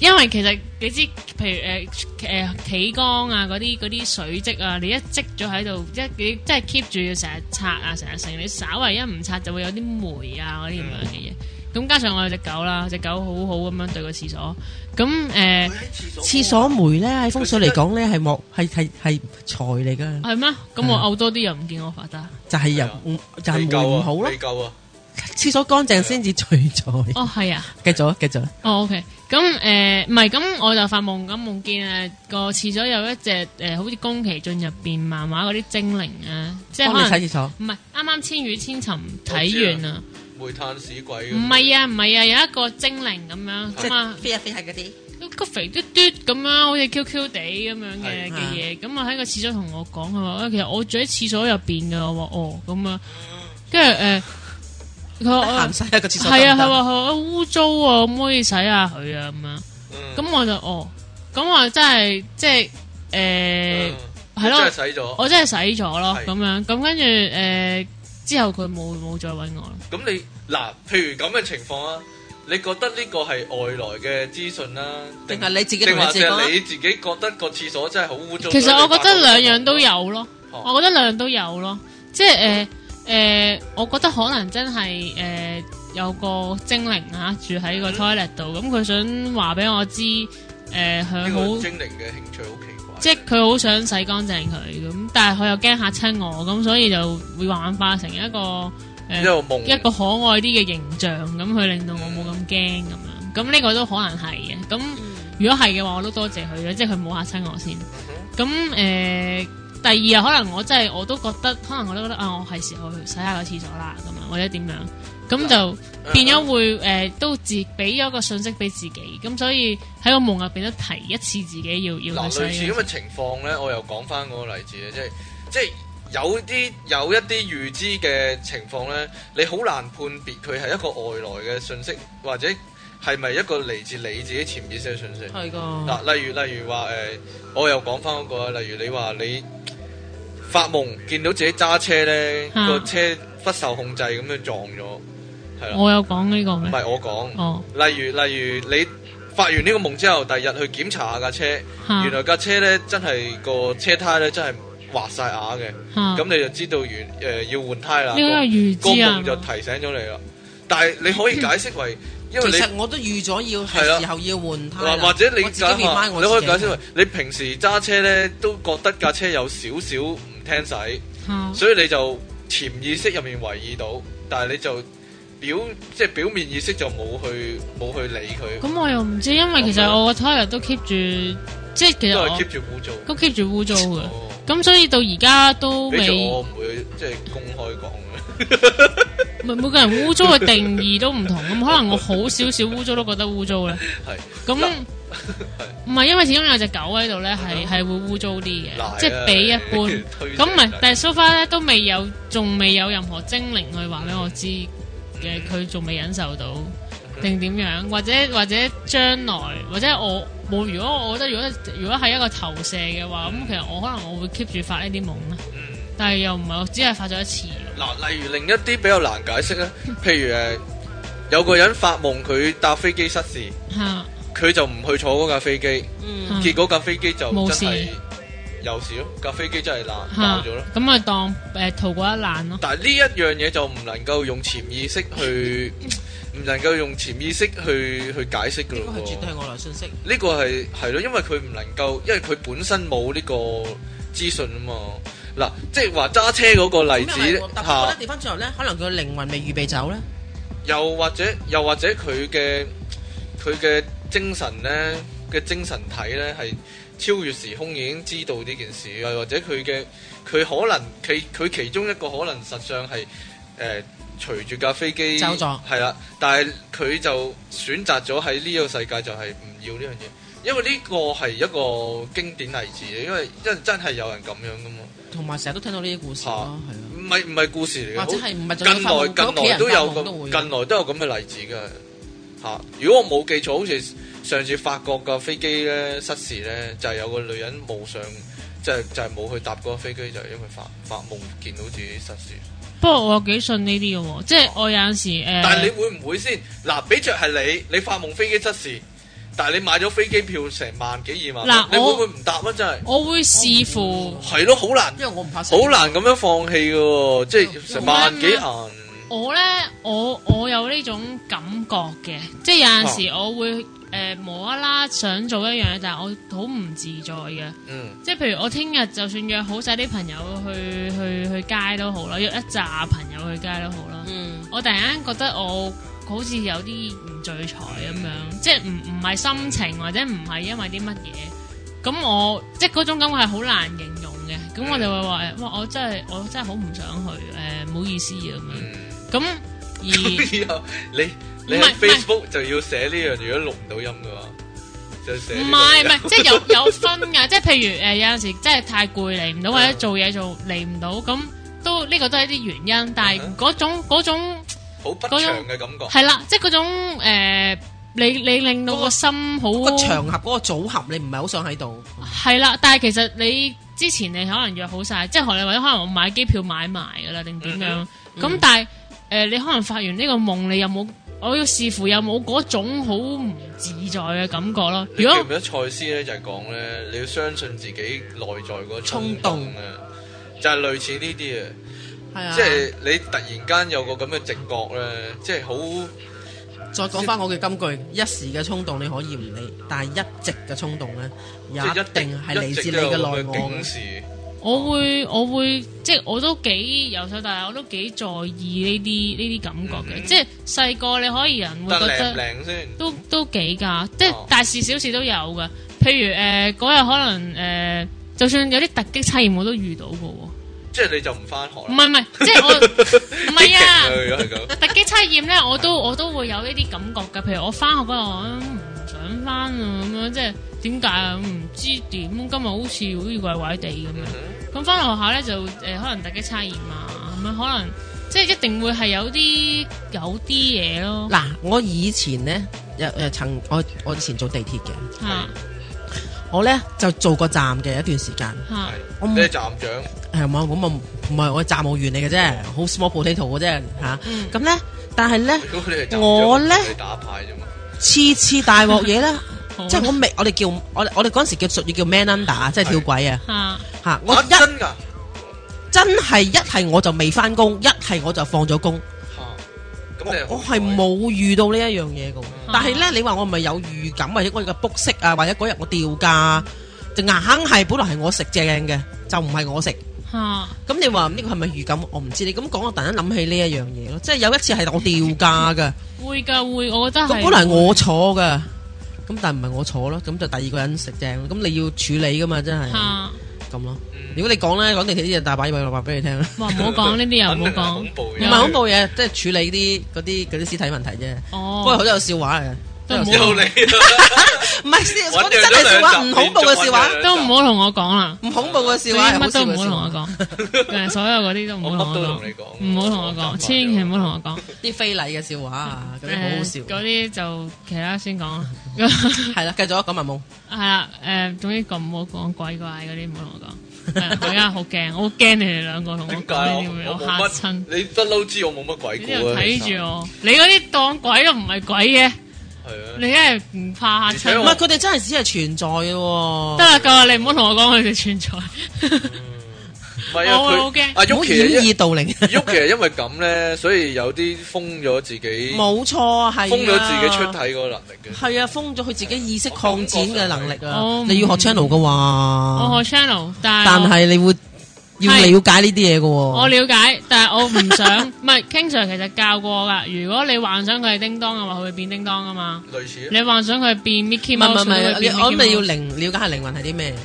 [SPEAKER 1] 因為其實你知，譬如誒誒、呃企缸啊，嗰啲嗰啲水漬啊，你一積咗喺度，一你即係 keep 住要成日擦啊，成日成，你稍為一唔擦就會有啲霉啊嗰啲咁樣嘅嘢。咁加上我有隻狗啦，隻狗好好咁樣對個廁所。咁呃
[SPEAKER 4] <laughs>
[SPEAKER 1] 诶
[SPEAKER 3] 廁所梅咧喺風水嚟講咧係木係係係財嚟噶，
[SPEAKER 1] 係咩？咁我嘔多啲又唔見我發達。
[SPEAKER 3] 就係
[SPEAKER 4] 係啊
[SPEAKER 3] 人就係梅
[SPEAKER 4] à,
[SPEAKER 3] 唔好咯。廁所乾淨先至聚財。
[SPEAKER 1] 哦，係啊。
[SPEAKER 3] 繼續啊，繼續啊。
[SPEAKER 1] 哦，OK，咁诶，唔係咁，我就發夢咁夢見诶個廁所有一隻诶、呃好似宮崎駿入边漫畫嗰啲精靈啊，即係
[SPEAKER 3] 哦幫
[SPEAKER 1] 可
[SPEAKER 3] 你
[SPEAKER 1] 能
[SPEAKER 3] 睇廁哦所。
[SPEAKER 1] 唔係啱啱千與千尋睇完啊，唔
[SPEAKER 4] Không
[SPEAKER 1] 係啊唔係啊，有一個精靈咁樣咁啊，
[SPEAKER 3] 飛下飛下嗰啲。
[SPEAKER 1] 個肥嘟嘟咁樣，好似 Q Q 地咁樣嘅
[SPEAKER 3] 係
[SPEAKER 1] 嘅嘢，咁啊喺個廁所同我講，佢話啊其實我住喺廁所入边嘅，我話哦咁啊，跟住诶佢話啊
[SPEAKER 3] 行晒一個廁所。
[SPEAKER 1] 係啊，佢話佢話啊污糟啊，可唔可以洗下佢啊咁樣。
[SPEAKER 4] Ừ.
[SPEAKER 1] 咁我就哦，咁我真係即係
[SPEAKER 4] Ừ. 嗯
[SPEAKER 1] 诶，係咯，我真係洗咗咯
[SPEAKER 4] 係
[SPEAKER 1] 咁樣，咁跟住诶之後佢冇冇再揾我啦。
[SPEAKER 3] 定係你自己同你自己講。
[SPEAKER 1] 其實我覺得兩樣都有咯，我覺得兩樣都有咯，即係诶诶，我覺得可能真係诶有個精靈啊住喺個 toilet 度，咁佢想話俾我知诶佢好。即係佢好想洗乾淨佢咁，但係佢又驚嚇親我，咁所以就會幻化成一個誒、呃
[SPEAKER 4] 一個夢
[SPEAKER 1] 一個可愛啲嘅形象，咁佢令到我冇咁驚咁樣。咁呢個都可能係嘅。咁如果係嘅話，我都多謝佢啦，即係佢冇嚇親我先。咁誒、呃第二啊，可能我真係我都覺得，可能我都覺得啊，我係時候去洗下個廁所啦，咁樣或者點樣，咁就。
[SPEAKER 4] Ừ.
[SPEAKER 1] 變咗會誒、呃都自俾咗個信息俾自己，咁所以喺個夢入邊都提一次自己要要
[SPEAKER 4] 嗱，
[SPEAKER 1] 去
[SPEAKER 4] 類
[SPEAKER 1] 洗啊
[SPEAKER 4] 似咁嘅情況咧，我又講翻嗰個例子啊咧，即係即係有啲有一啲預知嘅情況咧，你好難判別佢係一個外來嘅信息，或者係咪一個嚟自你自己潛意識嘅信
[SPEAKER 1] 哦
[SPEAKER 4] 息。
[SPEAKER 3] 係㗎。
[SPEAKER 4] 嗱，例如例如話誒、呃我又講翻嗰個啊，例如你話你發夢見到自己揸車咧，
[SPEAKER 1] 啊
[SPEAKER 4] 個車不受控制咁樣撞咗，係啦，
[SPEAKER 1] 我有講呢個
[SPEAKER 4] 唔
[SPEAKER 1] 咩？
[SPEAKER 4] 係我講。
[SPEAKER 1] 哦，
[SPEAKER 4] 例如例如你發完呢個夢之後，第二日去檢查下架車。
[SPEAKER 1] 嚇
[SPEAKER 4] 原來架車咧真係個車胎咧真係滑晒牙嘅，
[SPEAKER 1] 嚇
[SPEAKER 4] 咁、你就知道原誒、呃要換胎啦。
[SPEAKER 1] 啊呢個都係預
[SPEAKER 4] 個
[SPEAKER 1] 知啊
[SPEAKER 4] 夢就提醒咗你啦。但係你可以解
[SPEAKER 1] <laughs>
[SPEAKER 4] 釋為，因為
[SPEAKER 3] 其
[SPEAKER 4] 你
[SPEAKER 3] 實我都預咗要
[SPEAKER 4] 係啦
[SPEAKER 3] 係時候要換
[SPEAKER 4] 或
[SPEAKER 1] 啊
[SPEAKER 3] 胎啦
[SPEAKER 4] 或者你解
[SPEAKER 3] 我自己 remind
[SPEAKER 4] 你
[SPEAKER 3] 我
[SPEAKER 4] 可以
[SPEAKER 3] 自己
[SPEAKER 4] 解釋為你平時揸車咧都覺得架車有少少唔聽使，
[SPEAKER 1] 嚇
[SPEAKER 4] 所以你就潛意識入面懷疑到，但係你就表即係表面意識就冇去冇去理佢，
[SPEAKER 1] 咁我又唔知，因為其實我個 toilet 都 keep 住，即係其實
[SPEAKER 4] 都係
[SPEAKER 1] 我
[SPEAKER 4] keep 住污糟。
[SPEAKER 1] 都 keep 住污糟嘅，
[SPEAKER 4] 哦
[SPEAKER 1] 咁所以到而家都
[SPEAKER 4] 俾
[SPEAKER 1] 未，
[SPEAKER 4] 住我唔會即係公開講嘅， <laughs>
[SPEAKER 1] 每每個人污糟嘅定義都唔同，咁可能我好少少污糟都覺得污糟咧，
[SPEAKER 4] 係
[SPEAKER 1] 咁
[SPEAKER 4] 嗱
[SPEAKER 1] 唔係因為始終有隻狗喺度咧，係係會污糟啲
[SPEAKER 4] 嗱啊
[SPEAKER 1] 嘅，即係比一般。
[SPEAKER 4] <laughs> 推
[SPEAKER 1] 咁唔係
[SPEAKER 4] 卸，
[SPEAKER 1] 但係 so far 咧都未有，仲未有任何精靈去話俾我知嘅，佢仲未忍受到定點樣，或者或者將來或者我冇，如果我覺得如果如果係一個投射嘅話，咁其實我可能我會 keep 住發呢啲夢啦，
[SPEAKER 4] 嗯
[SPEAKER 1] 但係又唔係我只係發咗一次，
[SPEAKER 4] 嗱，例如另一啲比較難解釋咧，譬如誒有個人發夢佢搭飛機失事，
[SPEAKER 1] 嚇
[SPEAKER 4] 佢就唔去坐嗰架飛機，
[SPEAKER 3] 嗯
[SPEAKER 1] 嗯
[SPEAKER 4] 結果架飛機就
[SPEAKER 1] 冇
[SPEAKER 4] 真
[SPEAKER 1] 事
[SPEAKER 4] 係有事咯，架飛機真係爛爆
[SPEAKER 1] 嚇
[SPEAKER 4] 咗咯。，
[SPEAKER 1] 咁啊當誒逃過一難咯，
[SPEAKER 4] 但係呢一樣嘢就唔能夠用潛意識
[SPEAKER 1] <laughs>
[SPEAKER 4] 去，唔能夠用潛意識去去解釋
[SPEAKER 3] 呢
[SPEAKER 4] 㗎
[SPEAKER 3] 個
[SPEAKER 4] 咯
[SPEAKER 3] 係
[SPEAKER 4] 喎
[SPEAKER 3] 絕對係外來信息。
[SPEAKER 4] 呢個係係咯，因為佢唔能夠，因為佢本身冇呢個資訊啊嘛。嗱，即係話揸車嗰個例
[SPEAKER 3] 咁因為
[SPEAKER 4] 子
[SPEAKER 3] 我但我覺
[SPEAKER 4] 嚇
[SPEAKER 3] 得，地方最後咧，可能佢靈魂未預備走咧。
[SPEAKER 4] 又或者又或者佢嘅佢嘅精神呢，嘅精神體呢，係超越時空已經知道呢件事，又或者佢嘅佢可能佢佢其中一個可能實上係誒、呃、隨住架飛機
[SPEAKER 3] 走咗
[SPEAKER 4] 係啦，但係佢就選擇咗喺呢個世界就係唔要呢樣嘢。因為呢個係一個經典例子，因為真真係有人咁樣噶嘛，
[SPEAKER 3] 同埋成日都聽到呢啲故事
[SPEAKER 4] 嚇
[SPEAKER 3] 咯，係
[SPEAKER 4] 唔係唔係故事嚟嘅，
[SPEAKER 3] 啊，或者
[SPEAKER 4] 好
[SPEAKER 3] 係唔係就
[SPEAKER 4] 近來
[SPEAKER 3] 佢屋
[SPEAKER 4] 近
[SPEAKER 3] 企
[SPEAKER 4] 來
[SPEAKER 3] 人
[SPEAKER 4] 都有
[SPEAKER 3] 發夢
[SPEAKER 4] 咁
[SPEAKER 3] 都會，
[SPEAKER 4] 近來都有咁嘅例子嘅嚇、如果我冇記錯，好似上次法國嘅飛機咧失事咧，就係、有個女人冇上，就係、就係、冇去搭嗰個飛機，就係、因為發發夢見到自己失事。
[SPEAKER 3] 嗯
[SPEAKER 1] 不過我有幾信呢啲嘅喎，即係我有陣時呃誒，
[SPEAKER 4] 但係你會唔會先嗱？俾着係你，你發夢飛機失事，但係你買咗飛機票成萬幾二萬，
[SPEAKER 1] 嗱
[SPEAKER 4] 你會
[SPEAKER 1] 我
[SPEAKER 4] 唔會唔搭啊？真係
[SPEAKER 1] 我會視乎。
[SPEAKER 4] 係咯，好難
[SPEAKER 3] 因為我唔怕死嗯
[SPEAKER 4] 好難咁樣放棄嘅喎，即係
[SPEAKER 1] 好
[SPEAKER 4] 成萬幾
[SPEAKER 3] 啊
[SPEAKER 1] 難
[SPEAKER 4] 銀。
[SPEAKER 1] 我咧，我我有呢種感覺嘅，即係有陣時我會诶、呃無啦啦想做一樣嘢，但係我好唔自在嘅。
[SPEAKER 4] 嗯，
[SPEAKER 1] 即係譬如我聽日就算約好晒啲朋友去去去街都好啦，約一扎朋友去街都好啦。
[SPEAKER 3] 嗯，
[SPEAKER 1] 我突然間覺得我好似有啲唔聚財咁樣，即係唔唔係心情或者唔係因為啲乜嘢，咁我即係嗰種感覺係好難形容嘅。咁我就會話誒哇！我真係我真係好唔想去誒，唔、好意思啊
[SPEAKER 4] 嗯
[SPEAKER 1] 咁樣。咁而
[SPEAKER 4] 以後你你
[SPEAKER 1] 唔係
[SPEAKER 4] 喺
[SPEAKER 1] 唔係
[SPEAKER 4] Facebook 就要寫呢樣，如果錄唔到音嘅話，就寫
[SPEAKER 1] 唔
[SPEAKER 4] 呢個
[SPEAKER 1] 係唔
[SPEAKER 4] 錄音
[SPEAKER 1] 係，即係有有分㗎， <laughs> 即係譬如誒、呃有陣時真係太攰嚟唔到，或者
[SPEAKER 4] 嗯
[SPEAKER 1] 做嘢做嚟唔到，咁都呢、個都係一啲原因。但係
[SPEAKER 4] 嗯
[SPEAKER 1] 嗰種嗰種
[SPEAKER 4] 好不
[SPEAKER 1] 嗰種
[SPEAKER 4] 祥嘅感覺。
[SPEAKER 1] 係啦，即係嗰種、呃、你你令到
[SPEAKER 3] 嗰個
[SPEAKER 1] 個心好
[SPEAKER 3] 個場合嗰個組合你唔係好想喺度，
[SPEAKER 1] 係啦，但係其實你之前你可能約好晒，即係學你或者可能我買機票買埋噶啦，定點樣？咁
[SPEAKER 4] 嗯、
[SPEAKER 3] 嗯
[SPEAKER 1] 但係誒、呃你可能發完呢個夢，你有冇？我要視乎有冇嗰種好唔自在嘅感覺咯。
[SPEAKER 4] 你
[SPEAKER 1] 如
[SPEAKER 4] 記
[SPEAKER 1] 果
[SPEAKER 4] 唔記得賽斯咧就係講咧，你要相信自己內在嗰個
[SPEAKER 3] 衝
[SPEAKER 4] 動
[SPEAKER 3] 動
[SPEAKER 4] 啊，就係類似呢啲啊，
[SPEAKER 3] 係啊，
[SPEAKER 4] 即係你突然間有個咁嘅直覺咧，即係好。
[SPEAKER 3] 再講翻我嘅金句，一時嘅衝動你可以唔理，但係一直嘅衝動咧，也
[SPEAKER 4] 即係
[SPEAKER 3] 一定係嚟自你嘅內我
[SPEAKER 4] 警
[SPEAKER 3] 嘅。
[SPEAKER 4] 示，
[SPEAKER 1] 我會我會即係我都幾由細到大我都幾在意呢啲呢啲感覺嘅，
[SPEAKER 4] 嗯
[SPEAKER 1] 即係細個你可以人會
[SPEAKER 4] 但
[SPEAKER 1] 覺
[SPEAKER 4] 靚唔
[SPEAKER 1] 得
[SPEAKER 4] 靚先？
[SPEAKER 1] 都都幾㗎，即係
[SPEAKER 4] 哦
[SPEAKER 1] 大事小事都有噶。譬如誒嗰日可能誒、呃就算有啲突擊測驗我都遇到過喎。
[SPEAKER 4] 即係你就唔翻學
[SPEAKER 1] 唔
[SPEAKER 4] 啦？
[SPEAKER 1] 係唔係，即
[SPEAKER 4] <laughs>
[SPEAKER 1] 係我唔係啊！
[SPEAKER 4] 如果係咁，
[SPEAKER 1] 突擊測驗咧，我都我都會有呢啲感覺嘅。譬如我翻學嗰日，我嗯唔想翻啊咁樣，即係點解啊？唔知點，今日好似好似怪怪地咁樣。咁翻學校咧就誒、呃可能突擊測驗啊，咁樣可能即係一定會係有啲有啲嘢咯。
[SPEAKER 3] 嗱，我以前咧，誒誒曾我我以前做地鐵嘅，
[SPEAKER 1] 嚇
[SPEAKER 3] 我咧就做過站嘅一段時間。
[SPEAKER 1] 嚇
[SPEAKER 4] 係
[SPEAKER 3] 我
[SPEAKER 4] 你
[SPEAKER 3] 唔
[SPEAKER 4] 係站長，
[SPEAKER 3] 係嘛？咁啊，唔係我係站務員嚟嘅啫，好 small potato 嘅啫嚇。
[SPEAKER 1] 嗯
[SPEAKER 3] 咁咧，但係咧，
[SPEAKER 4] 如果你係站長，
[SPEAKER 3] 我呢
[SPEAKER 4] 你打牌啫嘛。
[SPEAKER 3] 次次大鑊嘢咧，
[SPEAKER 1] 好
[SPEAKER 3] 即係我未，我哋叫我我哋嗰陣時叫俗語叫 man under，即係跳軌啊
[SPEAKER 1] 嚇
[SPEAKER 3] 嚇！我
[SPEAKER 4] 啊
[SPEAKER 3] 一
[SPEAKER 4] 真㗎，
[SPEAKER 3] 真係一係我就未翻工，一係我就放咗工。
[SPEAKER 4] 嚇咁你
[SPEAKER 3] 我我係冇遇到呢一樣嘢嘅喎，但係咧，你話我咪有預感，或者我嘅 book 息啊，或者嗰日我掉價，就硬係本來係我食正嘅，就唔係我食。
[SPEAKER 1] 嚇
[SPEAKER 3] 咁你話呢個係咪預感？我唔知。你咁講，我突然間諗起呢一樣嘢咯，即係有一次係我掉價嘅。
[SPEAKER 1] 會㗎會，我覺得
[SPEAKER 3] 咁
[SPEAKER 1] 係
[SPEAKER 3] 本來我坐噶，咁但唔係我坐咯，咁就第二個人食正，咁你要處理噶嘛，真係
[SPEAKER 1] 嚇
[SPEAKER 3] 咁咯。
[SPEAKER 4] 嗯
[SPEAKER 3] 如果你講咧，講地鐵啲人大把嘢話俾你
[SPEAKER 1] <laughs>
[SPEAKER 3] 聽啦，
[SPEAKER 1] 哇唔好講呢啲又唔好講
[SPEAKER 4] <laughs> 肯定係恐怖
[SPEAKER 3] 唔
[SPEAKER 4] 嘅
[SPEAKER 1] 有
[SPEAKER 3] 係恐怖嘢，即係處理啲嗰啲嗰啲屍體問題啫。不過
[SPEAKER 1] 哦
[SPEAKER 3] 好，有笑話嚟嘅，
[SPEAKER 1] 都唔
[SPEAKER 3] 都有
[SPEAKER 1] 好
[SPEAKER 3] 笑
[SPEAKER 4] 又嚟啦，
[SPEAKER 3] 唔係笑
[SPEAKER 4] 揾
[SPEAKER 3] 講
[SPEAKER 4] 咗
[SPEAKER 3] 真係笑話，
[SPEAKER 4] 兩
[SPEAKER 3] 唔
[SPEAKER 4] 集
[SPEAKER 3] 恐怖嘅笑話，
[SPEAKER 1] 都唔好同我講啦。
[SPEAKER 3] 唔恐怖嘅
[SPEAKER 1] 所以
[SPEAKER 3] 笑啊話，
[SPEAKER 1] 乜都唔好
[SPEAKER 3] 好
[SPEAKER 1] 同我講，誒所有嗰啲都唔
[SPEAKER 4] 我
[SPEAKER 1] 好
[SPEAKER 4] 乜
[SPEAKER 1] 同
[SPEAKER 4] 都
[SPEAKER 1] 我
[SPEAKER 4] 同
[SPEAKER 1] 講
[SPEAKER 4] 你，講，
[SPEAKER 1] 唔好同我講，千祈唔好同我講，
[SPEAKER 3] 啲非禮嘅笑話啊，嗰啲好好笑
[SPEAKER 1] 誒。嗰啲就其他先講
[SPEAKER 3] <laughs>
[SPEAKER 1] 啦， <laughs>
[SPEAKER 3] 係啦，繼續啊講埋夢，
[SPEAKER 1] 係啦，誒總之咁唔好講鬼怪嗰啲，唔好同我講，係啊我而家好驚，我好驚你哋兩個同我
[SPEAKER 4] 點
[SPEAKER 1] 講
[SPEAKER 4] 解
[SPEAKER 1] 呢
[SPEAKER 4] 我
[SPEAKER 1] 啲嘢，
[SPEAKER 4] 我
[SPEAKER 1] 我
[SPEAKER 4] 冇
[SPEAKER 1] 嚇親
[SPEAKER 4] 乜，？你不嬲知我冇乜鬼
[SPEAKER 1] 你
[SPEAKER 4] 故
[SPEAKER 1] 喺度
[SPEAKER 4] 啊，
[SPEAKER 1] 睇住我，你嗰啲當鬼都唔係鬼嘅，
[SPEAKER 4] 我，係啊。
[SPEAKER 1] 你真係唔怕嚇
[SPEAKER 4] 而且
[SPEAKER 3] 唔
[SPEAKER 1] 親
[SPEAKER 4] 我。
[SPEAKER 3] 係佢哋真係只係存在嘅喎。
[SPEAKER 1] 得啦，夠啦，你唔好同我講佢哋存在，
[SPEAKER 4] 唔係啊，
[SPEAKER 1] 我會好
[SPEAKER 4] 佢
[SPEAKER 1] 驚
[SPEAKER 4] 阿
[SPEAKER 3] 唔好
[SPEAKER 4] 喐
[SPEAKER 3] 掩
[SPEAKER 4] 其
[SPEAKER 3] 耳盜鈴，
[SPEAKER 4] 喐其係因為咁咧，所以有啲封咗自己，
[SPEAKER 3] <laughs> 冇錯係啊。
[SPEAKER 4] 封咗自己出體嗰個能力嘅。
[SPEAKER 3] 係啊，封咗佢自己意識擴展嘅能力啊
[SPEAKER 1] 我！
[SPEAKER 3] 你要學 channel 嘅話，
[SPEAKER 1] 我學 channel，但哦
[SPEAKER 3] 但
[SPEAKER 1] 係哦我
[SPEAKER 3] 係你會要
[SPEAKER 1] 係
[SPEAKER 3] 了解呢啲嘢嘅
[SPEAKER 1] 我
[SPEAKER 3] 喎。
[SPEAKER 1] 了解，但係我唔想， <laughs> 唔係 King Sir 其實教過噶。如果你幻想佢係叮當嘅話，佢會變叮當噶嘛。
[SPEAKER 4] 類似啊，
[SPEAKER 1] 你幻想佢變 Mickey
[SPEAKER 3] 唔係唔
[SPEAKER 1] Mouse，
[SPEAKER 3] 係唔
[SPEAKER 1] 佢會變
[SPEAKER 3] 係，我
[SPEAKER 1] Mickey
[SPEAKER 3] 咪要
[SPEAKER 1] Mouse
[SPEAKER 3] 靈了解下靈魂係啲咩？
[SPEAKER 4] Ừ.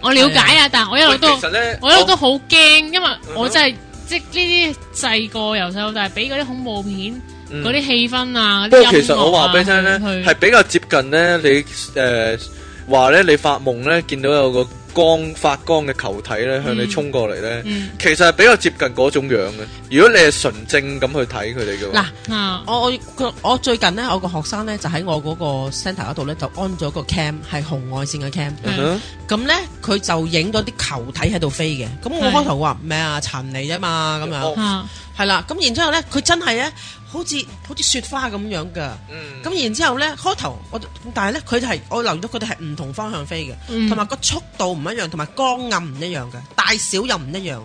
[SPEAKER 1] 我了解啊，但係我一路
[SPEAKER 4] 喂
[SPEAKER 1] 都
[SPEAKER 4] 其實咧，
[SPEAKER 1] 我一路都好驚，因為我
[SPEAKER 4] 嗯哼
[SPEAKER 1] 真係即係呢啲細個由細到大俾嗰啲恐怖片
[SPEAKER 4] 嗯
[SPEAKER 1] 嗰啲氣氛啊，嗰
[SPEAKER 4] 不
[SPEAKER 1] 啲
[SPEAKER 4] 過其實我話
[SPEAKER 1] 話
[SPEAKER 4] 俾你聽咧，係比較接近咧，你誒話咧，你發夢咧見到有個光發光嘅球體咧向你
[SPEAKER 1] 嗯
[SPEAKER 4] 衝過嚟咧，
[SPEAKER 1] 嗯
[SPEAKER 4] 其實係比較接近嗰種樣嘅。如果你係純正咁去睇佢哋嘅
[SPEAKER 3] 嗱
[SPEAKER 4] 話，，
[SPEAKER 1] 啊
[SPEAKER 3] 我我佢我最近咧，我個學生咧就喺我嗰個 centre 嗰度咧就安咗個 cam 係紅外線嘅 cam，
[SPEAKER 1] 嗯
[SPEAKER 4] 嗯哼
[SPEAKER 3] 咁咧佢就影咗啲球體喺度飛嘅。咁我
[SPEAKER 1] 係
[SPEAKER 3] 開頭話咩啊塵嚟啫嘛咁樣，
[SPEAKER 4] 哦
[SPEAKER 1] 啊
[SPEAKER 3] 係啦。咁然之後咧，佢真係咧好似好似雪花咁樣㗎。
[SPEAKER 4] 嗯，
[SPEAKER 3] 咁然之後咧，開頭我但係咧，佢哋係我留意到佢哋係唔同方向飛嘅，
[SPEAKER 1] 嗯
[SPEAKER 3] 同埋個速度唔一樣，同埋光暗唔一樣嘅，大小又唔一樣。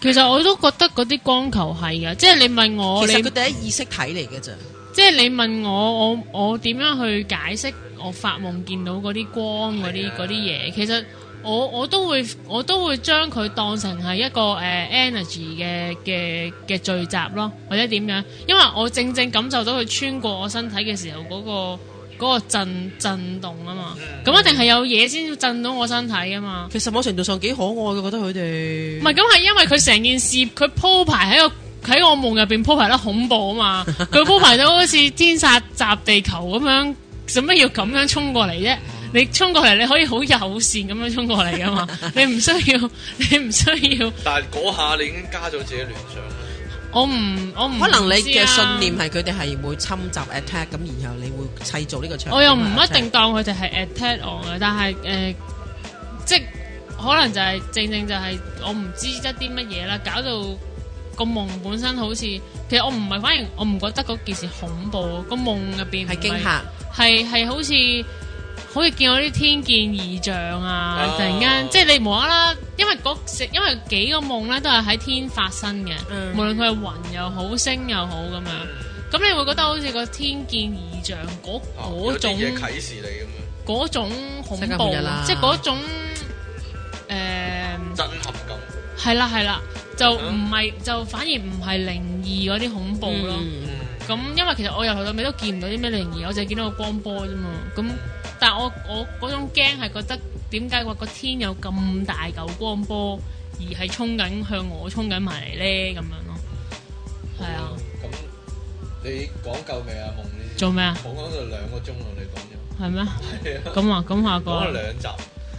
[SPEAKER 1] 其實我都覺得嗰啲光球係嘅，即係你問我，
[SPEAKER 3] 其
[SPEAKER 1] 哦你
[SPEAKER 3] 實佢第一意識體嚟嘅咋，
[SPEAKER 1] 即係你問我，我我點樣去解釋我發夢見到嗰啲光嗰啲嗰啲嘢？其實我我都會我都會將佢當成係一個誒、呃 energy 嘅嘅嘅聚集咯，或者點樣？因為我正正感受到佢穿過我身體嘅時候嗰、個。嗰個震震動啊嘛，咁一定係有嘢先震到我身體啊嘛。
[SPEAKER 3] 其實某程度上幾可愛嘅，覺得佢哋
[SPEAKER 1] 唔係，咁係因為佢成件事佢鋪排喺個喺我夢入邊鋪排得恐怖
[SPEAKER 3] <laughs>
[SPEAKER 1] 啊嘛，佢鋪排到好似天煞襲地球咁樣，做咩要咁樣衝過嚟啫？你衝過嚟，你可以好友善咁樣衝過嚟噶嘛？你唔需要，你唔需要，
[SPEAKER 4] 但係嗰下你已經加咗自己聯想啦。
[SPEAKER 1] 我唔，我唔
[SPEAKER 3] 可能你
[SPEAKER 1] 知
[SPEAKER 3] 嘅
[SPEAKER 1] 啊
[SPEAKER 3] 信念係佢哋係會侵襲 attack，咁然後你會砌造呢個場景。
[SPEAKER 1] 我又唔一定當佢哋係 attack 我嘅，但係誒、呃即係可能就係、正正就係我唔知得啲乜嘢啦，搞到個夢本身好似其實我唔係，反而我唔覺得嗰件事恐怖，個夢入邊
[SPEAKER 3] 係
[SPEAKER 1] 唔
[SPEAKER 3] 驚嚇，
[SPEAKER 1] 係係好似好似見到啲天見異象啊！
[SPEAKER 3] 哦
[SPEAKER 4] 啊
[SPEAKER 1] 突然間，即係你無啦啦，因為嗰因為幾個夢咧都係喺天發生嘅，
[SPEAKER 3] 嗯
[SPEAKER 1] 無論佢係雲又好，星又好咁樣。咁你會覺得好似個天見異象嗰
[SPEAKER 4] 啊
[SPEAKER 1] 嗰
[SPEAKER 3] 哦
[SPEAKER 4] 有啲
[SPEAKER 1] 種
[SPEAKER 4] 嘢啟示你
[SPEAKER 1] 嗰種恐
[SPEAKER 3] 世界
[SPEAKER 1] 怖
[SPEAKER 3] 末日啦，
[SPEAKER 1] 即係嗰種誒
[SPEAKER 4] 咁樣，震撼感。
[SPEAKER 1] 係啦係啦，就唔係就反而唔係靈異嗰啲恐怖咯。
[SPEAKER 3] 嗯
[SPEAKER 1] 咁因為其實我由頭到尾都見唔到啲咩靈異，我淨係見到個光波啫嘛。咁但係我我嗰種驚係覺得點解話個天有咁大嚿光波，而係衝緊向我衝緊埋嚟咧咁樣咯。係啊，
[SPEAKER 4] 咁你講夠未啊？夢呢啲
[SPEAKER 1] 做咩啊？
[SPEAKER 4] 我講咗兩個鐘喎，你
[SPEAKER 1] 係咩？
[SPEAKER 4] 講咗。
[SPEAKER 1] 咁啊，咁下
[SPEAKER 4] 講咗
[SPEAKER 1] 個
[SPEAKER 4] 兩集，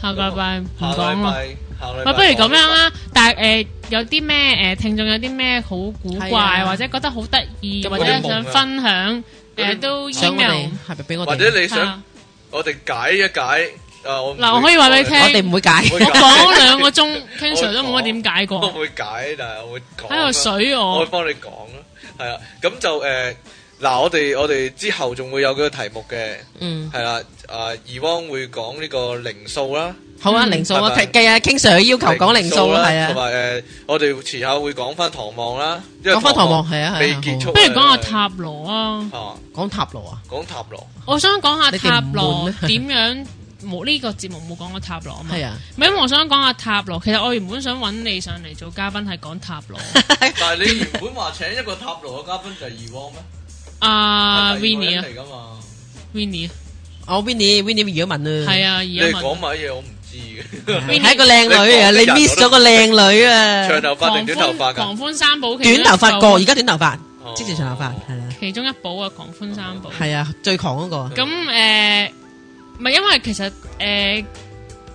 [SPEAKER 1] 下個禮拜唔
[SPEAKER 4] 下
[SPEAKER 1] 講
[SPEAKER 4] 禮
[SPEAKER 1] 啦。
[SPEAKER 4] 拜，下禮拜
[SPEAKER 1] 喂，不如咁樣
[SPEAKER 4] 講呢
[SPEAKER 1] 啦，但係誒有啲咩誒聽眾有啲咩好古
[SPEAKER 3] 係
[SPEAKER 1] 怪，
[SPEAKER 3] 啊
[SPEAKER 1] 或者覺得好得意，
[SPEAKER 3] 咁
[SPEAKER 1] 或者
[SPEAKER 4] 嗰啲夢
[SPEAKER 1] 想
[SPEAKER 4] 啊
[SPEAKER 1] 分享
[SPEAKER 4] 嗰啲
[SPEAKER 1] 誒都
[SPEAKER 3] 想我
[SPEAKER 1] email
[SPEAKER 3] 哋係咪俾
[SPEAKER 4] 個，
[SPEAKER 3] 我哋？
[SPEAKER 4] 或者你想
[SPEAKER 1] 啊
[SPEAKER 4] 我哋解一解啊？我唔
[SPEAKER 1] 嗱
[SPEAKER 4] 會
[SPEAKER 1] 我可以話俾你聽
[SPEAKER 3] 我哋唔會解。
[SPEAKER 4] 我
[SPEAKER 1] 我
[SPEAKER 4] 會解
[SPEAKER 1] 講兩個
[SPEAKER 4] <laughs>
[SPEAKER 1] 鐘，King
[SPEAKER 4] 我
[SPEAKER 1] Sir 都冇乜點解
[SPEAKER 4] 我
[SPEAKER 1] 過
[SPEAKER 4] 唔，會解，但係我會講啦。
[SPEAKER 1] 喺度水
[SPEAKER 4] 我會
[SPEAKER 1] 我。
[SPEAKER 4] 幫你講啦，係啊，咁就誒嗱，我哋我哋之後仲會有個題目嘅，
[SPEAKER 3] 嗯，
[SPEAKER 4] 係啦，啊，怡汪會講呢個零數啦，
[SPEAKER 3] 好啊，
[SPEAKER 1] 嗯
[SPEAKER 3] 零數啊，
[SPEAKER 4] 拜拜
[SPEAKER 3] 計啊，King Sir 要求講零數啦，係
[SPEAKER 4] 同
[SPEAKER 3] 啊，
[SPEAKER 4] 埋誒，我哋遲下會講翻唐望啦，因為
[SPEAKER 3] 講翻唐望係啊，係啊
[SPEAKER 4] 未結束，
[SPEAKER 1] 不如講下
[SPEAKER 4] 誒
[SPEAKER 1] 塔羅啊！
[SPEAKER 4] 啊，
[SPEAKER 3] 好啊講塔羅啊，
[SPEAKER 4] 講塔羅，
[SPEAKER 1] 我想講下
[SPEAKER 3] 你哋
[SPEAKER 1] 塔
[SPEAKER 3] 唔悶
[SPEAKER 1] 羅
[SPEAKER 3] 咩
[SPEAKER 1] <laughs> 點樣冇呢個節目冇講過塔羅啊嘛。
[SPEAKER 3] 係啊， <laughs>
[SPEAKER 1] 唔係因為我想講下塔羅，其實我原本想揾你上嚟做嘉賓係講塔
[SPEAKER 4] <laughs>
[SPEAKER 1] 羅。
[SPEAKER 4] 但係你原本話請一個塔羅嘅嘉賓就係怡汪咩？
[SPEAKER 1] 啊
[SPEAKER 4] 係第二個
[SPEAKER 1] Vinny
[SPEAKER 4] 人
[SPEAKER 1] 啊
[SPEAKER 4] 嚟噶嘛？
[SPEAKER 1] ，Vinny 啊
[SPEAKER 3] 我 Winnie Winnie 如果問啊，
[SPEAKER 1] 係啊，
[SPEAKER 4] 你
[SPEAKER 1] 而
[SPEAKER 4] 哋
[SPEAKER 1] 家
[SPEAKER 4] 講
[SPEAKER 1] 問
[SPEAKER 4] 埋啲嘢我唔知嘅，
[SPEAKER 1] Winnie
[SPEAKER 3] 係一個靚女啊，
[SPEAKER 4] 你講
[SPEAKER 3] 你
[SPEAKER 4] 啲人
[SPEAKER 3] miss 咗個靚女啊，
[SPEAKER 4] 長頭髮定
[SPEAKER 1] 狂
[SPEAKER 4] 短頭髮
[SPEAKER 1] 歡
[SPEAKER 4] 㗎
[SPEAKER 1] 狂？歡三寶，其中
[SPEAKER 3] 短
[SPEAKER 1] 一
[SPEAKER 3] 頭髮
[SPEAKER 1] 部
[SPEAKER 3] 個，而家短頭髮，
[SPEAKER 4] 哦
[SPEAKER 3] 之前長頭髮係啦，
[SPEAKER 1] 其中一寶啊，狂歡三寶。
[SPEAKER 3] 係啊，最狂嗰個，
[SPEAKER 1] 咁誒，唔係因為其實誒、呃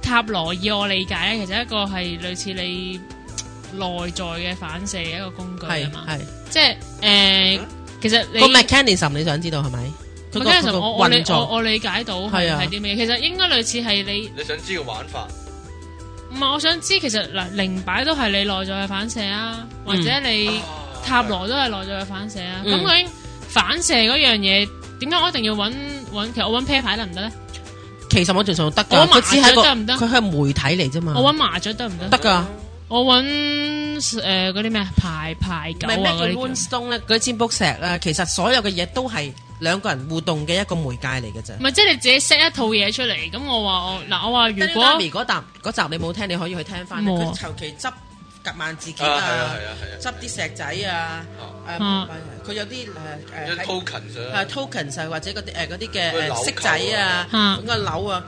[SPEAKER 1] 塔羅以我理解咧，其實一個係類似你內在嘅反射嘅一個工具啊
[SPEAKER 3] 係
[SPEAKER 1] 嘛，
[SPEAKER 3] 係
[SPEAKER 1] 即係誒、呃其實你
[SPEAKER 3] 個 mechanism 你想知道係咪？佢個
[SPEAKER 1] 嗰
[SPEAKER 3] 佢
[SPEAKER 1] 陣
[SPEAKER 3] 個
[SPEAKER 1] 我我理
[SPEAKER 3] 運
[SPEAKER 1] 我
[SPEAKER 3] 作
[SPEAKER 1] 我理解到係
[SPEAKER 3] 係啊
[SPEAKER 1] 係啲咩？其實應該類似係你
[SPEAKER 4] 你想知個玩法？
[SPEAKER 1] 唔係，我想知其實嗱靈擺都係你內在嘅反射啊，或者你。
[SPEAKER 4] 啊
[SPEAKER 1] 塔羅都係內在嘅反射啊。咁、
[SPEAKER 3] 嗯
[SPEAKER 1] 究竟反射嗰樣嘢，點解我一定要揾揾？其實我揾啤牌得唔得咧？
[SPEAKER 3] 其實我仲上得
[SPEAKER 1] 我
[SPEAKER 3] 㗎，
[SPEAKER 1] 麻
[SPEAKER 3] 佢只係一個
[SPEAKER 1] 雀得唔得
[SPEAKER 3] 佢係媒體嚟啫
[SPEAKER 4] 嗯
[SPEAKER 3] 嘛，
[SPEAKER 1] 我揾麻雀得唔得？
[SPEAKER 3] 得㗎。
[SPEAKER 4] 啊
[SPEAKER 1] 我揾誒嗰啲咩啊牌牌
[SPEAKER 3] 唔
[SPEAKER 1] 九啊
[SPEAKER 3] 係咩
[SPEAKER 1] 嗰
[SPEAKER 3] 叫
[SPEAKER 1] 啲叫。
[SPEAKER 3] Moonstone 咧？嗰啲占卜石啊，其實所有嘅嘢都係兩個人互動嘅一個媒介嚟嘅啫
[SPEAKER 1] 唔。係，即係你自己 set 一套嘢出嚟。咁我話我嗱，我話如果
[SPEAKER 3] Daniel Darby 嗰集嗰集你冇聽，你可以去聽翻。
[SPEAKER 1] 冇啊
[SPEAKER 3] 佢求其執夾萬字
[SPEAKER 4] 啊，
[SPEAKER 3] 結
[SPEAKER 4] 係啊
[SPEAKER 3] 啊，
[SPEAKER 4] 係啊係啊，
[SPEAKER 3] 執啲石仔啊，誒
[SPEAKER 1] 啊
[SPEAKER 3] 佢有啲
[SPEAKER 4] 一
[SPEAKER 3] 誒誒喺
[SPEAKER 4] token
[SPEAKER 3] 誒
[SPEAKER 4] 上，
[SPEAKER 3] tokens 啊，或者嗰啲誒嗰啲
[SPEAKER 4] 個紐
[SPEAKER 3] 嘅誒
[SPEAKER 4] 扣
[SPEAKER 3] 色仔啊，
[SPEAKER 1] 啊
[SPEAKER 3] 咁個樓啊，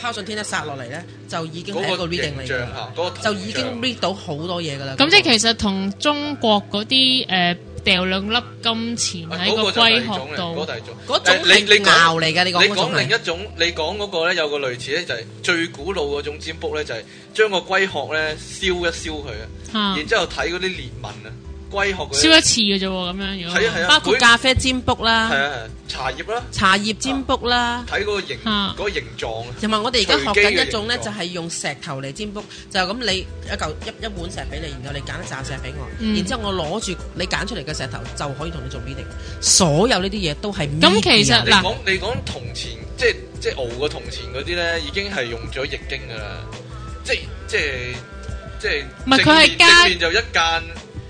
[SPEAKER 3] 拋上天一殺落嚟咧，就已經係
[SPEAKER 4] 嗰
[SPEAKER 3] 一個
[SPEAKER 4] 個
[SPEAKER 3] reading
[SPEAKER 4] 形
[SPEAKER 3] 嚟
[SPEAKER 4] 象
[SPEAKER 3] 㗎啦
[SPEAKER 4] 嚇，嗰個
[SPEAKER 3] 就已
[SPEAKER 4] 圖像
[SPEAKER 3] 經 read 到好多嘢㗎啦。
[SPEAKER 1] 咁即係
[SPEAKER 3] 嗰個
[SPEAKER 1] 其實同中國嗰啲誒掉兩粒金錢
[SPEAKER 4] 啊
[SPEAKER 1] 喺
[SPEAKER 4] 嗰
[SPEAKER 1] 個
[SPEAKER 4] 就第
[SPEAKER 1] 龜
[SPEAKER 4] 二種
[SPEAKER 1] 殼
[SPEAKER 4] 嚟嗰
[SPEAKER 1] 度，
[SPEAKER 4] 第二種
[SPEAKER 3] 嗰種
[SPEAKER 4] 誒你你
[SPEAKER 3] 係
[SPEAKER 4] 講
[SPEAKER 3] 拗嚟㗎，你
[SPEAKER 4] 你
[SPEAKER 3] 講嗰種
[SPEAKER 4] 講
[SPEAKER 3] 係
[SPEAKER 4] 另一種，你講嗰個咧有個類似咧，就係最古老嗰種占卜咧，就係將個龜殼咧燒一燒佢啊，
[SPEAKER 1] 嚇
[SPEAKER 4] 然之後睇嗰啲裂紋啊，龜殼嗰啲
[SPEAKER 1] 燒一次嘅啫喎，咁樣如果
[SPEAKER 4] 係啊係啊
[SPEAKER 3] 包括
[SPEAKER 4] 每
[SPEAKER 3] 咖啡占卜
[SPEAKER 4] 係
[SPEAKER 3] 啦、
[SPEAKER 4] 啊係啊茶葉啦，
[SPEAKER 3] 茶葉占卜啦。
[SPEAKER 4] 睇嗰個形
[SPEAKER 1] 啊
[SPEAKER 4] 嗰個形狀啊，
[SPEAKER 3] 同埋我哋而家學緊一種咧，
[SPEAKER 4] 隨機嘅形狀
[SPEAKER 3] 就係用石頭嚟占卜，就係咁你一嚿一一碗石俾你，然後你揀一紮石俾我，
[SPEAKER 1] 嗯
[SPEAKER 3] 然之後我攞住你揀出嚟嘅石頭就可以同你做 reading。所有呢啲嘢都係
[SPEAKER 1] 咁其實
[SPEAKER 3] media
[SPEAKER 4] 你
[SPEAKER 1] 嗱
[SPEAKER 4] 講你講銅錢，即係即係熬個銅錢嗰啲咧，已經係用咗易經噶啦，即係即係即係
[SPEAKER 1] 唔係
[SPEAKER 4] 正面
[SPEAKER 1] 佢係加
[SPEAKER 4] 正面就一間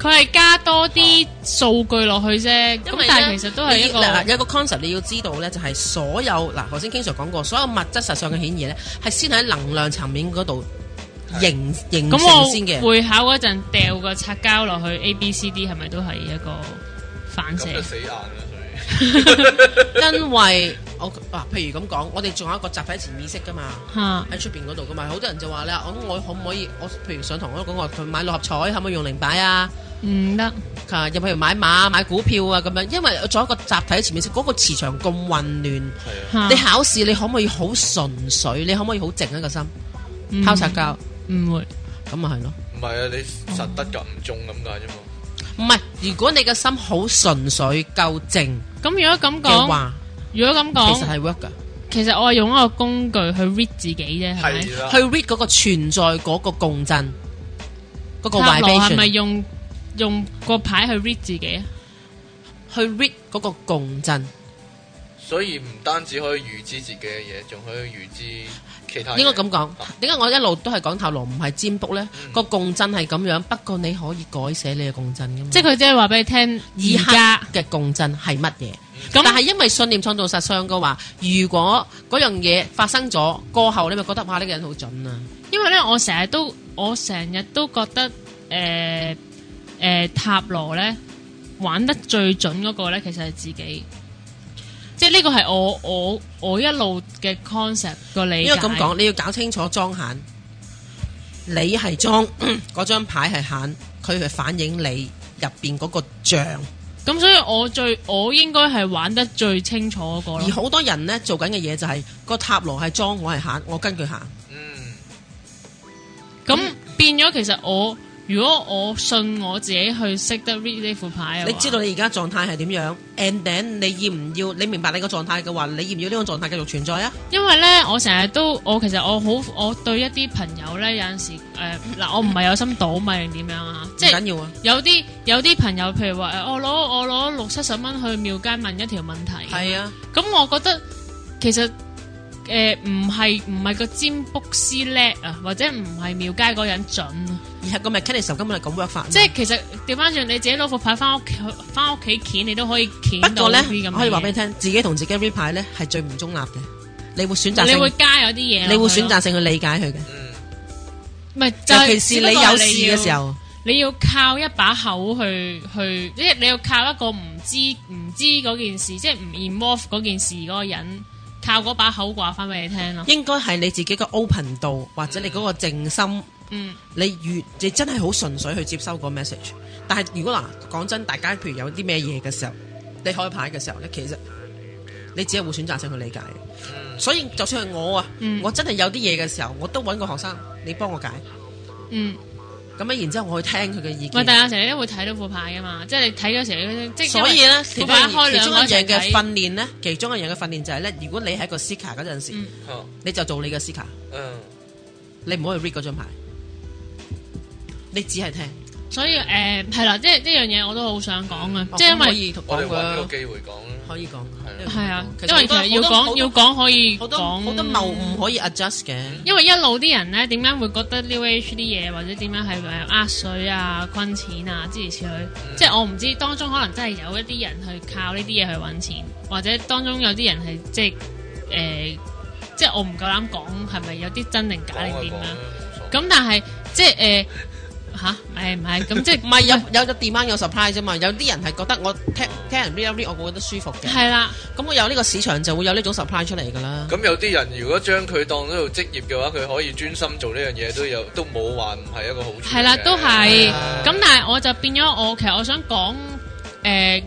[SPEAKER 1] 佢係加多啲數據落去啫，咁但係其實都係一個
[SPEAKER 3] 你嗱有一個 concept 你要知道咧，就係所有嗱頭先經常講過，所有物質實上嘅顯現咧，係先喺能量層面嗰度形形成先
[SPEAKER 1] 咁
[SPEAKER 3] 嘅
[SPEAKER 1] 我。會考嗰陣掉個擦膠落去 A B C D 係咪都係一個反射
[SPEAKER 4] 咁？就死硬啦，所
[SPEAKER 1] <laughs>
[SPEAKER 3] 因為我嗱，譬如咁講，我哋仲有一個集體潛意識噶嘛，
[SPEAKER 1] 嚇
[SPEAKER 3] 喺出邊嗰度噶嘛，好多人就話咧，我我可唔可以，我譬如上堂我都講話，佢買六合彩可唔可以用零擺啊？
[SPEAKER 1] 唔得，
[SPEAKER 3] 啊，又譬如買馬、買股票啊咁樣，因為仲有一個集體潛意識，嗰、個磁場咁混亂，
[SPEAKER 4] 以係
[SPEAKER 1] 嚇
[SPEAKER 4] 啊。
[SPEAKER 3] 你考試你可唔可以好純粹？你可唔可以好靜一個心，
[SPEAKER 1] 嗯
[SPEAKER 3] 拋擦膠？
[SPEAKER 1] 唔會
[SPEAKER 3] 咁咪係咯。
[SPEAKER 4] 唔係啊，你實得㗎，唔中咁解啫嘛。
[SPEAKER 3] 唔係，如果你嘅心好純粹夠靜
[SPEAKER 1] 咁如果咁
[SPEAKER 3] 嘅
[SPEAKER 1] 講，
[SPEAKER 3] 話，
[SPEAKER 1] 如果咁
[SPEAKER 3] 其實
[SPEAKER 1] 講，
[SPEAKER 3] 係 work 噶。
[SPEAKER 1] 其實我係用一個工具去 read 自己啫，哦係咪？
[SPEAKER 4] 係啦
[SPEAKER 3] 去，read 嗰個存在嗰個共振，嗰、個
[SPEAKER 1] 塔羅係咪
[SPEAKER 3] vibration，
[SPEAKER 1] 用用個牌去 read 自己啊？
[SPEAKER 3] 去 read 嗰個共振。
[SPEAKER 4] 所以唔單止可以預知自己嘅嘢，仲可以預知其他嘢。
[SPEAKER 3] 應該咁講，點解我一路都係講塔羅唔係占卜呢？
[SPEAKER 4] 嗯
[SPEAKER 3] 個共振係咁樣，不過你可以改寫你嘅共振噶嘛。
[SPEAKER 1] 即係佢即係話俾你
[SPEAKER 3] 以
[SPEAKER 1] 聽，而家
[SPEAKER 3] 嘅共振係乜嘢？
[SPEAKER 1] 咁
[SPEAKER 3] 但係因為信念創造實相嘅話，如果嗰樣嘢發生咗過後，你咪覺得哇呢、個人好準啊！
[SPEAKER 1] 因為咧，我成日都我成日都覺得誒誒、呃呃塔羅咧玩得最準嗰個咧，其實係自己。即係呢個係我我我一路嘅 concept 個理解。
[SPEAKER 3] 因為咁講，你要搞清楚裝閒，你
[SPEAKER 1] <coughs>
[SPEAKER 3] 係裝嗰張牌係閒，佢係反映你入邊嗰個像。
[SPEAKER 1] 咁所以我最我應該係玩得最清楚嗰個
[SPEAKER 3] 而
[SPEAKER 1] 咯。
[SPEAKER 3] 好多人呢，做緊嘅嘢就係、個塔羅係裝，我係閒，我跟佢行。
[SPEAKER 4] 嗯，
[SPEAKER 1] 咁變咗其實我如果我信我自己去識得 read 呢副牌嘅話
[SPEAKER 3] 你知道你而家狀態係點樣？And then 你要唔要？你明白你個狀態嘅話，你要唔要呢個狀態繼續存在啊？
[SPEAKER 1] 因為咧，我成日都我其實我好我對一啲朋友咧有陣時誒呃嗱、我唔係有心倒米定點樣啊，
[SPEAKER 3] 唔
[SPEAKER 1] 即係
[SPEAKER 3] 緊要啊，
[SPEAKER 1] 有啲有啲朋友譬如話誒，呃我攞我攞六七十蚊去廟街問一條問題，
[SPEAKER 3] 係啊，
[SPEAKER 1] 咁我覺得其實誒唔係唔係個占卜師叻啊，或者唔係廟街嗰人準啊。
[SPEAKER 3] 而係個 mechanism 根本係咁 work 法。
[SPEAKER 1] 即係其實調翻轉，你自己攞副牌翻屋企，翻屋企鉗你都可以鉗
[SPEAKER 3] 不
[SPEAKER 1] 到
[SPEAKER 3] 過呢，
[SPEAKER 1] 啲咁嘅嘢
[SPEAKER 3] 可以話俾你聽，自己同自己 read 牌呢係最唔中立嘅。你會選擇
[SPEAKER 1] 你會
[SPEAKER 3] 性，
[SPEAKER 1] 加有啲嘢落去咯，
[SPEAKER 3] 你會選擇性去理解佢嘅。
[SPEAKER 4] 嗯，
[SPEAKER 1] 唔係，就
[SPEAKER 3] 尤
[SPEAKER 1] 係
[SPEAKER 3] 其是你有事嘅
[SPEAKER 1] 只
[SPEAKER 3] 時，候，
[SPEAKER 1] 不過係你要你要靠一把口去去，即係你要靠一個唔知唔知嗰件事，即係唔 involve 嗰件事嗰個人，靠嗰把口話翻俾你聽咯。
[SPEAKER 3] 應該係你自己個 open 度，或者你嗰個靜心，
[SPEAKER 1] 嗯，
[SPEAKER 3] 你越你真係好純粹去接收個 message。但係如果嗱講真，大家譬如有啲咩嘢嘅時候，你開牌嘅時候咧，其實你只係會選擇性去理解
[SPEAKER 4] 嗯
[SPEAKER 3] 嘅。所以就算係我啊，
[SPEAKER 1] 嗯
[SPEAKER 3] 我真係有啲嘢嘅時候，我都揾個學生你幫我解，
[SPEAKER 1] 嗯，
[SPEAKER 3] 咁樣然之後我去聽佢嘅意
[SPEAKER 1] 喂，
[SPEAKER 3] 見。
[SPEAKER 1] 但有時你都會睇到副牌噶嘛，即係你睇嗰時你都，即係因為
[SPEAKER 3] 所以咧，其
[SPEAKER 1] 副
[SPEAKER 3] 中
[SPEAKER 1] 牌開
[SPEAKER 3] 一其
[SPEAKER 1] 兩
[SPEAKER 3] 中
[SPEAKER 1] 個
[SPEAKER 3] 一
[SPEAKER 1] 一齊
[SPEAKER 3] 樣嘅
[SPEAKER 1] 睇，
[SPEAKER 3] 訓練咧，其中一樣嘅訓練就係咧，如果你喺個 seeker 嗰陣時，
[SPEAKER 1] 嗯
[SPEAKER 4] 嚇
[SPEAKER 3] 你就做你嘅 seeker，
[SPEAKER 4] 嗯，
[SPEAKER 3] 你唔好去 read 嗰張牌，你只係聽。
[SPEAKER 1] 所以誒係啦，即係呢樣嘢我都好想講啊，即係
[SPEAKER 3] 係
[SPEAKER 1] 因
[SPEAKER 3] 哦可
[SPEAKER 1] 為。
[SPEAKER 3] 以
[SPEAKER 4] 我哋
[SPEAKER 3] 講
[SPEAKER 4] 揾個
[SPEAKER 3] 嘅，
[SPEAKER 4] 機會講啦。
[SPEAKER 3] 可以講。
[SPEAKER 1] 系啊，
[SPEAKER 3] 其
[SPEAKER 1] 因為其
[SPEAKER 3] 實
[SPEAKER 1] 實要
[SPEAKER 3] 好
[SPEAKER 1] 講
[SPEAKER 3] 多
[SPEAKER 1] 要講可以
[SPEAKER 3] 好多
[SPEAKER 1] 講
[SPEAKER 3] 好多謬誤可以 adjust 嘅，
[SPEAKER 1] 因為一路啲人咧點解會覺得 New Age 啲嘢或者點樣係誒呃水啊、坤錢啊諸如此類，即係我唔知當中可能真係有一啲人去靠呢啲嘢去揾錢，或者當中有啲人係即係誒、呃即係我唔夠膽講係咪有啲真定假
[SPEAKER 4] 講
[SPEAKER 1] 定
[SPEAKER 4] 就
[SPEAKER 1] 點啊
[SPEAKER 4] 講啦
[SPEAKER 1] 樣？，
[SPEAKER 4] 冇所謂
[SPEAKER 1] 咁但係即係誒吓，誒唔係咁即係
[SPEAKER 3] <laughs> 唔係有有個 demand 有 supply 啫嘛，有啲人係覺得我聽聽人 read 一 read 我會覺得舒服嘅，
[SPEAKER 1] 係啦，
[SPEAKER 3] 咁我有呢個市場就會有呢種 supply 出嚟㗎啦。
[SPEAKER 4] 咁有啲人如果將佢當咗做職業嘅話，佢可以專心做呢樣嘢，都有都冇話唔係一個好處嘅。
[SPEAKER 1] 係啦，都係。
[SPEAKER 4] 啊
[SPEAKER 1] 咁但係我就變咗我其實我想講誒、呃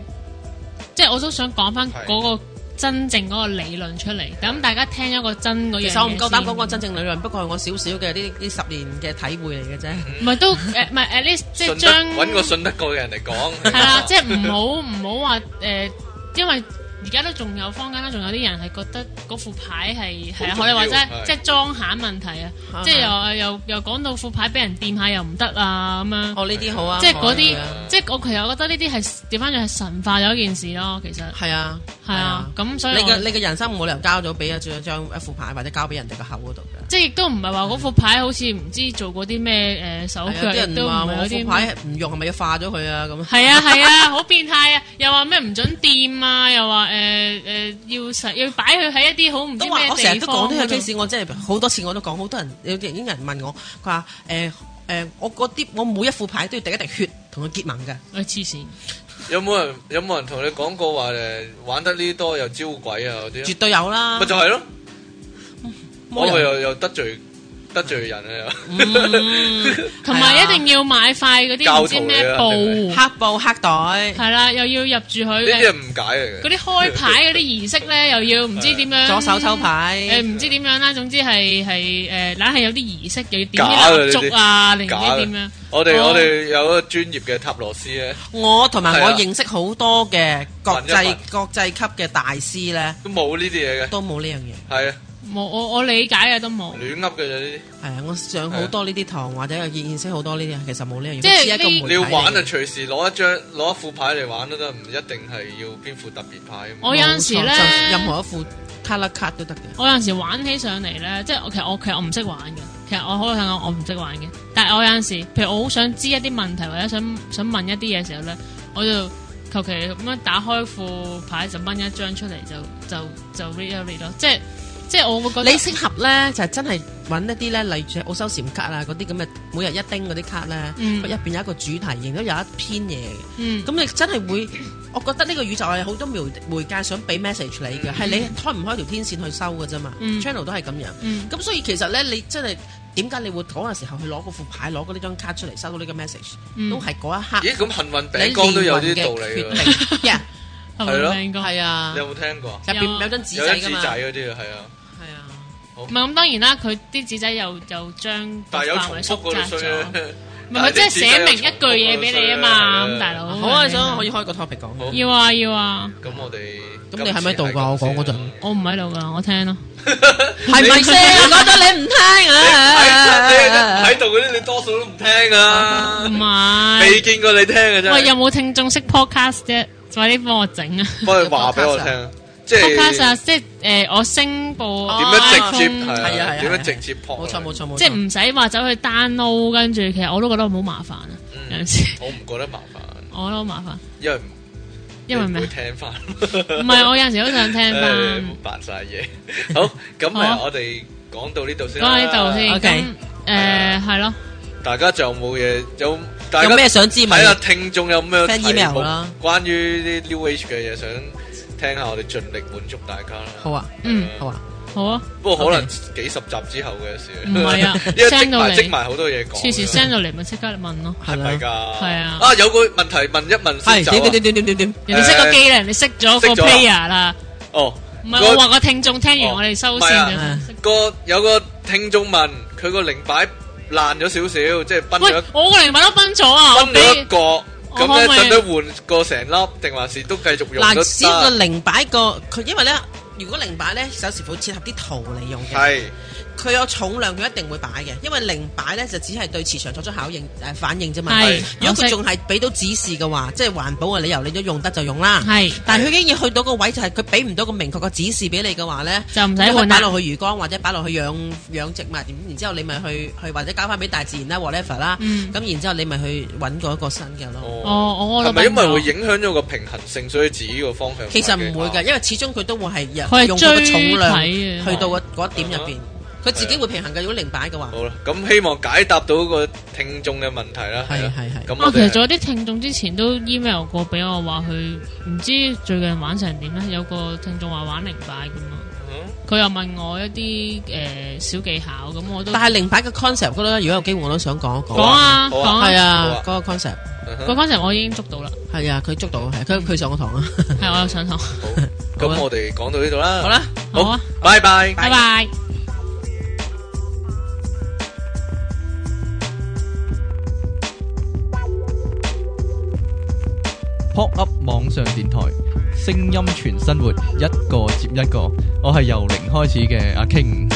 [SPEAKER 1] 即係我都想講翻
[SPEAKER 4] 係
[SPEAKER 1] 嗰個真正嗰個理論出嚟，咁大家聽咗個真嗰樣嘢
[SPEAKER 3] 其
[SPEAKER 1] 先。
[SPEAKER 3] 實我唔夠膽講個真正理論，不過係我少少嘅呢呢十年嘅體會嚟嘅啫。
[SPEAKER 1] 唔係都誒唔係 at least 即係
[SPEAKER 4] 信得
[SPEAKER 1] 將 <laughs>
[SPEAKER 4] 揾個信得過嘅人嚟講。
[SPEAKER 1] 係啦，即係唔好唔好話誒，因為而家都仲有坊間啦，仲有啲人係覺得嗰副牌係係啊，我
[SPEAKER 4] 好重
[SPEAKER 1] 哋
[SPEAKER 4] 要
[SPEAKER 1] 話
[SPEAKER 4] 係
[SPEAKER 1] 齋即係裝閒問題啊， <laughs> 即係又又又講到副牌俾人掂下又唔得啊咁樣，
[SPEAKER 3] 哦呢啲好啊，
[SPEAKER 1] 即係嗰啲
[SPEAKER 4] 啊
[SPEAKER 1] 即係我其實我覺得呢啲係調翻轉係神化咗一件事咯，其實
[SPEAKER 3] 係啊
[SPEAKER 1] 係啊，咁所以
[SPEAKER 3] 你
[SPEAKER 1] 我
[SPEAKER 3] 嘅你嘅人生冇理由交咗俾一張張一副牌，或者交俾人哋個口嗰度嘅。
[SPEAKER 1] 即係亦都唔係話嗰副牌好似唔知做過啲咩誒手
[SPEAKER 3] 係啊，啲
[SPEAKER 1] 腳，亦
[SPEAKER 3] 人
[SPEAKER 1] 都唔
[SPEAKER 3] 話
[SPEAKER 1] 係
[SPEAKER 3] 我
[SPEAKER 1] 有啲
[SPEAKER 3] 副
[SPEAKER 1] 咩。
[SPEAKER 3] 牌唔用係咪要化咗佢啊？咁
[SPEAKER 1] 係啊係啊，好變態啊！又話咩唔准掂啊，又話誒誒要實要擺佢喺一啲好唔知
[SPEAKER 3] 都
[SPEAKER 1] 咩
[SPEAKER 3] 話
[SPEAKER 1] 地方
[SPEAKER 3] 我成日都講呢
[SPEAKER 1] 嗰度
[SPEAKER 3] 個 case，我真係好多次我都講，好多人有啲人人問我，佢話誒誒，我嗰啲我每一副牌都要滴一滴血同佢結盟嘅。
[SPEAKER 1] 喂哎黐線，
[SPEAKER 4] <laughs>
[SPEAKER 3] 啊
[SPEAKER 4] 有冇人有冇人同你講過話誒玩得呢啲多又招鬼啊嗰啲
[SPEAKER 3] 絕
[SPEAKER 4] 啊？
[SPEAKER 3] 對有啦
[SPEAKER 4] 咪，就係咯，我
[SPEAKER 3] 冇
[SPEAKER 4] 咪
[SPEAKER 3] 人
[SPEAKER 4] 又又得罪得罪人啊 <laughs>
[SPEAKER 3] 嗯
[SPEAKER 1] 同埋
[SPEAKER 3] 係啊
[SPEAKER 1] 一定要買塊嗰啲唔知咩
[SPEAKER 4] 膠圖啊
[SPEAKER 1] 布，
[SPEAKER 3] 黑布黑袋，
[SPEAKER 1] 係啦，又要入住佢
[SPEAKER 4] 又，呢啲係
[SPEAKER 1] 嘅
[SPEAKER 4] 誤解嚟
[SPEAKER 1] 嗰
[SPEAKER 4] 嘅。
[SPEAKER 1] 啲開牌嗰啲儀式咧，又要唔知點樣
[SPEAKER 3] 左手抽。
[SPEAKER 1] 誒
[SPEAKER 3] 牌，
[SPEAKER 1] 唔知點樣啦，總之係係誒，硬係有啲儀式，又要點
[SPEAKER 4] 假
[SPEAKER 1] 啲蠟
[SPEAKER 4] 嘅呢啲
[SPEAKER 1] 燭啊，定唔
[SPEAKER 4] 假
[SPEAKER 1] 知
[SPEAKER 4] 嘅
[SPEAKER 1] 點樣？
[SPEAKER 4] 我哋
[SPEAKER 1] 哦
[SPEAKER 4] 我哋有一個專業嘅塔羅師咧，
[SPEAKER 3] 我同埋
[SPEAKER 4] 係啊
[SPEAKER 3] 我認識好多嘅國
[SPEAKER 4] 問一
[SPEAKER 3] 際
[SPEAKER 4] 問
[SPEAKER 3] 國際級嘅大師咧，
[SPEAKER 4] 都冇呢啲嘢嘅，
[SPEAKER 3] 都冇呢樣嘢。
[SPEAKER 4] 係啊，
[SPEAKER 1] 冇我我理解啊嘅都冇。
[SPEAKER 4] 亂噏嘅啫呢啲。
[SPEAKER 3] 係啊，我上好多呢啲堂，或者有認識好多呢啲人，其實冇呢樣嘢。
[SPEAKER 1] 即係
[SPEAKER 3] 只一個
[SPEAKER 1] 呢
[SPEAKER 3] 媒
[SPEAKER 4] 你要
[SPEAKER 3] 體嚟
[SPEAKER 4] 玩就
[SPEAKER 3] 嘅
[SPEAKER 4] 隨時攞一張攞一副牌嚟玩都得，唔一定係要邊副特別牌咁。
[SPEAKER 1] 我有陣時咧
[SPEAKER 3] 冇錯就任何一副卡拉卡都得嘅。
[SPEAKER 1] 我有陣時玩起上嚟咧，即係我其實我其實我唔識玩嘅，其實我好想講我唔識玩嘅。但係我有陣時，譬如我好想知一啲問題或者想想問一啲嘢嘅時候咧，我就求其咁樣打開副牌就掹一張出嚟就就就 read 一 read 咯，即係即係我會覺得
[SPEAKER 3] 你適合咧就係真係揾一啲咧，例如澳洲禪卡啊嗰啲咁嘅，每日一丁嗰啲卡咧，
[SPEAKER 1] 嗯
[SPEAKER 3] 佢入邊有一個主題，然後有一篇嘢嘅。
[SPEAKER 1] 嗯
[SPEAKER 3] 咁你真係會，我覺得呢個宇宙係好多媒媒介想俾 message 你嘅，係你開唔開條天線去收嘅啫嘛。
[SPEAKER 1] 嗯
[SPEAKER 3] channel 都係咁樣。
[SPEAKER 1] 嗯
[SPEAKER 3] 咁所以其實咧，你真係點解你會嗰陣時候去攞嗰副牌，攞嗰呢張卡出嚟收到呢個 message，
[SPEAKER 1] 嗯
[SPEAKER 3] 都係嗰一刻
[SPEAKER 4] 咦，咁幸運
[SPEAKER 3] 你
[SPEAKER 4] 餅乾都有啲
[SPEAKER 3] 靈
[SPEAKER 4] 道
[SPEAKER 3] 魂嘅
[SPEAKER 4] 理
[SPEAKER 3] 決
[SPEAKER 4] 㗎。
[SPEAKER 3] 定。Yeah， <laughs>
[SPEAKER 1] 嗯係
[SPEAKER 4] 係咯
[SPEAKER 1] 咪應該
[SPEAKER 3] 係啊
[SPEAKER 4] 你，有冇聽過啊？
[SPEAKER 3] 入邊有張紙
[SPEAKER 4] 有張
[SPEAKER 3] 仔㗎
[SPEAKER 4] 紙
[SPEAKER 3] 嘛。
[SPEAKER 4] 仔嗰啲啊，係啊。
[SPEAKER 3] 係啊，
[SPEAKER 1] 唔係咁當然啦，佢啲紙仔又又將個
[SPEAKER 4] 但係有重
[SPEAKER 1] 範圍
[SPEAKER 4] 複
[SPEAKER 1] 縮
[SPEAKER 4] 嗰
[SPEAKER 1] 窄
[SPEAKER 4] 度衰
[SPEAKER 1] 咗
[SPEAKER 4] 啊，。
[SPEAKER 1] 唔係佢真係寫明一句嘢俾你啊嘛，咁大佬
[SPEAKER 3] 好啊，想可以開個 topic 講。
[SPEAKER 4] 好
[SPEAKER 1] 要啊要啊，
[SPEAKER 4] 咁我哋
[SPEAKER 3] 咁你喺咪度㗎我講嗰陣
[SPEAKER 4] <laughs>
[SPEAKER 1] 我唔喺度噶，我聽咯。
[SPEAKER 3] 係咪先？我覺得你唔聽啊！
[SPEAKER 4] 喺度嗰啲，你多數都唔聽啊
[SPEAKER 1] 唔，係
[SPEAKER 4] 未。見過你聽嘅啫。
[SPEAKER 1] 喂，有冇聽眾識 podcast 啫？快啲幫我整啊
[SPEAKER 4] 不過話俾我聽，即係
[SPEAKER 1] ！podcast 啊，即係誒，我升部
[SPEAKER 4] 點樣直接
[SPEAKER 1] iPhone，
[SPEAKER 4] 係
[SPEAKER 3] 係啊係
[SPEAKER 4] 啊？
[SPEAKER 3] 啊
[SPEAKER 4] 點樣直接撲？
[SPEAKER 3] 冇錯冇。錯冇錯，
[SPEAKER 1] 即係唔使話走去 download，跟住其實我都覺得好麻煩啊。
[SPEAKER 4] 嗯
[SPEAKER 1] 有陣時
[SPEAKER 4] 我唔覺得麻煩，
[SPEAKER 1] 我都好麻煩，
[SPEAKER 4] 因為
[SPEAKER 1] 因為
[SPEAKER 4] 你唔會
[SPEAKER 1] 咩？
[SPEAKER 4] 聽翻，
[SPEAKER 1] 唔係我有陣時好想聽
[SPEAKER 4] <laughs> 唉
[SPEAKER 1] 翻。
[SPEAKER 4] 扮晒嘢。好，咁誒，
[SPEAKER 1] 好
[SPEAKER 4] 我哋講到呢度先
[SPEAKER 1] 講
[SPEAKER 4] 啦。
[SPEAKER 1] 喺度先，
[SPEAKER 3] OK
[SPEAKER 1] 咁誒係咯，
[SPEAKER 4] 大家仲有冇嘢？有大家
[SPEAKER 3] 有咩想知咪
[SPEAKER 4] 睇？下聽眾有咩
[SPEAKER 3] Send
[SPEAKER 4] 題目
[SPEAKER 3] email 啦
[SPEAKER 4] 關於啲 New Age 嘅嘢，想聽下我哋盡力滿足大家啦。
[SPEAKER 3] 好啊，
[SPEAKER 1] 嗯，
[SPEAKER 3] 好啊，
[SPEAKER 1] 好啊，
[SPEAKER 4] 不過可能幾十集之後嘅事，
[SPEAKER 1] 唔係
[SPEAKER 4] <laughs>
[SPEAKER 1] 啊
[SPEAKER 4] 因為積
[SPEAKER 1] ，send 到
[SPEAKER 4] 埋
[SPEAKER 1] 嚟
[SPEAKER 4] 積埋好多嘢講。
[SPEAKER 1] 隨時 send 到嚟咪即刻問咯。
[SPEAKER 3] 係
[SPEAKER 4] 係
[SPEAKER 3] 啦，
[SPEAKER 4] 㗎，
[SPEAKER 1] 係啊
[SPEAKER 4] 啊有個問題問一問先
[SPEAKER 3] 係
[SPEAKER 4] 走
[SPEAKER 3] 點
[SPEAKER 4] 啊
[SPEAKER 3] 點點點點點，
[SPEAKER 1] 人哋識個機啦，人哋識咗
[SPEAKER 4] 識
[SPEAKER 1] 個
[SPEAKER 4] 咗啊
[SPEAKER 1] player 啦。
[SPEAKER 4] 哦，
[SPEAKER 1] 唔係我
[SPEAKER 4] 個
[SPEAKER 1] 話個聽眾聽完我哋收線
[SPEAKER 4] 唔係
[SPEAKER 1] 啊
[SPEAKER 3] 啊。
[SPEAKER 4] 個有個聽眾問佢個靈擺爛咗少少，即係崩
[SPEAKER 1] 喂
[SPEAKER 4] 咗一，
[SPEAKER 1] 我個零版都崩咗啊！我
[SPEAKER 4] 崩咗一
[SPEAKER 1] 俾
[SPEAKER 4] 個，
[SPEAKER 1] 我可
[SPEAKER 4] 咁
[SPEAKER 1] 唔
[SPEAKER 4] 咧
[SPEAKER 1] 可以
[SPEAKER 4] 使唔使換個成粒，定還是都繼續用
[SPEAKER 3] 嗱，
[SPEAKER 4] 都
[SPEAKER 3] 只要個
[SPEAKER 4] 得？
[SPEAKER 3] 零擺個佢，因為咧，如果零擺咧，有時會切合啲圖嚟用嘅。
[SPEAKER 4] 係
[SPEAKER 3] 佢有重量，佢一定會擺嘅，因為零擺咧就只係對磁場作出考驗誒反應啫嘛。
[SPEAKER 1] 係
[SPEAKER 3] 如果
[SPEAKER 1] 我識
[SPEAKER 3] 佢仲係俾到指示嘅話，即係環保嘅理由，你都用得就用啦。
[SPEAKER 1] 係
[SPEAKER 3] 但係佢已經要去到個位，就係佢俾唔到個明確嘅指示俾你嘅話咧，
[SPEAKER 1] 就唔使換啊
[SPEAKER 3] 咁佢
[SPEAKER 1] 啦
[SPEAKER 3] 擺落去魚缸或者擺落去養養植物，然然之後你咪去去或者交翻俾大自然啦，whatever 啦。
[SPEAKER 1] 嗯
[SPEAKER 3] 咁然之後你咪去揾嗰個新嘅咯。
[SPEAKER 1] 哦我
[SPEAKER 4] 係咪
[SPEAKER 1] 諗
[SPEAKER 4] 因為
[SPEAKER 1] 唔到
[SPEAKER 4] 會影響咗個平衡性，所以指呢個方向？
[SPEAKER 3] 其實唔會嘅，因為始終佢都會
[SPEAKER 1] 佢係
[SPEAKER 3] 係用佢嘅重量
[SPEAKER 1] 追睇啊嘅
[SPEAKER 3] 去到嗰嗰一點入邊，佢自己會平衡嘅。如果零擺嘅話，
[SPEAKER 4] 好啦，咁希望解答到個聽眾嘅問題啦。
[SPEAKER 3] 係
[SPEAKER 4] 啦
[SPEAKER 3] 係係
[SPEAKER 4] 咁
[SPEAKER 1] 啊，
[SPEAKER 4] 我
[SPEAKER 1] 其實
[SPEAKER 4] 哋
[SPEAKER 1] 仲有啲聽眾之前都 email 過俾我話佢唔知最近玩成點咧，有個聽眾話玩零拜噶嘛，
[SPEAKER 4] 嗯
[SPEAKER 1] 佢又問我一啲誒小技巧，咁我都
[SPEAKER 3] 但係零擺嘅 concept 嗰度咧，如果有機會我都想講一
[SPEAKER 1] 講
[SPEAKER 3] 講。
[SPEAKER 1] 啊
[SPEAKER 4] 好
[SPEAKER 1] 講
[SPEAKER 4] 啊
[SPEAKER 3] 係
[SPEAKER 1] 啊，
[SPEAKER 4] 好
[SPEAKER 3] 啊
[SPEAKER 4] 啊，
[SPEAKER 3] 嗰個 concept
[SPEAKER 4] 嗯哼
[SPEAKER 1] 嗰嗰陣我已經捉到啦，
[SPEAKER 3] 係啊，佢捉到係佢佢上過堂啊。
[SPEAKER 1] 係我有上堂，
[SPEAKER 4] 好，
[SPEAKER 3] 好啊
[SPEAKER 4] 咁我哋講到呢度啦。
[SPEAKER 3] 好，啦。
[SPEAKER 1] 好啊，
[SPEAKER 4] 拜拜。
[SPEAKER 1] 拜拜。
[SPEAKER 2] Pop Up 網上電台，
[SPEAKER 4] 聲音全生活，一個接一個。我係由零開始嘅阿 King。